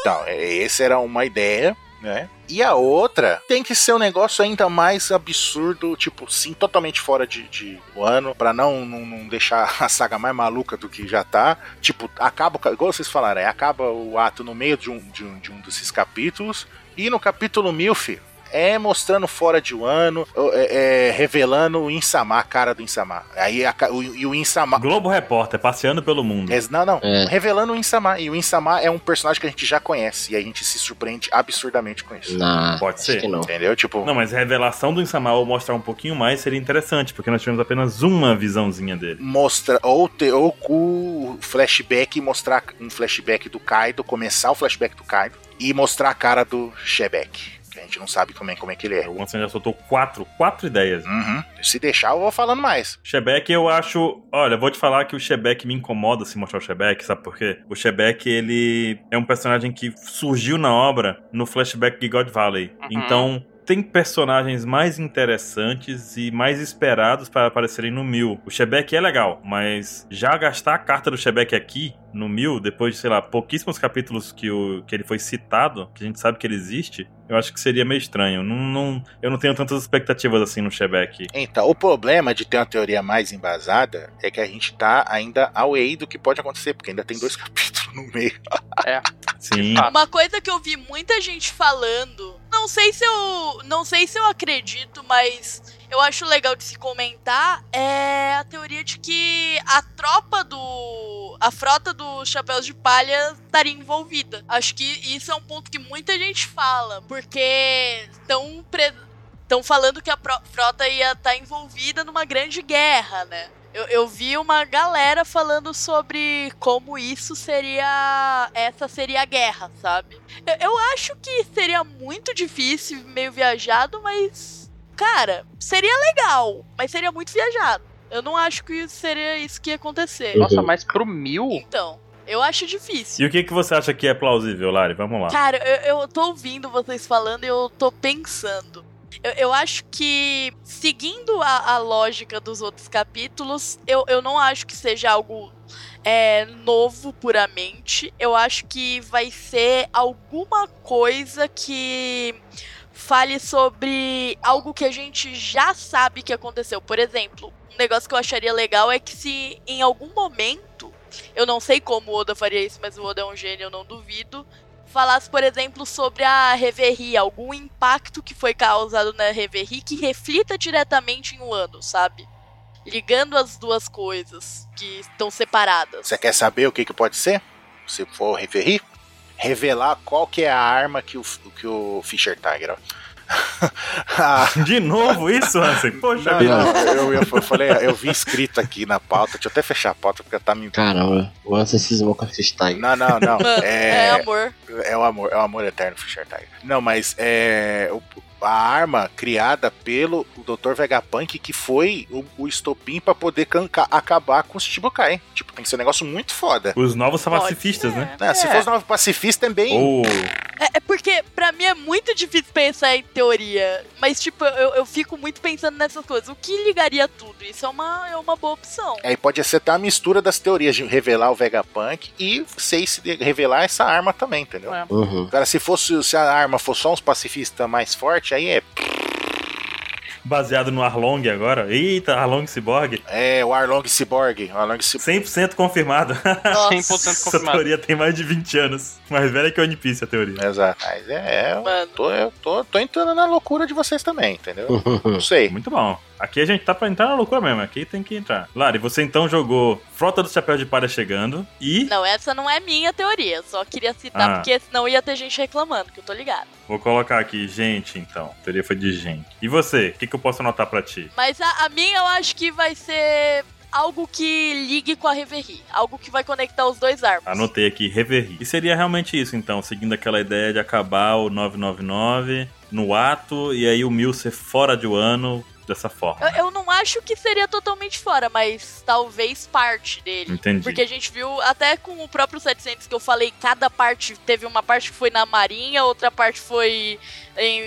Então, é- essa era uma ideia, né? E a outra tem que ser um negócio ainda mais absurdo, tipo, sim, totalmente fora de, de do ano, pra não, não, não deixar a saga mais maluca do que já tá. Tipo, acaba, o ca- igual vocês falaram, é, acaba o ato no meio de um, de um, de um desses capítulos, e no capítulo mil, filho, é mostrando fora de um ano, é, é, revelando o Insama, a cara do Insama. Aí a ca- o, e o Insama.
Globo Repórter, passeando pelo mundo.
É, Não, não.
É.
Revelando o Insama. E o Insama é um personagem que a gente já conhece. E a gente se surpreende absurdamente com isso.
Na...
Pode
acho
ser.
que não.
Entendeu? Tipo.
Não, mas a revelação do Insama ou mostrar um pouquinho mais seria interessante, porque nós tivemos apenas uma visãozinha dele.
mostra ou, te, ou o flashback mostrar um flashback do Kaido, começar o flashback do Kaido e mostrar a cara do Shebek, que a gente não sabe como é, como é que ele é.
O Ansem já soltou quatro, quatro ideias.
Uhum. Se deixar, eu vou falando mais.
Shebeck, eu acho. Olha, vou te falar que o Shebeck me incomoda se mostrar o Shebeck, sabe por quê? O Shebeck, ele é um personagem que surgiu na obra no flashback de God Valley.
Uhum.
Então. Tem personagens mais interessantes e mais esperados para aparecerem no Mil. O Shebeck é legal, mas já gastar a carta do Shebeck aqui, no Mil, depois de, sei lá, pouquíssimos capítulos que, o, que ele foi citado, que a gente sabe que ele existe, eu acho que seria meio estranho. Não, não- eu não tenho tantas expectativas assim no Shebeck.
Então, o problema de ter uma teoria mais embasada é que a gente tá ainda away do que pode acontecer, porque ainda tem dois capítulos no meio.
Sim.
fato.
Uma coisa que eu vi muita gente falando, não sei se eu, não sei se eu acredito, mas eu acho legal de se comentar é a teoria de que a tropa do a frota dos chapéus de palha estaria envolvida. Acho que isso é um ponto que muita gente fala, porque estão estão falando que a pro- frota ia estar envolvida numa grande guerra, né? Eu, eu vi uma galera falando sobre como isso seria. Essa seria a guerra, sabe? Eu, eu acho que seria muito difícil, meio viajado, mas. Cara, seria legal, mas seria muito viajado. Eu não acho que seria isso que ia acontecer.
Nossa,
Uhum.
mas pro mil?
Então, eu acho difícil.
E o que, que você acha que é plausível, Lari? Vamos lá.
Cara, eu, eu tô ouvindo vocês falando e eu tô pensando. Eu, eu acho que, seguindo a, a lógica dos outros capítulos, eu, eu não acho que seja algo é, novo puramente. Eu acho que vai ser alguma coisa que fale sobre algo que a gente já sabe que aconteceu. Por exemplo, um negócio que eu acharia legal é que se em algum momento, eu não sei como o Oda faria isso, mas o Oda é um gênio, eu não duvido falasse, por exemplo, sobre a Reverie, algum impacto que foi causado na Reverie que reflita diretamente em um ano, sabe? Ligando as duas coisas que estão separadas.
Você quer saber o que, que pode ser? Se for referir? Revelar qual que é a arma que o, que o Fischer tá Tiger. ó. a,
De novo isso, Hansen? Poxa,
Ah. Não,
vida.
não, eu, eu, eu falei, eu vi escrito aqui na pauta, deixa eu até fechar a pauta porque tá me.
Caramba, o Ansem tá cismou com a freestyle.
Não, não, não.
Mano, é,
É,
amor.
é o amor, é o amor eterno, Fischer Tiger. Não, mas é. o- a arma criada pelo Dr. Vegapunk, que foi o, o estopim pra poder canca- acabar com os Shibukai. Tipo, tem que ser um negócio muito foda.
Os novos
Pode
pacifistas,
ser.
né?
Né, Se
É.
fosse nova pacifista, também.
Ou
É, é porque pra mim é muito difícil pensar em teoria. Mas, tipo, eu, eu fico muito pensando nessas coisas. O que ligaria tudo? Isso é uma, é uma boa opção.
Aí pode ser até uma mistura das teorias de revelar o Vegapunk e sei se revelar essa arma também, entendeu?
É.
Uhum.
Cara, se fosse se a arma fosse só uns pacifistas mais fortes, aí é
baseado no Arlong agora. Eita, Arlong Cyborg.
É, o Arlong Cyborg. O Arlong Cyborg.
100% confirmado.
Nossa.
100%
Essa
confirmado.
teoria tem mais de 20 anos. Mais velha que o One Piece, a teoria.
Exato. Mas é, é, eu
Mano.
tô, eu tô, tô entrando na loucura de vocês também, entendeu? Não sei.
Muito bom. Aqui a gente tá pra entrar na loucura mesmo. Aqui tem que entrar. Lari, você então jogou Frota do Chapéu de Palha chegando e...
Não, essa não é minha teoria. Só queria citar,
Ah.
porque senão ia ter gente reclamando, que eu tô ligada.
Vou colocar aqui, gente, então. A teoria foi de gente. E você? O que, que eu posso anotar pra ti?
Mas a, a minha eu acho que vai ser algo que ligue com a Reverie. Algo que vai conectar os dois arcos.
Anotei aqui, reverri. E seria realmente isso, então, seguindo aquela ideia de acabar o 999 no ato e aí o Mil ser fora de ano dessa forma.
Eu, eu não acho que seria totalmente fora, mas talvez parte dele.
Entendi.
Porque a gente viu até com o próprio 700 que eu falei, cada parte teve uma parte que foi na Marinha, outra parte foi em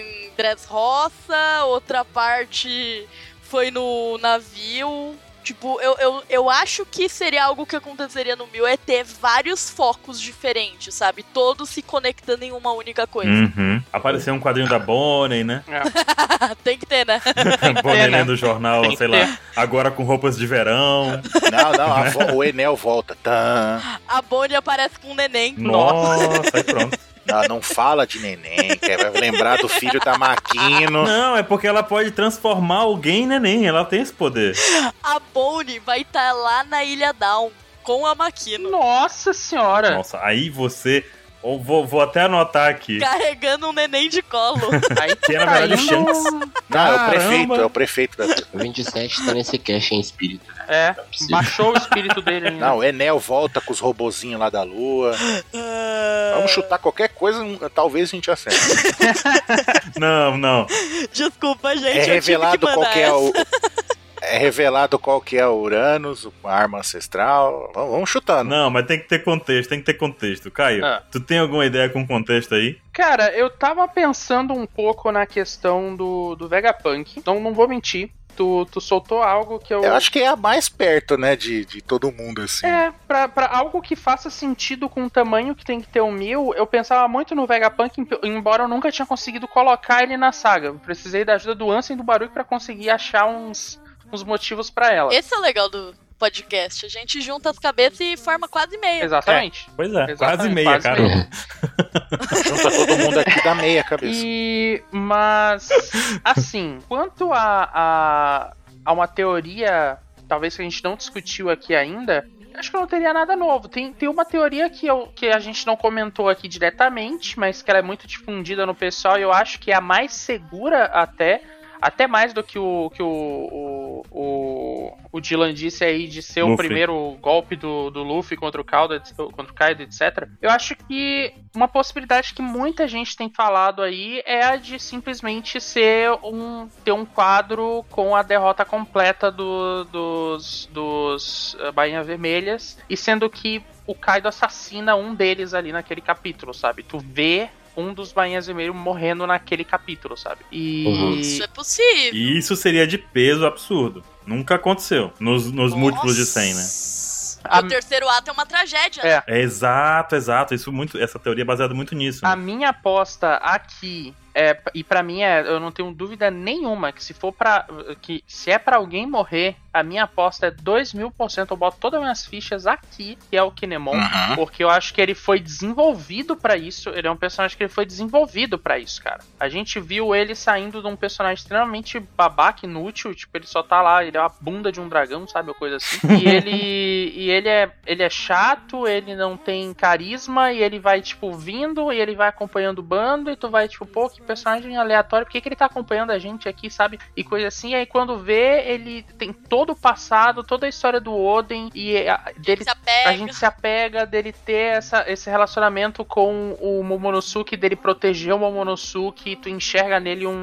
Dressrosa, outra parte foi no navio. Tipo, eu, eu, eu acho que seria algo que aconteceria no Mil é ter vários focos diferentes, sabe? Todos se conectando em uma única coisa.
Uhum. Apareceu um quadrinho da Bonnie, né?
Tem que ter, né?
Bonnie
É, né?
lendo o jornal,
É. Tem que
sei lá, agora com roupas de verão.
Não, não,
Né?
a vo- o Enel volta. Tã.
A Bonnie aparece com um neném.
Nossa, aí pronto.
Não, Ah, não fala de neném, que vai lembrar do filho da Maquino.
Não, é porque ela pode transformar alguém em neném, ela tem esse poder.
A Bonnie vai estar lá na Ilha Down com a Maquino.
Nossa senhora!
Nossa, aí você. eu vou, vou até anotar aqui.
Carregando um neném de colo.
Aí
Que na verdade é
Aí
Shanks.
Não, é o
Caramba.
prefeito, é o prefeito da.
O 27 tá nesse cache em espírito. né?
É,
Não é possível.
baixou o espírito dele ainda.
Não, o Enel volta com os robozinhos lá da lua. Vamos chutar qualquer coisa, um, talvez a gente acerte.
Não, não.
Ah, Desculpa, gente.
é
eu
revelado
tive que
qual
mandar
que é
essa.
o. É revelado qual que é o Uranus, uma arma ancestral. Vamos, vamos né? chutando.
Não, mas tem que ter contexto, tem que ter contexto. Caio,
Ah.
tu tem alguma ideia com contexto aí?
Cara, eu tava pensando um pouco na questão do, do Vegapunk. Então não vou mentir. Tu, tu soltou algo que eu.
Eu acho que é a mais perto, né, de, de todo mundo, assim.
É, pra, pra algo que faça sentido com o tamanho que tem que ter o Mil, eu pensava muito no Vegapunk, em- embora eu nunca tinha conseguido colocar ele na saga. Eu precisei da ajuda do Ansem e do Baruch pra conseguir achar uns, uns motivos pra ela.
Esse é o legal do podcast. A gente junta as cabeças e forma quase meia.
Exatamente.
Pois é,
Exatamente,
quase meia,
quase
cara.
meia.
Junta tá todo mundo aqui da meia cabeça.
E. Mas. Assim, quanto a, a, a uma teoria, talvez que a gente não discutiu aqui ainda. Acho que eu não teria nada novo. Tem, tem uma teoria que, eu, que a gente não comentou aqui diretamente, mas que ela é muito difundida no pessoal e eu acho que é a mais segura até. Até mais do que o que o, o, o, o Dylan disse aí de ser o
Luffy.
primeiro golpe do, do Luffy contra o Kaido, contra o Kaido, etc. Eu acho que uma possibilidade que muita gente tem falado aí é a de simplesmente ser um ter um quadro com a derrota completa do- dos dos eh, Bainhas Vermelhas e sendo que o Kaido assassina um deles ali naquele capítulo, sabe? Tu vê um dos Bainhas Vermelhos morrendo naquele capítulo, sabe? E
Uhum.
Isso é possível.
E isso seria de peso absurdo. Nunca aconteceu. Nos, nos múltiplos de 100, né?
né?
A-
O terceiro ato é uma tragédia.
É.
É, exato, exato. Isso muito, essa teoria é baseada muito nisso.
A
né?
minha aposta aqui é, e pra mim é, eu não tenho dúvida nenhuma que se for para que se é pra alguém morrer, a minha aposta é 2 mil por cento. Eu boto todas as minhas fichas aqui, que é o Kinemon.
Uhum.
Porque eu acho que ele foi desenvolvido pra isso. Ele é um personagem que ele foi desenvolvido pra isso, cara. A gente viu ele saindo de um personagem extremamente babaca, inútil. Tipo, ele só tá lá, ele é uma bunda de um dragão, sabe? Uma coisa assim. E ele. e ele é, ele é chato, ele não tem carisma, e ele vai, tipo, vindo, e ele vai acompanhando o bando, e tu vai, tipo, pô, que personagem aleatório, por que, que ele tá acompanhando a gente aqui, sabe? E coisa assim. E aí quando vê, ele tem todo o passado, toda a história do Oden, e a- dele
Se apega.
a gente se apega dele ter essa, esse relacionamento com o Momonosuke, dele proteger o Momonosuke, tu enxerga nele um,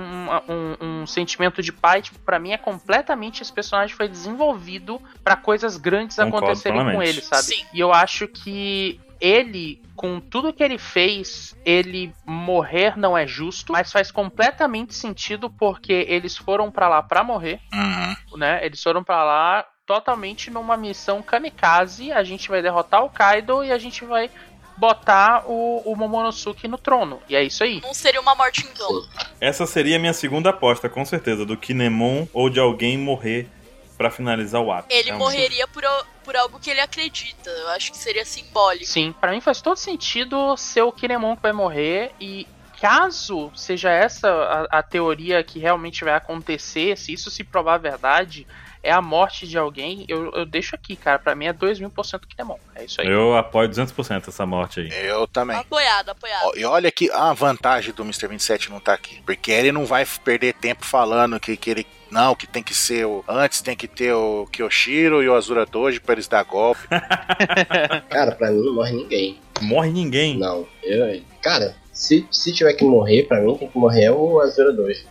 um, um sentimento de pai. Tipo, pra mim é completamente esse personagem foi desenvolvido pra coisas grandes
Concordo
acontecerem com
plenamente.
ele, sabe?
Sim.
E eu acho que ele, com tudo que ele fez, ele morrer não é justo, mas faz completamente sentido porque eles foram pra lá pra morrer
Uhum.
né? Eles foram pra lá totalmente numa missão kamikaze. A gente vai derrotar o Kaido e a gente vai botar o, o Momonosuke no trono. E é isso aí.
Não seria uma morte em vão.
Essa seria a minha segunda aposta, com certeza, do Kinemon ou de alguém morrer pra finalizar o ato.
Ele
É um
Realmente.
morreria por, al- por algo que ele acredita. Eu acho que seria simbólico.
Sim, pra mim faz todo sentido ser o Kinemon que vai morrer e caso seja essa a, a teoria que realmente vai acontecer, se isso se provar verdade, é a morte de alguém, eu, eu deixo aqui, cara. Pra mim é 2 mil por cento Kinemon. É isso aí.
Eu apoio 200% essa morte aí.
Eu também.
Apoiado, apoiado.
Ó, E olha que a vantagem do Mr. 27 não tá aqui. Porque ele não vai perder tempo falando que, que ele. Não, que tem que ser o. Antes tem que ter o Kyoshiro e o Azura Doji pra eles dar golpe.
Cara, pra mim não morre ninguém.
Morre ninguém.
Não. Eu, cara, se, se tiver que morrer, pra mim tem que morrer é o Azura 2.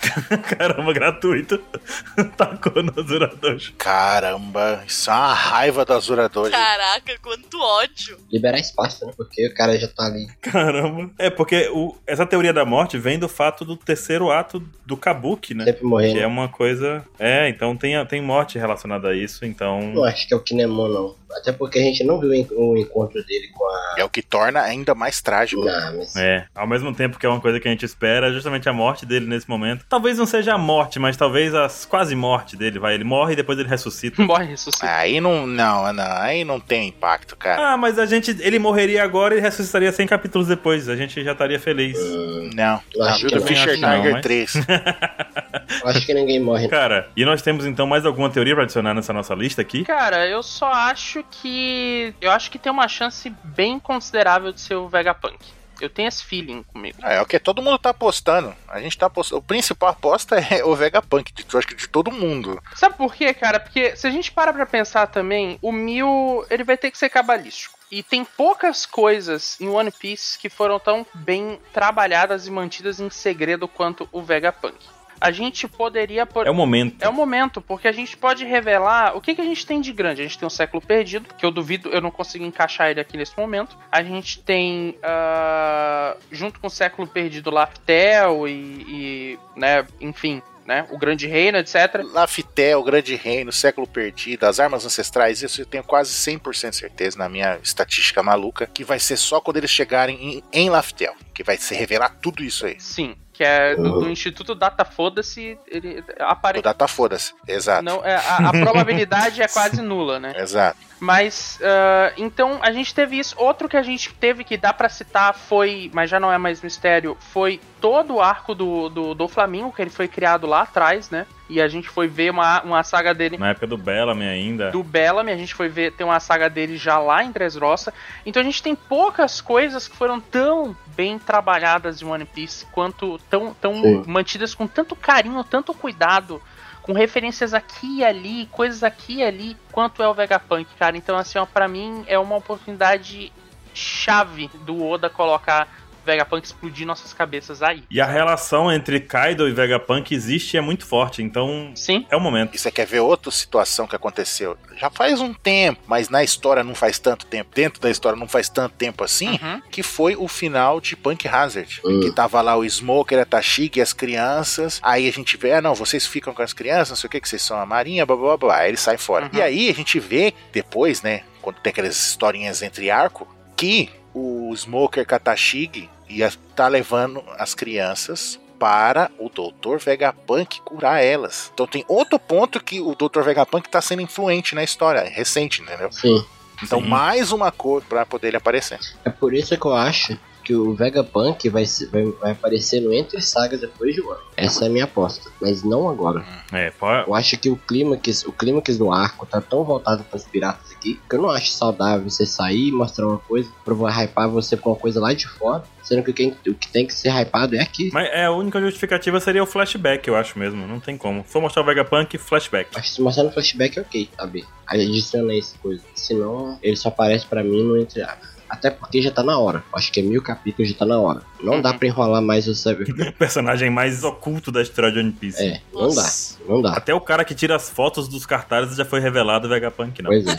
Caramba, gratuito. Tacou no Zurador.
Caramba, isso é uma raiva do Azura Doji.
Caraca, quanto ódio.
Liberar espaço, né? Porque o cara já tá ali.
Caramba. É, porque o- essa teoria da morte vem do fato do terceiro ato do Kabuki, né?
Sempre
Que é
morrendo.
uma coisa. É, então tem, a- tem morte relacionada a isso, então.
Não acho que é o Kinemon, não. Até porque a gente não viu o en- o encontro dele com a.
É o que torna ainda mais trágico.
Não, mas-
É, ao mesmo tempo que é uma coisa que a gente espera, justamente a morte dele nesse momento. Talvez não seja a morte, mas talvez a quase morte dele, vai. Ele morre e depois ele ressuscita.
Morre ressuscita.
Aí não, não, não, aí não tem impacto, cara.
Ah, mas a gente. Ele morreria agora e ressuscitaria 100 capítulos depois. A gente já estaria feliz.
Não.
Ah, Eu
não
acho que
do
não.
Fischer
Acho que não,
Tiger
mas-
3.
Eu acho que ninguém morre.
Cara, e nós temos então mais alguma teoria pra adicionar nessa nossa lista aqui?
Cara, eu só acho que. Eu acho que tem uma chance bem considerável de ser o Vegapunk. Eu tenho esse feeling comigo.
É, é o que todo mundo tá apostando. A gente tá apostando. O principal aposta é o Vegapunk, de, eu acho que de todo mundo.
Sabe por quê, cara? Porque se a gente para pra pensar também, o Mil, ele vai ter que ser cabalístico. E tem poucas coisas em One Piece que foram tão bem trabalhadas e mantidas em segredo quanto o Vegapunk. A gente poderia, por,
É o momento.
É o momento, porque a gente pode revelar o que, que a gente tem de grande. A gente tem o século perdido, que eu duvido, eu não consigo encaixar ele aqui nesse momento. A gente tem, ah, junto com o século perdido, Laftel e, e, né, enfim, né, o grande reino, etc.
Laftel, Grande Reino, Século Perdido, as armas ancestrais, isso eu tenho quase 100% certeza na minha estatística maluca, que vai ser só quando eles chegarem em, em Laftel, que vai se revelar tudo isso aí.
Sim, que é do, do Instituto Data Foda-se, ele
O
aparece.
data foda-se. Exato.
Não, é, a, a probabilidade é quase nula, né?
Exato.
Mas, ah, então, a gente teve isso. Outro que a gente teve que dá pra citar foi, mas já não é mais mistério, foi todo o arco do, do, do Flamingo, que ele foi criado lá atrás, né? E a gente foi ver uma, uma saga dele
Na época do Bellamy ainda.
do Bellamy, a gente foi ver, tem uma saga dele já lá em Dressrosa. Então a gente tem poucas coisas que foram tão bem trabalhadas em One Piece, quanto tão, tão
Sim.
mantidas com tanto carinho, tanto cuidado, com referências aqui e ali, coisas aqui e ali, quanto é o Vegapunk, cara. Então assim, ó, pra mim é uma oportunidade chave do Oda colocar Vegapunk explodir nossas cabeças aí.
E a relação entre Kaido e Vegapunk existe e é muito forte, então
Sim,
é o momento.
E você quer ver outra situação que aconteceu? Já faz um tempo, mas na história não faz tanto tempo. Dentro da história não faz tanto tempo assim.
uhum.
que foi o final de Punk Hazard.
Hum.
Que tá tava lá o Smoker, a Tashig e as crianças. Aí a gente vê, ah, não, vocês ficam com as crianças, não sei o que, que vocês são a marinha, blá blá blá, blá. Aí eles saem fora.
Uhum.
E aí a gente vê depois, né, quando tem aquelas historinhas entre arco, que o Smoker Katashig ia tá levando as crianças para o Dr. Vegapunk curar elas. Então tem outro ponto que o Dr. Vegapunk tá sendo influente na história, recente, entendeu?
Sim.
Então
Sim.
mais uma cor para poder ele aparecer.
É por isso que eu acho que o Vegapunk vai, se- vai, vai aparecer no Entre Sagas depois de um ano. Essa é a minha aposta, mas não agora.
É, pô,
Eu acho que o clímax, o clímax do arco tá tão voltado para os piratas aqui que eu não acho saudável você sair e mostrar uma coisa pra hypar você com uma coisa lá de fora, sendo que quem, o que tem que ser hypado é aqui.
mas é, a única justificativa seria o flashback, eu acho mesmo. Não tem como. Só mostrar o Vegapunk, flashback.
Acho que se mostrar no flashback é ok, sabe? Aí adiciona essa coisa. Senão, ele só aparece pra mim no Entre Arcos. Até porque já tá na hora. Acho que é mil capítulos, já tá na hora. Não
Uhum.
dá pra enrolar mais o Cyber.
O personagem mais oculto da história de One Piece.
É, não dá.
Nossa.
Não dá.
Até o cara que tira as fotos dos cartazes já foi revelado o Vegapunk, né? não.
Pois é.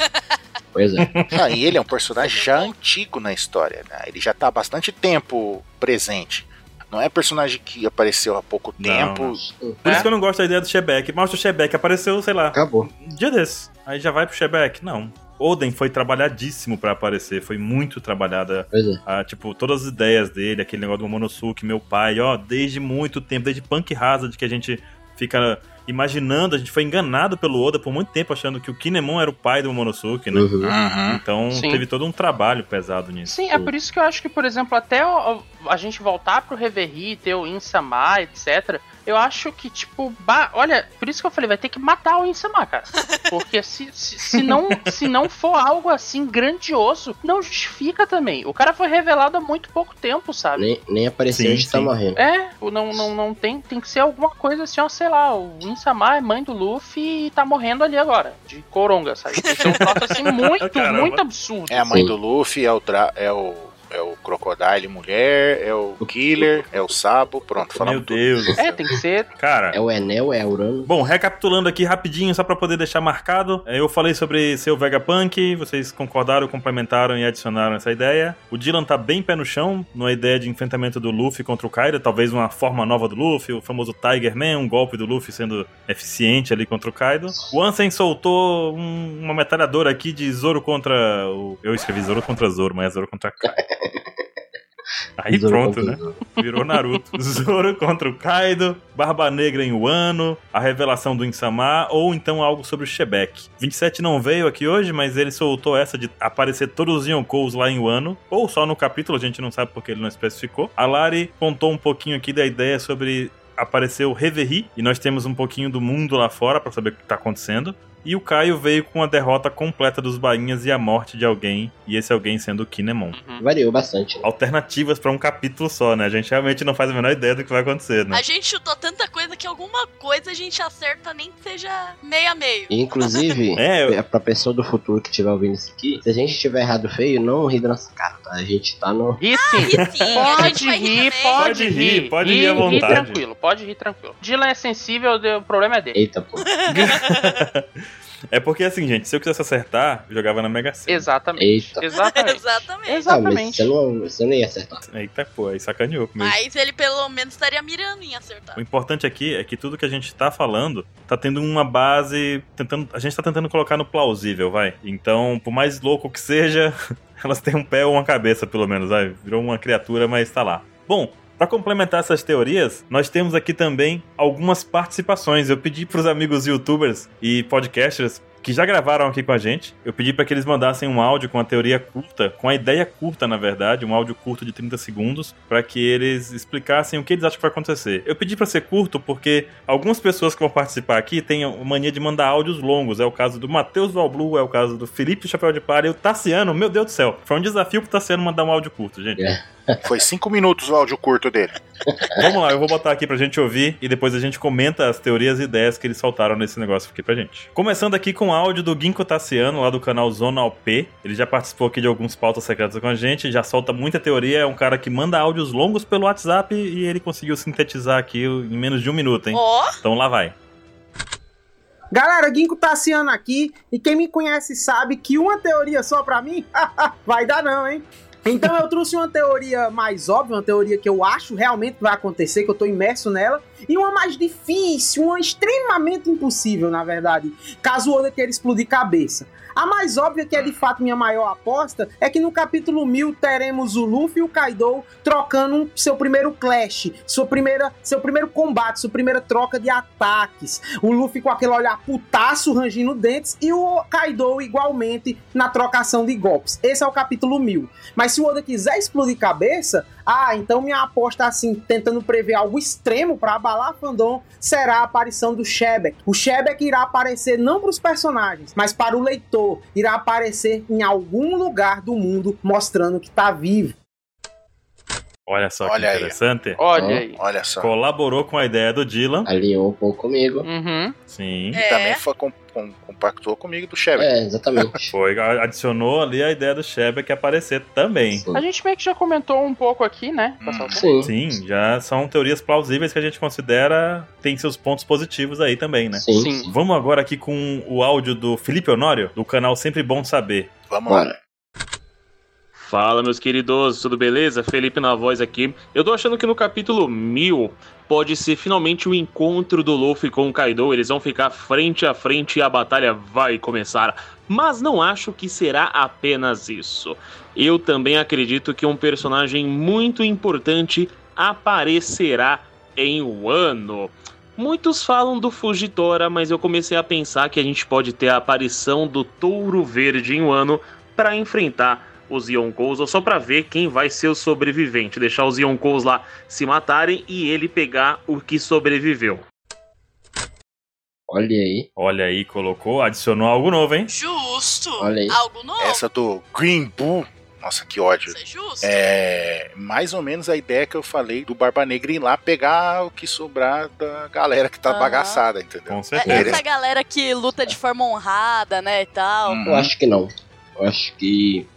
Pois é.
Ah, e ele é um personagem já antigo na história, né? Ele já tá há bastante tempo presente. Não é personagem que apareceu há pouco
Não,
tempo.
não. Por
É?
isso que eu não gosto da ideia do Shebeck. Mostra o Shebeck, apareceu, sei lá,
Acabou.
um dia desse. Aí já vai pro Shebeck. Não. Oden foi trabalhadíssimo pra aparecer, foi muito trabalhada.
Pois é.
Ah, tipo, todas as ideias dele, aquele negócio do Momonosuke, meu pai, ó, desde muito tempo, desde Punk Hazard que a gente fica imaginando, a gente foi enganado pelo Oda por muito tempo achando que o Kinemon era o pai do Momonosuke, né?
Uhum.
Então
Sim.
teve todo um trabalho pesado nisso.
Sim, é por isso que eu acho que, por exemplo, até o- o- a gente voltar pro Reverie, ter o Insama, etc. Eu acho que, tipo, ba- olha, por isso que eu falei, vai ter que matar o Insama, cara. Porque se, se, se não, se não for algo assim grandioso, não justifica também. O cara foi revelado há muito pouco tempo, sabe?
Nem, nem apareceu
Sim,
onde tá
sim.
morrendo.
É, o- não, não, não tem, tem que ser alguma coisa assim, ó, sei lá, o Insama é mãe do Luffy e tá morrendo ali agora, de coronga, sabe? Tem que ser um troço assim muito,
Caramba.
muito absurdo.
É a mãe
Sim.
do Luffy, é o, dra- é o é o Crocodile Mulher, é o Killer, é o Sabo, pronto,
Meu
falamos tudo.
Deus do
É,
céu.
tem que ser.
Cara,
É o Enel, é o Urano.
Bom, recapitulando aqui rapidinho, só pra poder deixar marcado, eh, eu falei sobre ser o Vegapunk, vocês concordaram, complementaram e adicionaram essa ideia. O Dylan tá bem pé no chão, numa ideia de enfrentamento do Luffy contra o Kaido, talvez uma forma nova do Luffy, o famoso Tiger Man, um golpe do Luffy sendo eficiente ali contra o Kaido. O Ansem soltou um- uma metralhadora aqui de Zoro contra o... Eu escrevi Zoro contra Zoro, mas é Zoro contra Kaido. Aí
Zoro
pronto,
contra
né? Virou Naruto. Zoro contra o Kaido, Barba Negra em Wano, a revelação do Insama, ou então algo sobre o Shebek. 27 não veio aqui hoje, mas ele soltou essa de aparecer todos os Yonkous lá em Wano, ou só no capítulo, a gente não sabe porque ele não especificou. A Lari contou um pouquinho aqui da ideia sobre aparecer o Reverie, e nós temos um pouquinho do mundo lá fora pra saber o que tá acontecendo. E o Caio veio com a derrota completa dos bainhas e a morte de alguém, e esse alguém sendo o Kinemon
Uhum.
Variou bastante. né?
alternativas pra um capítulo só, né? A gente realmente não faz a menor ideia do que vai acontecer, né?
A gente chutou tanta coisa que alguma coisa a gente acerta, nem que seja meio a meio.
E, Inclusive,
É, eu-
é pra pessoa do futuro que estiver ouvindo isso aqui, se a gente tiver errado feio, não ri da nossa cara, tá? A gente tá no.
E sim.
E Ah, sim, a gente
Pode
vai rir
rir,
também.
pode rir,
pode rir à vontade.
tranquilo, pode rir tranquilo. Dylan é sensível, de- o problema é dele.
Eita, pô.
é porque assim, gente, se eu quisesse acertar, eu jogava na Mega Sena.
Exatamente.
Eita.
Exatamente.
Exatamente.
Ah, mas
Exatamente.
você não, você não ia acertar.
Eita, pô, aí sacaneou comigo.
Mas ele pelo menos estaria mirando em acertar.
O importante aqui é que tudo que a gente tá falando tá tendo uma base. Tentando, a gente tá tentando colocar no plausível, vai. Então, por mais louco que seja, elas têm um pé ou uma cabeça, pelo menos, vai. Virou uma criatura, mas tá lá. Bom. Pra complementar essas teorias, nós temos aqui também algumas participações. Eu pedi pros amigos youtubers e podcasters que já gravaram aqui com a gente. Eu pedi pra que eles mandassem um áudio com a teoria curta, com a ideia curta, na verdade, um áudio curto de 30 segundos, pra que eles explicassem o que eles acham que vai acontecer. Eu pedi pra ser curto porque algumas pessoas que vão participar aqui têm a mania de mandar áudios longos. É o caso do Matheus Valblu, é o caso do Felipe Chapéu de Palha e o Tassiano. Meu Deus do céu, foi um desafio pro Tassiano mandar um áudio curto, gente.
É. Foi cinco minutos o áudio curto dele.
Vamos lá, eu vou botar aqui pra gente ouvir e depois a gente comenta as teorias e ideias que eles soltaram nesse negócio aqui pra gente. Começando aqui com o áudio do Ginkgo Tassiano, lá do canal Zona OP. Ele já participou aqui de alguns pautas secretas com a gente, já solta muita teoria, é um cara que manda áudios longos pelo WhatsApp e ele conseguiu sintetizar aqui em menos de um minuto, hein?
Ó,
Então lá vai.
Galera, Ginkgo Tassiano aqui, e quem me conhece sabe que uma teoria só pra mim, vai dar não, hein? Então eu trouxe uma teoria mais óbvia, uma teoria que eu acho realmente que vai acontecer, que eu tô imerso nela, e uma mais difícil, uma extremamente impossível, na verdade, caso o Oda queira explodir cabeça. A mais óbvia, que é de fato minha maior aposta, é que no capítulo 1000 teremos o Luffy e o Kaido trocando um- seu primeiro clash, sua primeira, seu primeiro combate, sua primeira troca de ataques. O Luffy com aquele olhar putaço rangindo dentes e o Kaido igualmente na trocação de golpes. Esse é o capítulo 1000. Mas se o Oda quiser explodir cabeça, ah, então minha aposta assim, tentando prever algo extremo para abalar Fandom, será a aparição do Shebek. O Shebek irá aparecer não para os personagens, mas para o leitor. Irá aparecer em algum lugar do mundo mostrando que tá vivo.
Olha só que
Olha aí.
interessante.
Olha aí.
Olha só.
Colaborou com a ideia do Dylan.
Alinhou um pouco comigo.
Uhum.
Sim.
É.
Também foi, com, com- compactuou comigo do Chevy.
É, exatamente.
Foi, adicionou ali a ideia do Shebek aparecer também.
A gente meio que já comentou um pouco aqui, né?
Hum,
pessoal?
Sim. Sim.
Sim, já são teorias plausíveis que a gente considera tem seus pontos positivos aí também, né?
Sim.
Sim.
Vamos agora aqui com o áudio do Felipe Honório, do canal Sempre Bom Saber.
Vamos lá.
Bora.
Fala, meus queridos, tudo beleza? Felipe na voz aqui. Eu tô achando que no capítulo 1000 pode ser finalmente o encontro do Luffy com o Kaido. Eles vão ficar frente a frente e a batalha vai começar. Mas não acho que será apenas isso. Eu também acredito que um personagem muito importante aparecerá em um Wano. Muitos falam do Fugitora, mas eu comecei a pensar que a gente pode ter a aparição do Touro Verde em Wano para enfrentar os Yonkous, ou só pra ver quem vai ser o sobrevivente, deixar os Yonkous lá se matarem e ele pegar o que sobreviveu.
Olha aí.
Olha aí, colocou, adicionou algo novo, hein?
justo.
Olha aí.
Algo novo.
Essa do Green Bull. Nossa, que ódio.
Isso é justo.
É mais ou menos a ideia que eu falei do Barba Negra ir lá pegar o que sobrar da galera que tá
Aham.
bagaçada, entendeu?
Com
É,
certeza.
Essa galera que luta de forma honrada, né, e tal.
Uhum.
Eu acho que não. Eu acho que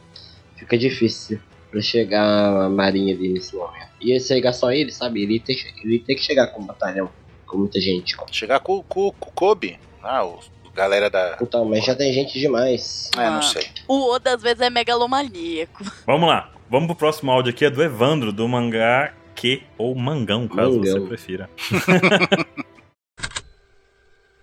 fica difícil pra chegar a marinha ali nesse momento. Ia chegar é só ele, sabe? Ele ia ter, ele ia ter que chegar com um batalhão, com muita gente.
Chegar com o com, com o Kobe, ah, o o galera da.
Então, mas já tem gente demais.
É,
Ah.
não sei.
O Oda às vezes é megalomaníaco.
Vamos lá. Vamos pro próximo áudio aqui, é do Evandro, do mangá que ou mangão, caso
Mangão.
você prefira.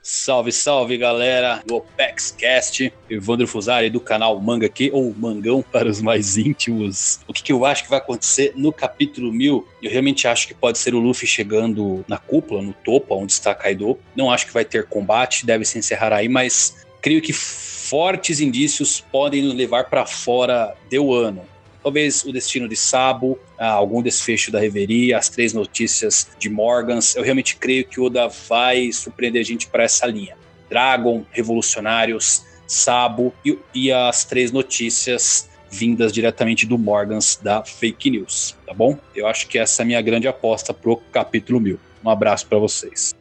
Salve, salve galera do OpexCast, Evandro Fusari do canal Manga Q, ou Mangão para os mais íntimos. O que, que eu acho que vai acontecer no capítulo 1000? Eu realmente acho que pode ser o Luffy chegando na cúpula, no topo, onde está Kaido. Não acho que vai ter combate, deve se encerrar aí, mas creio que fortes indícios podem nos levar para fora de Wano. Talvez o destino de Sabo, ah, algum desfecho da reveria, as três notícias de Morgans. Eu realmente creio que Oda vai surpreender a gente para essa linha. Dragon, Revolucionários, Sabo e, e as três notícias vindas diretamente do Morgans da Fake News, tá bom? Eu acho que essa é a minha grande aposta pro capítulo 1000. Um abraço para vocês.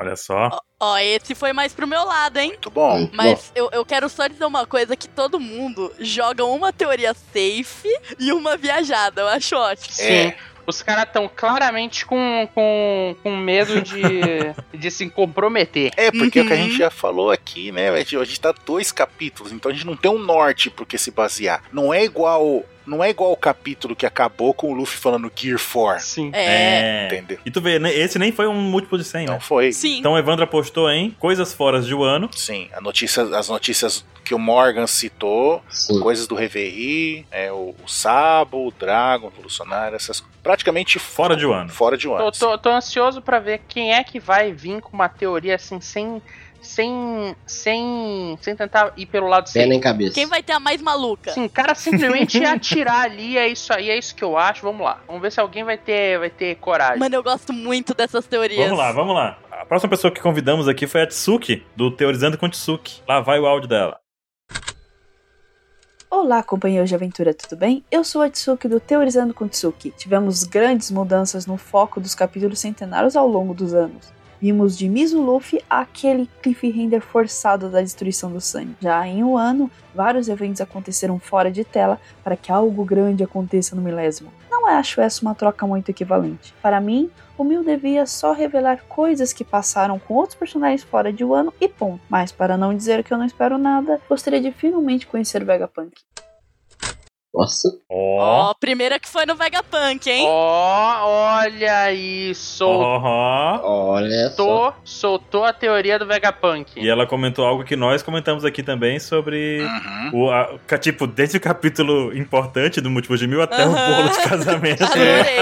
Olha só.
Ó, esse foi mais pro meu lado, hein?
Muito bom.
Mas eu, eu quero só dizer uma coisa: que todo mundo joga uma teoria safe e uma viajada. Eu acho ótimo.
Sim.
É.
Os caras estão claramente com, com, com medo de, de se comprometer.
É, porque é o que a
Uhum.
gente já falou aqui, né? velho? A gente tá dois capítulos, então a gente não tem um norte por que se basear. Não é igual. Não é igual o capítulo que acabou com o Luffy falando Gear 4,
Sim.
É.
entendeu?
E tu vê, né, esse nem foi um múltiplo de 100,
Não
né?
foi.
Sim.
Então o Evandro apostou em coisas fora de Wano.
Sim, a notícia, as notícias que o Morgan citou,
Sim.
coisas do Reverie, é, o, o Sabo, o Dragon, o Revolucionário, essas praticamente
Fora de Wano.
Fora de
Tô,
Wano.
tô- tô ansioso pra ver quem é que vai vir com uma teoria assim, sem. Sem. Sem. Sem tentar ir pelo lado
Pé
certo.
nem cabeça.
Quem vai ter a mais maluca?
Sim, o cara simplesmente ia atirar ali, é isso aí, é isso que eu acho. Vamos lá. Vamos ver se alguém vai ter, vai ter coragem.
Mano, eu gosto muito dessas teorias.
Vamos lá, vamos lá. A próxima pessoa que convidamos aqui foi a Tsuki, do Teorizando com Tsuki. Lá vai o áudio dela.
Olá, companheiros de aventura, tudo bem? Eu sou a Tsuki do Teorizando com Tsuki. Tivemos grandes mudanças no foco dos capítulos centenários ao longo dos anos. Vimos de Mizu Luffy aquele cliffhanger forçado da destruição do sangue. Já em um ano, vários eventos aconteceram fora de tela para que algo grande aconteça no milésimo. Não acho essa uma troca muito equivalente. Para mim, o Mil devia só revelar coisas que passaram com outros personagens fora de Wano e ponto. Mas para não dizer que eu não espero nada, gostaria de finalmente conhecer o Vegapunk.
Nossa,
Ó,
Ó, primeira que foi no Vegapunk, hein?
Ó, olha isso.
ó, ó.
olha só.
Soltou, soltou a teoria do Vegapunk.
E ela comentou algo que nós comentamos aqui também sobre.
Uhum.
O, a- ca- tipo, desde o capítulo importante do Múltiplo de Mil até o
Aham.
bolo de casamento.
É.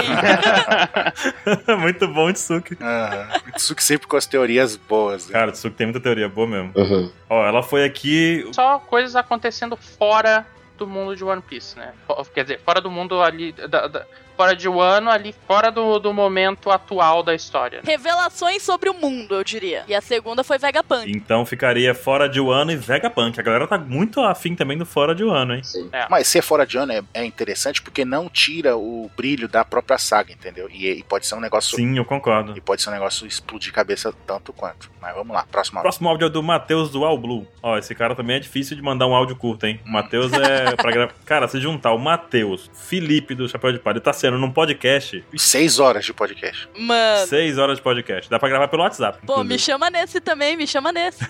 Adorei.
Muito bom, Tsuki.
Aham. O Tsuki sempre com as teorias boas. Né?
Cara, Tsuki tem muita teoria boa mesmo.
Uhum.
Ó, ela foi aqui.
Só coisas acontecendo fora do mundo de One Piece, né? Fo- Quer dizer, fora do mundo ali. da- da- fora de Wano, ali, fora do, do momento atual da história. né?
Revelações sobre o mundo, eu diria. E a segunda foi Vegapunk.
Então ficaria fora de Wano e Vegapunk. A galera tá muito afim também do fora de Wano, hein?
Sim.
É.
Mas ser fora de ano é, é interessante porque não tira o brilho da própria saga, entendeu? E, e pode ser um negócio.
Sim, eu concordo.
E pode ser um negócio explodir cabeça tanto quanto. Mas vamos lá, próxima.
Próximo áudio é do Matheus do All Blue. Ó, esse cara também é difícil de mandar um áudio curto, hein? O Matheus é pra gravar. Cara, se juntar o Matheus, Felipe do Chapéu de Palha, tá sendo num podcast,
Seis horas de podcast.
Mano.
seis horas de podcast. Dá pra gravar pelo WhatsApp.
Pô, me
inclusive.
chama nesse também, me chama nesse.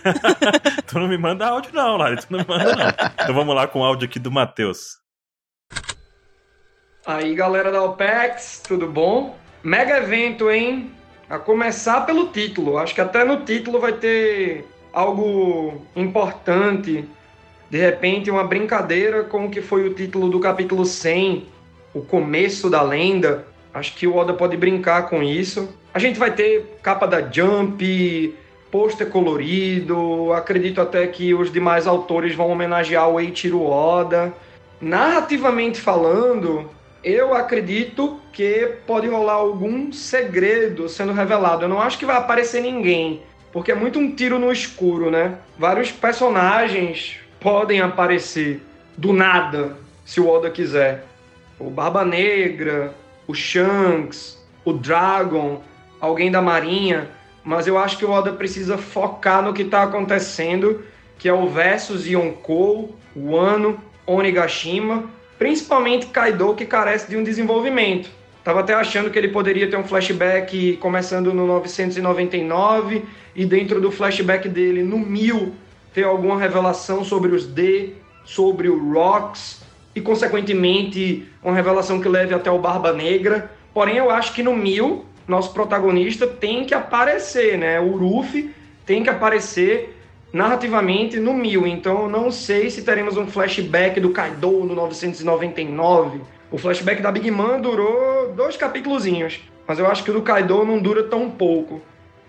Tu não me manda áudio, não, Lari. Tu não me manda, não. Então vamos lá com o áudio aqui do Matheus.
Aí, galera da OPEX, tudo bom? Mega evento, hein? A começar pelo título. Acho que até no título vai ter algo importante. De repente, uma brincadeira com o que foi o título do capítulo 100, o começo da lenda. Acho que o Oda pode brincar com isso. A gente vai ter capa da Jump, pôster colorido. Acredito até que os demais autores vão homenagear o Eiichiro Oda. Narrativamente falando, eu acredito que pode rolar algum segredo sendo revelado. Eu não acho que vai aparecer ninguém, porque é muito um tiro no escuro, né? Vários personagens podem aparecer do nada, se o Oda quiser. O Barba Negra, o Shanks, o Dragon, alguém da Marinha, mas eu acho que o Oda precisa focar no que tá está acontecendo, que é o Versus Yonkou, o Ano, Onigashima Principalmente Kaido, que carece de um desenvolvimento. Tava até achando que ele poderia ter um flashback começando no 999 e dentro do flashback dele, no 1000, ter alguma revelação sobre os D, sobre o Rocks e, consequentemente, uma revelação que leve até o Barba Negra. Porém, eu acho que no 1000, nosso protagonista tem que aparecer, né? O Ruffy tem que aparecer narrativamente no 1000. Então, eu não sei se teremos um flashback do Kaido no 999. O flashback da Big Man durou dois capítulozinhos, mas eu acho que o do Kaido não dura tão pouco.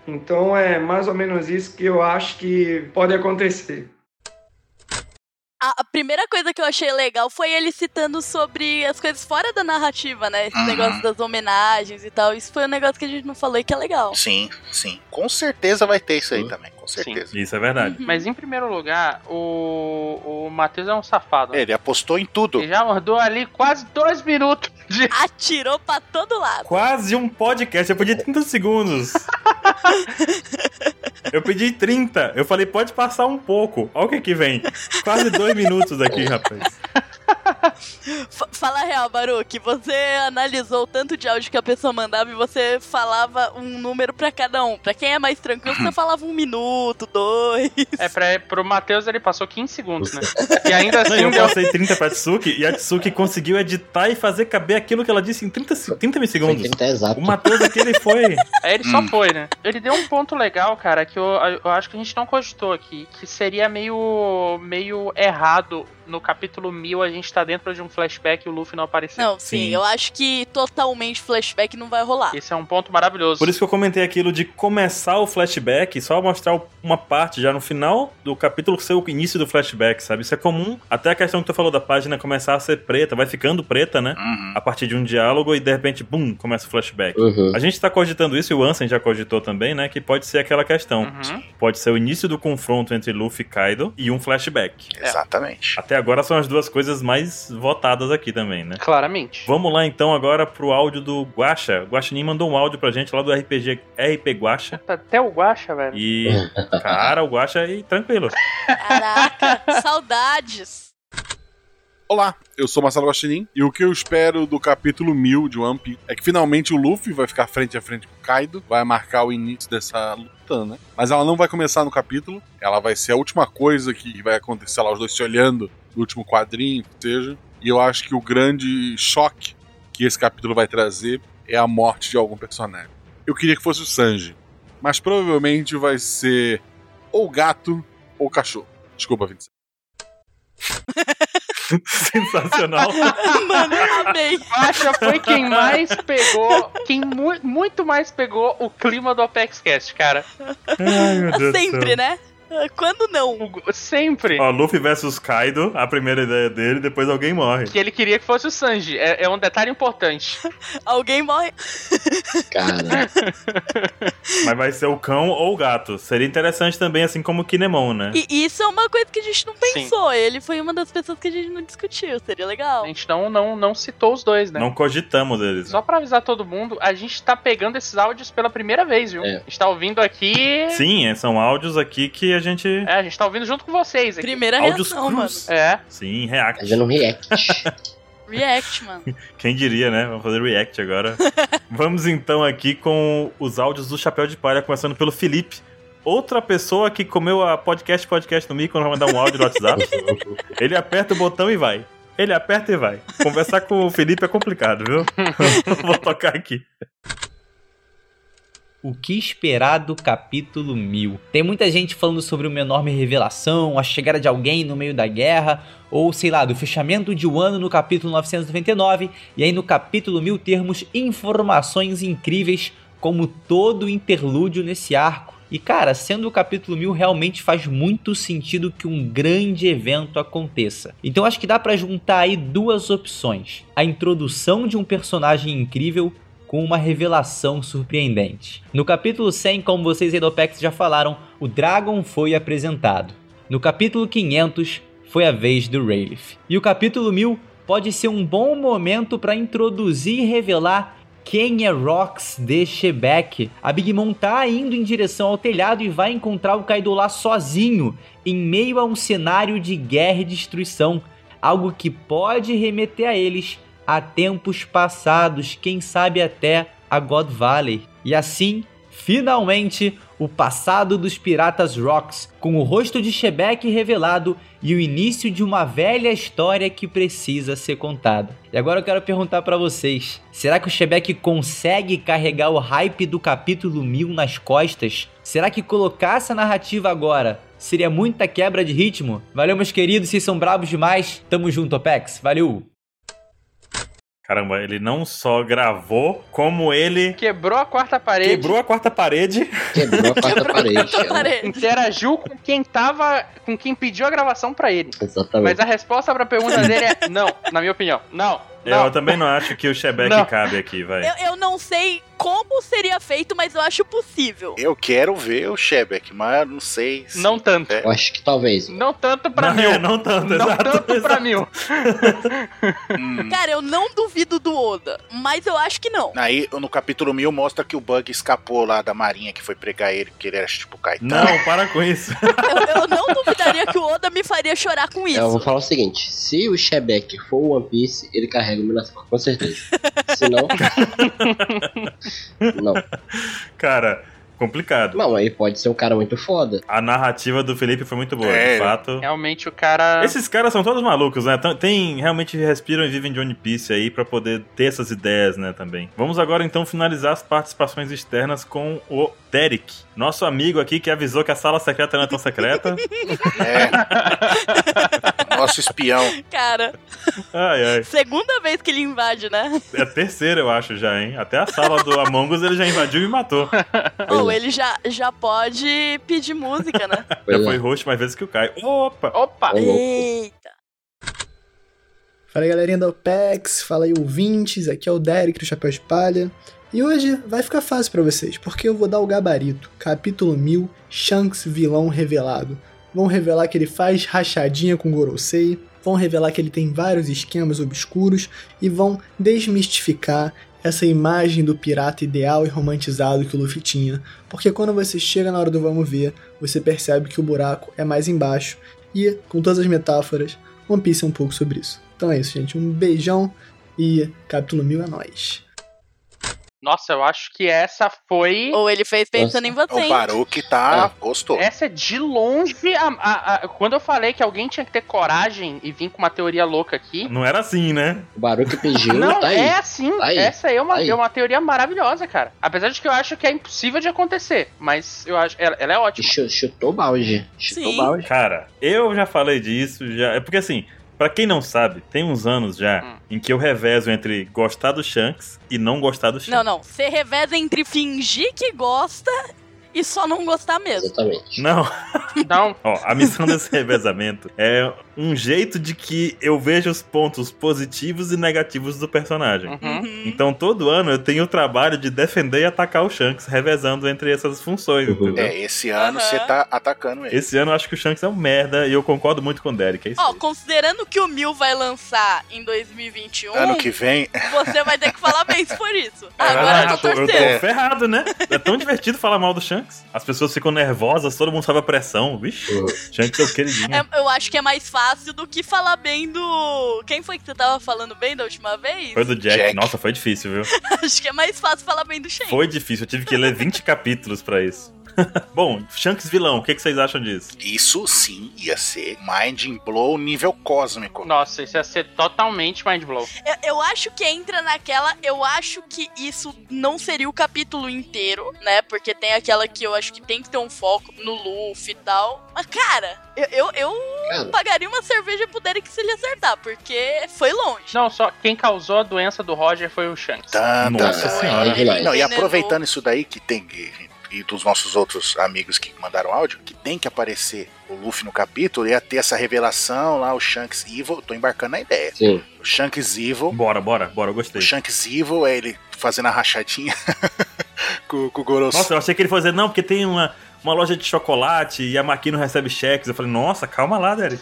Então é mais ou menos isso que eu acho que pode acontecer.
A primeira coisa que eu achei legal foi ele citando sobre as coisas fora da narrativa, né? Esse
Uhum.
negócio das homenagens e tal. Isso foi um negócio que a gente não falou e que é legal.
Sim, sim. Com certeza vai ter
Hum.
isso aí também, com certeza. Uhum.
Isso é verdade.
Uhum.
Mas em primeiro lugar, o, o Matheus é um safado.
Ele apostou em tudo.
Ele já mandou ali quase dois minutos de.
Atirou pra todo lado.
Quase um podcast. Eu pedi 30 segundos. Eu pedi 30. Eu falei, pode passar um pouco. Olha o que que vem. Quase dois minutos aqui, rapaz.
F- fala real, Baruque. Você analisou o tanto de áudio que a pessoa mandava e você falava um número pra cada um. Pra quem é mais tranquilo, você falava um minuto, dois.
É, pra, pro Matheus ele passou 15 segundos, né? E
Não,
ainda assim
eu
deu.
passei 30 pra Tsuki e a Tsuki conseguiu editar e fazer caber aquilo que ela disse em 30, se- 30 milissegundos.
Ele tá exato.
O Matheus aqui, ele foi...
Aí ele
Hum.
só foi, né? Ele deu um ponto legal, cara, que eu, eu acho que a gente não cogitou aqui, que seria meio, meio errado no capítulo 1000 a gente tá dentro de um flashback e o Luffy não aparecer.
Não, sim,
Sim.
eu acho que totalmente flashback não vai rolar.
Esse é um ponto maravilhoso.
Por isso que eu comentei aquilo de começar o flashback, só mostrar uma parte já no final do capítulo ser o início do flashback, sabe? Isso é comum. Até a questão que tu falou da página começar a ser preta, vai ficando preta, né?
Uhum.
A partir de um diálogo e de repente, bum, começa o flashback.
Uhum.
A gente tá cogitando isso, e o Ansem já cogitou também, né? Que pode ser aquela questão.
Uhum.
Pode ser o início do confronto entre Luffy e Kaido e um flashback.
É.
Exatamente.
Até agora são as duas coisas mais votadas aqui também, né?
Claramente.
Vamos lá então agora pro áudio do Guacha. O Guaxinim mandou um áudio pra gente lá do RPG RP Guacha.
Tá Até o Guacha, velho.
E, cara, o Guacha aí, tranquilo.
Caraca, saudades.
Olá, eu sou Marcelo Guaxinim e o que eu espero do capítulo 1000 de One Piece é que finalmente o Luffy vai ficar frente a frente com o Kaido, vai marcar o início dessa luta, né? Mas ela não vai começar no capítulo, ela vai ser a última coisa que vai acontecer lá, os dois se olhando no último quadrinho, que seja. E eu acho que o grande choque que esse capítulo vai trazer é a morte de algum personagem. Eu queria que fosse o Sanji, mas provavelmente vai ser ou gato ou cachorro. Desculpa, Vinícius.
Sensacional.
Mano, eu amei.
Guacha foi quem mais pegou, quem mu- muito mais pegou o clima do Apex Cast, cara.
Ai, meu Deus
Sempre,
do céu.
né? Quando não?
O Gu- Sempre.
Ó, Luffy versus Kaido, a primeira ideia dele, depois alguém morre.
Que ele queria que fosse o Sanji. É, é um detalhe importante.
Alguém morre.
Cara,
Mas vai ser o cão ou o gato. Seria interessante também, assim como o Kinemon, né?
E isso é uma coisa que a gente não pensou.
Sim.
Ele foi uma das pessoas que a gente não discutiu. Seria legal.
A gente não, não, não citou os dois, né?
Não cogitamos eles.
Só pra avisar todo mundo, a gente tá pegando esses áudios pela primeira vez, viu?
É.
A gente tá ouvindo aqui.
Sim, é, são áudios aqui que a gente.
É, a gente tá ouvindo junto com vocês aqui.
Primeira
Áudios
reação,
crus.
É.
Sim, react.
fazendo um react.
mano. React, mano.
Quem diria, né? Vamos fazer react agora. Vamos então aqui com os áudios do Chapéu de Palha, começando pelo Felipe. Outra pessoa que comeu a podcast podcast no micro vai mandar um áudio no WhatsApp. Ele aperta o botão e vai. Ele aperta e vai. Conversar com o Felipe é complicado, viu? Vou tocar aqui.
O que esperar do capítulo 1000? Tem muita gente falando sobre uma enorme revelação, a chegada de alguém no meio da guerra, ou sei lá, do fechamento de um ano no capítulo 999, e aí no capítulo 1000 termos informações incríveis como todo interlúdio nesse arco. E cara, sendo o capítulo 1000 realmente faz muito sentido que um grande evento aconteça. Então acho que dá pra juntar aí duas opções: a introdução de um personagem incrível com uma revelação surpreendente. No capítulo 100, como vocês aí do Apex já falaram, o Dragon foi apresentado. No capítulo 500 foi a vez do Rayleigh. E o capítulo 1000 pode ser um bom momento para introduzir e revelar quem é Rox de Shebeck. A Big Mom tá indo em direção ao telhado e vai encontrar o Kaido lá sozinho, em meio a um cenário de guerra e destruição. algo que pode remeter a eles a tempos passados, quem sabe até a God Valley. E assim, finalmente, o passado dos Piratas Rocks, com o rosto de Shebeck revelado e o início de uma velha história que precisa ser contada. E agora eu quero perguntar para vocês: será que o Shebeck consegue carregar o hype do capítulo 1000 nas costas? Será que colocar essa narrativa agora seria muita quebra de ritmo? Valeu, meus queridos, vocês são brabos demais. Tamo junto, Opex. Valeu!
Caramba, ele não só gravou, como ele.
Quebrou a quarta parede.
Quebrou a quarta parede.
Quebrou a quarta parede.
Interagiu com quem tava. com quem pediu a gravação pra ele.
Tá
Exatamente.
Mas a resposta pra pergunta dele é não, na minha opinião. Não.
Eu
não.
também não acho que o Shebeck
Não.
cabe aqui, vai.
Eu, eu não sei como seria feito, mas eu acho possível.
Eu quero ver o Shebeck, mas não sei. se-
Não tanto.
É.
Eu acho que talvez.
Não tanto pra
não,
mil.
é, não tanto,
Não
exato.
tanto pra mil.
Hum.
Cara, eu não duvido do Oda, mas eu acho que não.
Aí, no capítulo 1000, mostra que o Bug escapou lá da marinha que foi pregar ele, porque ele era tipo Caetano.
Não, para com isso.
Eu, eu não duvidaria que o Oda me faria chorar com
É, Então, Eu vou
isso.
falar o seguinte: se o Shebeck for o One Piece, ele carrega o Minasco, com certeza. se não. não.
Cara, complicado.
Não, ele pode ser um cara muito foda.
A narrativa do Felipe foi muito boa,
É. Ah.
de fato.
Realmente o cara.
Esses caras são todos malucos, né? Tão- Tem, realmente respiram e vivem de One Piece aí pra poder ter essas ideias, né, também. Vamos agora então finalizar as participações externas com o Derek, nosso amigo aqui que avisou que a sala secreta não é tão secreta.
É. Nosso espião.
Cara,
Ai, ai.
segunda vez que ele invade, né?
É a terceira, eu acho, já, hein? Até a sala do Among Us ele já invadiu e matou.
Ou
é.
ele já, já pode pedir música, né?
Já
Pois é.
foi host mais vezes que o Caio. Opa!
Opa!
Ô, louco.
Eita.
Fala galerinha da OPEX, fala aí ouvintes, aqui é o Derek do Chapéu de Palha. E hoje vai ficar fácil pra vocês, porque eu vou dar o gabarito. Capítulo 1000, Shanks vilão revelado. Vão revelar que ele faz rachadinha com Gorosei, vão revelar que ele tem vários esquemas obscuros e vão desmistificar essa imagem do pirata ideal e romantizado que o Luffy tinha. Porque quando você chega na hora do vamos ver, você percebe que o buraco é mais embaixo e, com todas as metáforas, One Piece é um pouco sobre isso. Então é isso, gente. Um beijão e capítulo 1000 é nóis.
Nossa, eu acho que essa foi.
Ou ele fez pensando em você.
É O
hein?
Baruque tá. Gostou.
Essa é de longe a, a- a- Quando eu falei que alguém tinha que ter coragem e vir com uma teoria louca aqui.
Não era assim, né?
O Baruque pediu,
Não,
tá aí.
é assim.
Tá aí.
Essa aí é uma,
Tá aí.
é uma teoria maravilhosa, cara. Apesar de que eu acho que é impossível de acontecer. Mas eu acho. Ela, ela é ótima.
Chu- Chutou o balde. Chutou
Sim.
o balde.
Cara, eu já falei disso, já. É porque assim, pra quem não sabe, tem uns anos já
Hum.
em que eu revezo entre gostar do Shanks e não gostar do Shanks.
Não, não. Você reveza entre fingir que gosta e só não gostar mesmo.
Exatamente.
Não,
um
Então,
ó, a missão desse revezamento é um jeito de que eu veja os pontos positivos e negativos do personagem.
uhum.
Uhum.
Então todo ano eu tenho o trabalho de defender e atacar o Shanks, revezando entre essas
Uhum.
funções, entendeu?
É, esse ano
Aham.
você tá atacando ele.
Esse ano eu acho que o Shanks é um merda e eu concordo muito com o Derek. É isso.
Ó,
aí.
considerando que o Mil vai lançar em 2021,
Ano que vem,
você vai ter que falar bem por isso. Agora É, eu
Caraca,
tô
eu tô
torcendo.
ferrado, né? É tão divertido falar mal do Shanks. As pessoas ficam nervosas, todo mundo sobe a pressão. Vixe, Shanks é o queridinho.
É, eu acho que é mais fácil do que falar bem do. Quem foi que você tava falando bem da última vez?
Foi do Jack.
Jack.
Nossa, foi difícil, viu?
acho que é mais fácil falar bem do Shane.
Foi difícil. Eu tive que ler 20 capítulos pra isso. Bom, Shanks vilão, o que, que vocês acham disso?
isso sim ia ser mind blow nível cósmico.
Nossa, isso ia ser totalmente mind blow.
Eu, eu acho que entra naquela. Eu acho que isso não seria o capítulo inteiro, né? Porque tem aquela que eu acho que tem que ter um foco no Luffy e tal. Mas, cara, eu, eu, eu
Cara,
pagaria uma cerveja pro Derek se ele acertar, porque foi longe.
Não, só quem causou a doença do Roger foi o Shanks.
Tanta
Nossa
é
coisa.
senhora.
Ele
Ah, tá. Não, e
envenenou.
aproveitando isso daí que tem e- e dos nossos outros amigos que mandaram áudio, que tem que aparecer o Luffy no capítulo, ia ter essa revelação lá, o Shanks Evil, eu tô embarcando na ideia.
sim.
O Shanks Evil,
Bora, bora, bora, eu
o
gostei.
Shanks Evil é ele fazendo a rachadinha com, com o Gorosei.
Nossa, eu achei que ele fosse dizer, não, porque tem uma, uma loja de chocolate e a Maqui não recebe cheques. Eu falei, nossa, calma lá, Derek.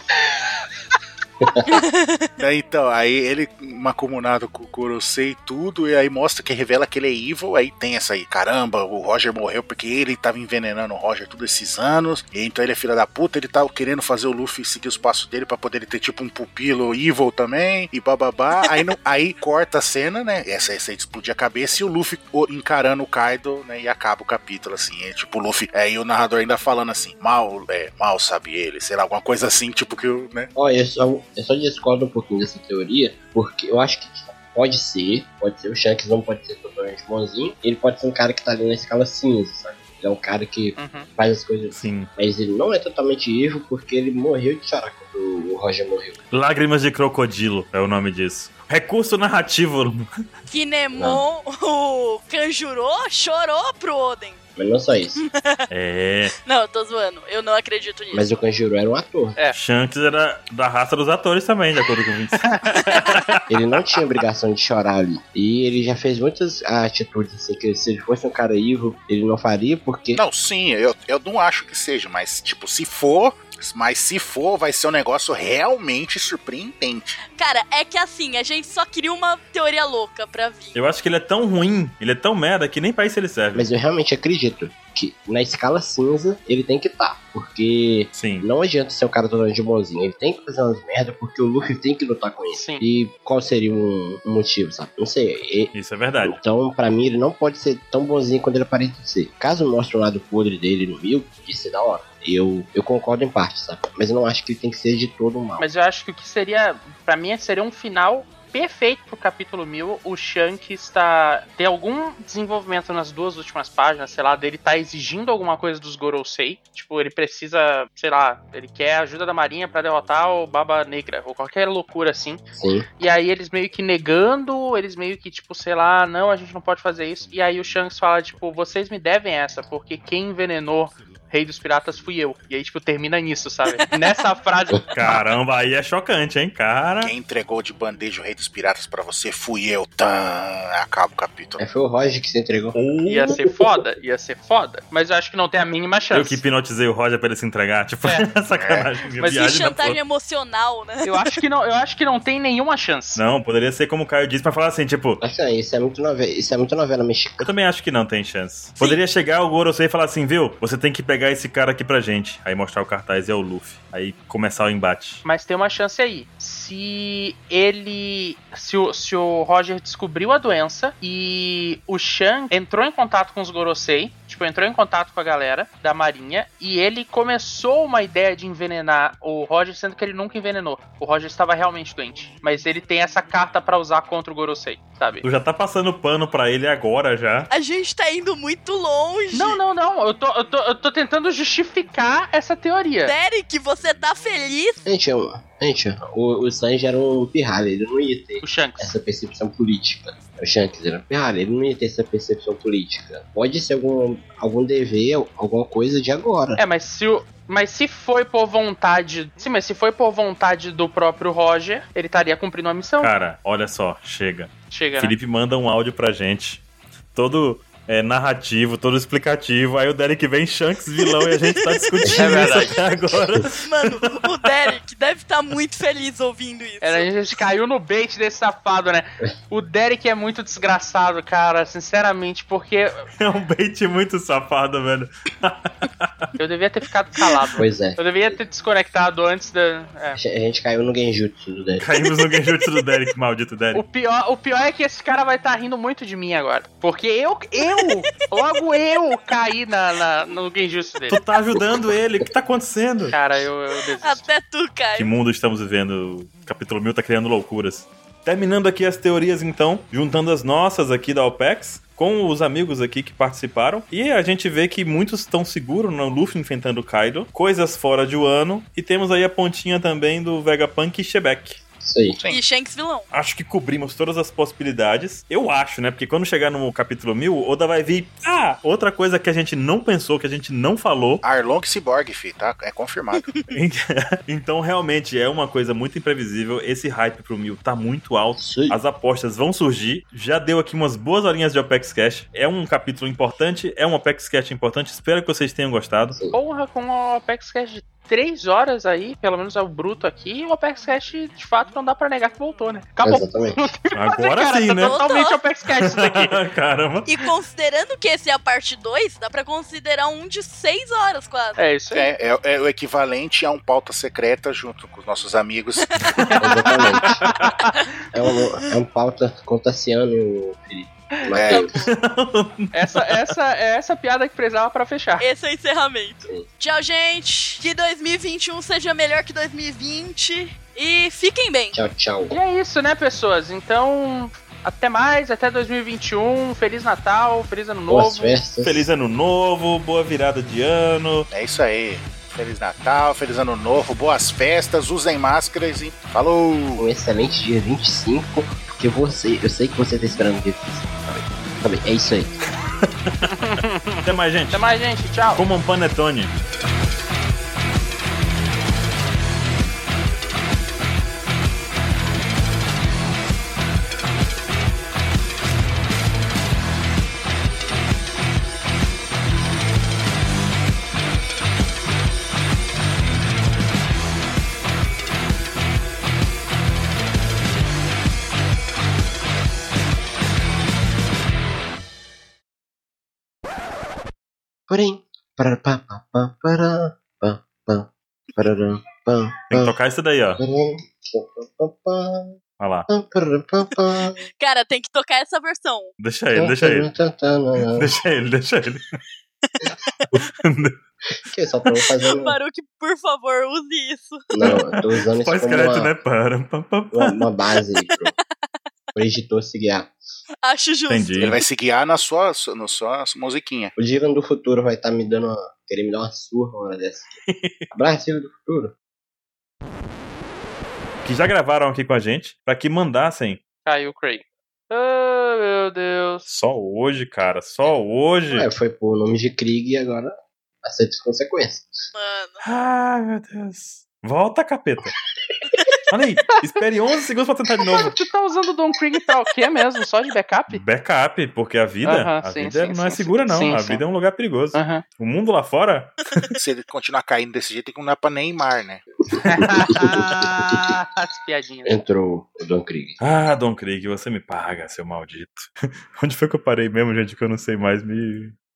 então, aí ele macumunado com o Kurosei e tudo, e aí mostra que revela que ele é evil, aí tem essa aí, caramba, o Roger morreu porque ele tava envenenando o Roger todos esses anos, e então ele é filho da puta, ele tava querendo fazer o Luffy seguir os passos dele para poder ele ter tipo um pupilo evil também, e bababá, aí, não, aí corta a cena, né, essa, essa aí explodir a cabeça, e o Luffy encarando o Kaido, né, e acaba o capítulo, assim, é, tipo, o Luffy, é, e o narrador ainda falando assim, mal, é, mal sabe ele, sei lá, alguma coisa assim, tipo que o, né.
Olha, eu só, eu só discordo um pouquinho dessa teoria, porque eu acho que pode ser, pode ser o Shanks, não pode ser totalmente bonzinho, ele pode ser um cara que tá ali na escala cinza, sabe? Ele é um cara que uhum. faz as coisas.
Sim.
Mas ele não é totalmente evil porque ele morreu de chorar quando o Roger morreu.
Lágrimas de crocodilo é o nome disso. Recurso narrativo.
Kinemon, o Kanjuro, chorou pro Oden.
Mas não só isso.
é.
Não, eu tô zoando. Eu não acredito nisso.
Mas o Kanjuro era um ator.
É. Shanks era da raça dos atores também, de acordo com o Vince.
ele não tinha obrigação de chorar ali. E ele já fez muitas atitudes assim, que se ele fosse um cara evil, ele não faria, porque.
Não, sim, eu, eu não acho que seja, mas, tipo, se for, mas se for, vai ser um negócio realmente surpreendente.
Cara, é que assim, a gente só queria uma teoria louca pra vir.
Eu acho que ele é tão ruim, ele é tão merda que nem pra isso ele serve.
Mas eu realmente acredito que na escala cinza ele tem que estar. Tá, porque
Sim.
não adianta ser um cara totalmente bonzinho. Ele tem que fazer umas merda porque o Luffy tem que lutar com ele.
Sim.
E qual seria um, um motivo, sabe? Não sei. E,
isso é verdade.
Então, pra mim, ele não pode ser tão bonzinho quanto ele aparenta ser. Caso mostre o lado podre dele no Milk, isso é da hora. Eu, eu concordo em parte, sabe? Mas eu não acho que ele tem que ser de todo mal.
Mas eu acho que o que seria, para mim, seria um final perfeito pro capítulo 1000. O Shanks está tem algum desenvolvimento nas duas últimas páginas, sei lá, dele tá exigindo alguma coisa dos Gorosei. Tipo, ele precisa, sei lá, ele quer ajuda da marinha para derrotar o Baba Negra ou qualquer loucura assim.
Sim.
E aí eles meio que negando, eles meio que tipo, sei lá, não, a gente não pode fazer isso. E aí o Shanks fala tipo, vocês me devem essa, porque quem envenenou Rei dos Piratas fui eu. E aí, tipo, termina nisso, sabe? Nessa frase.
Caramba, aí é chocante, hein, cara?
Quem entregou de bandeja o Rei dos Piratas para você fui eu. Tam, acaba o capítulo.
É, foi o Roger que se entregou.
Uh.
Ia ser foda, ia ser foda. Mas eu acho que não tem a mínima chance.
Eu que hipnotizei o Roger pra ele se entregar. Tipo, é. sacanagem.
Mas que chantagem tá emocional, né?
Eu acho, que não, eu acho que não tem nenhuma chance.
Não, poderia ser como o Caio disse, pra falar assim, tipo.
Assim, isso é muito novela, isso é muito novela mexicana.
Eu também acho que não tem chance. Sim. Poderia chegar o Gorosei e falar assim, viu? Você tem que pegar pegar esse cara aqui pra gente. Aí mostrar o cartaz e é o Luffy. Aí começar o embate.
Mas tem uma chance aí. Se ele. Se o, se o Roger descobriu a doença e o Shanks entrou em contato com os Gorosei. Tipo, entrou em contato com a galera da marinha e ele começou uma ideia de envenenar o Roger, sendo que ele nunca envenenou. O Roger estava realmente doente. Mas ele tem essa carta para usar contra o Gorosei, sabe?
Tu já tá passando pano para ele agora já.
A gente tá indo muito longe.
Não, não, não. Eu tô, eu tô, eu tô tentando justificar essa teoria.
Derek, você tá feliz?
Gente, eu, gente o, o Sanji era um pirralho, ele não ia ter
o Shanks.
essa percepção política. O Shanks era um pirralho, ele não ia ter essa percepção política. Pode ser algum, algum dever, alguma coisa de agora.
É, mas se o, mas se foi por vontade. Sim, mas se foi por vontade do próprio Roger, ele estaria cumprindo a missão.
Cara, olha só, chega.
Chega.
Felipe
né?
manda um áudio pra gente. Todo é, narrativo, todo explicativo. Aí o Derek vem Shanks vilão e a gente tá discutindo é isso até agora.
Mano, o Derek deve estar tá muito feliz ouvindo isso.
É, a gente caiu no bait desse safado, né? O Derek é muito desgraçado, cara, sinceramente, porque.
É um bait muito safado, velho.
Eu devia ter ficado calado.
Pois é.
Eu devia ter desconectado antes da. É. A
gente caiu no genjutsu do Derek.
Caímos no genjutsu do Derek, maldito Derek.
O pior, o pior é que esse cara vai estar tá rindo muito de mim agora. Porque eu, eu Logo eu caí na, na, no genjutsu dele.
Tu tá ajudando ele, o que tá acontecendo?
Cara, eu, eu desisto.
Até tu, cara.
Que mundo estamos vivendo? O capítulo 1000 tá criando loucuras. Terminando aqui as teorias, então, juntando as nossas aqui da OPEX com os amigos aqui que participaram. E a gente vê que muitos estão seguros no Luffy enfrentando o Kaido, coisas fora de Wano, e temos aí a pontinha também do Vegapunk e Shebeck.
Sim.
E Shanks vilão.
Acho que cobrimos todas as possibilidades. Eu acho, né? Porque quando chegar no capítulo 1000, Oda vai vir. Ah, outra coisa que a gente não pensou, que a gente não falou.
Arlong Cyborg, fi, tá? É confirmado.
então, realmente, é uma coisa muito imprevisível. Esse hype pro 1000 tá muito alto.
Sim.
As apostas vão surgir. Já deu aqui umas boas horinhas de Apex Cash. É um capítulo importante, é um Apex Cash importante. Espero que vocês tenham gostado.
Sim. Porra, com o Apex Cash de três horas aí, pelo menos é o bruto aqui, e o Apex Cash de fato não dá pra negar que voltou, né? Acabou.
Exatamente.
Agora
Cara,
sim,
tá
né?
totalmente Apex Cash isso
tá
daqui.
Caramba.
E considerando que esse é a parte 2, dá pra considerar um de 6 horas quase.
É isso
É, é- é o equivalente a um pauta secreta junto com os nossos amigos.
É um, é um pauta contaciano, Felipe.
Essa, essa é essa piada que precisava pra fechar.
Esse é o encerramento. Tchau, gente. Que 2021 seja melhor que 2020. E fiquem bem.
Tchau, tchau.
E é isso, né, pessoas? Então, até mais, até 2021. Feliz Natal, feliz Ano Novo.
Feliz ano novo, boa virada de ano.
É isso aí. Feliz Natal, feliz Ano Novo, boas festas, usem máscaras e falou!
Um excelente dia 25, porque você, eu sei que você tá esperando o dia 25. Tá bem, tá bem, é isso aí.
Até mais, gente. Até
mais, gente. Tchau.
Como um panetone.
Porém, para pá, pá, pá, pará, pá, pá, pararam, pá,
Tem que tocar isso daí, ó.
pará, pá, pá,
Olha lá.
pá, pará, pá, pá.
Cara, tem que tocar essa versão.
Deixa ele, deixa ele. Deixa ele, deixa ele.
Que só tô fazendo.
Baruque, por favor, use isso.
Não, eu tô usando isso como
Pós-crédito,
uma,
né? Para, pa, pa, pa.
uma, uma base pro, pro editor se guiar.
Acho justo.
Ele vai se guiar na sua, na sua musiquinha.
O Dylan do futuro vai estar me dando uma. querer me dar uma surra uma hora dessa. Brasil do futuro.
Que já gravaram aqui com a gente pra que mandassem.
Caiu o Craig. Ah, meu Deus.
Só hoje, cara. Só hoje.
É, foi por nome de Krieg e agora aceita as consequências.
Ai, meu Deus. Volta, capeta. Olha aí, espere 11 segundos pra tentar de novo.
Tu tá usando o Don Krieg pra o quê mesmo? Só de backup?
Backup, porque a vida,
Aham,
a
sim,
vida
sim,
não é
sim,
segura,
sim.
não.
Sim,
a
sim.
vida é um lugar perigoso. O mundo lá fora.
Se ele continuar caindo desse jeito, tem que mudar pra Neymar, né?
Ah, as piadinhas.
Entrou o Don Krieg.
Ah, Don Krieg, você me paga, seu maldito. Onde foi que eu parei mesmo, gente, que eu não sei mais? Me,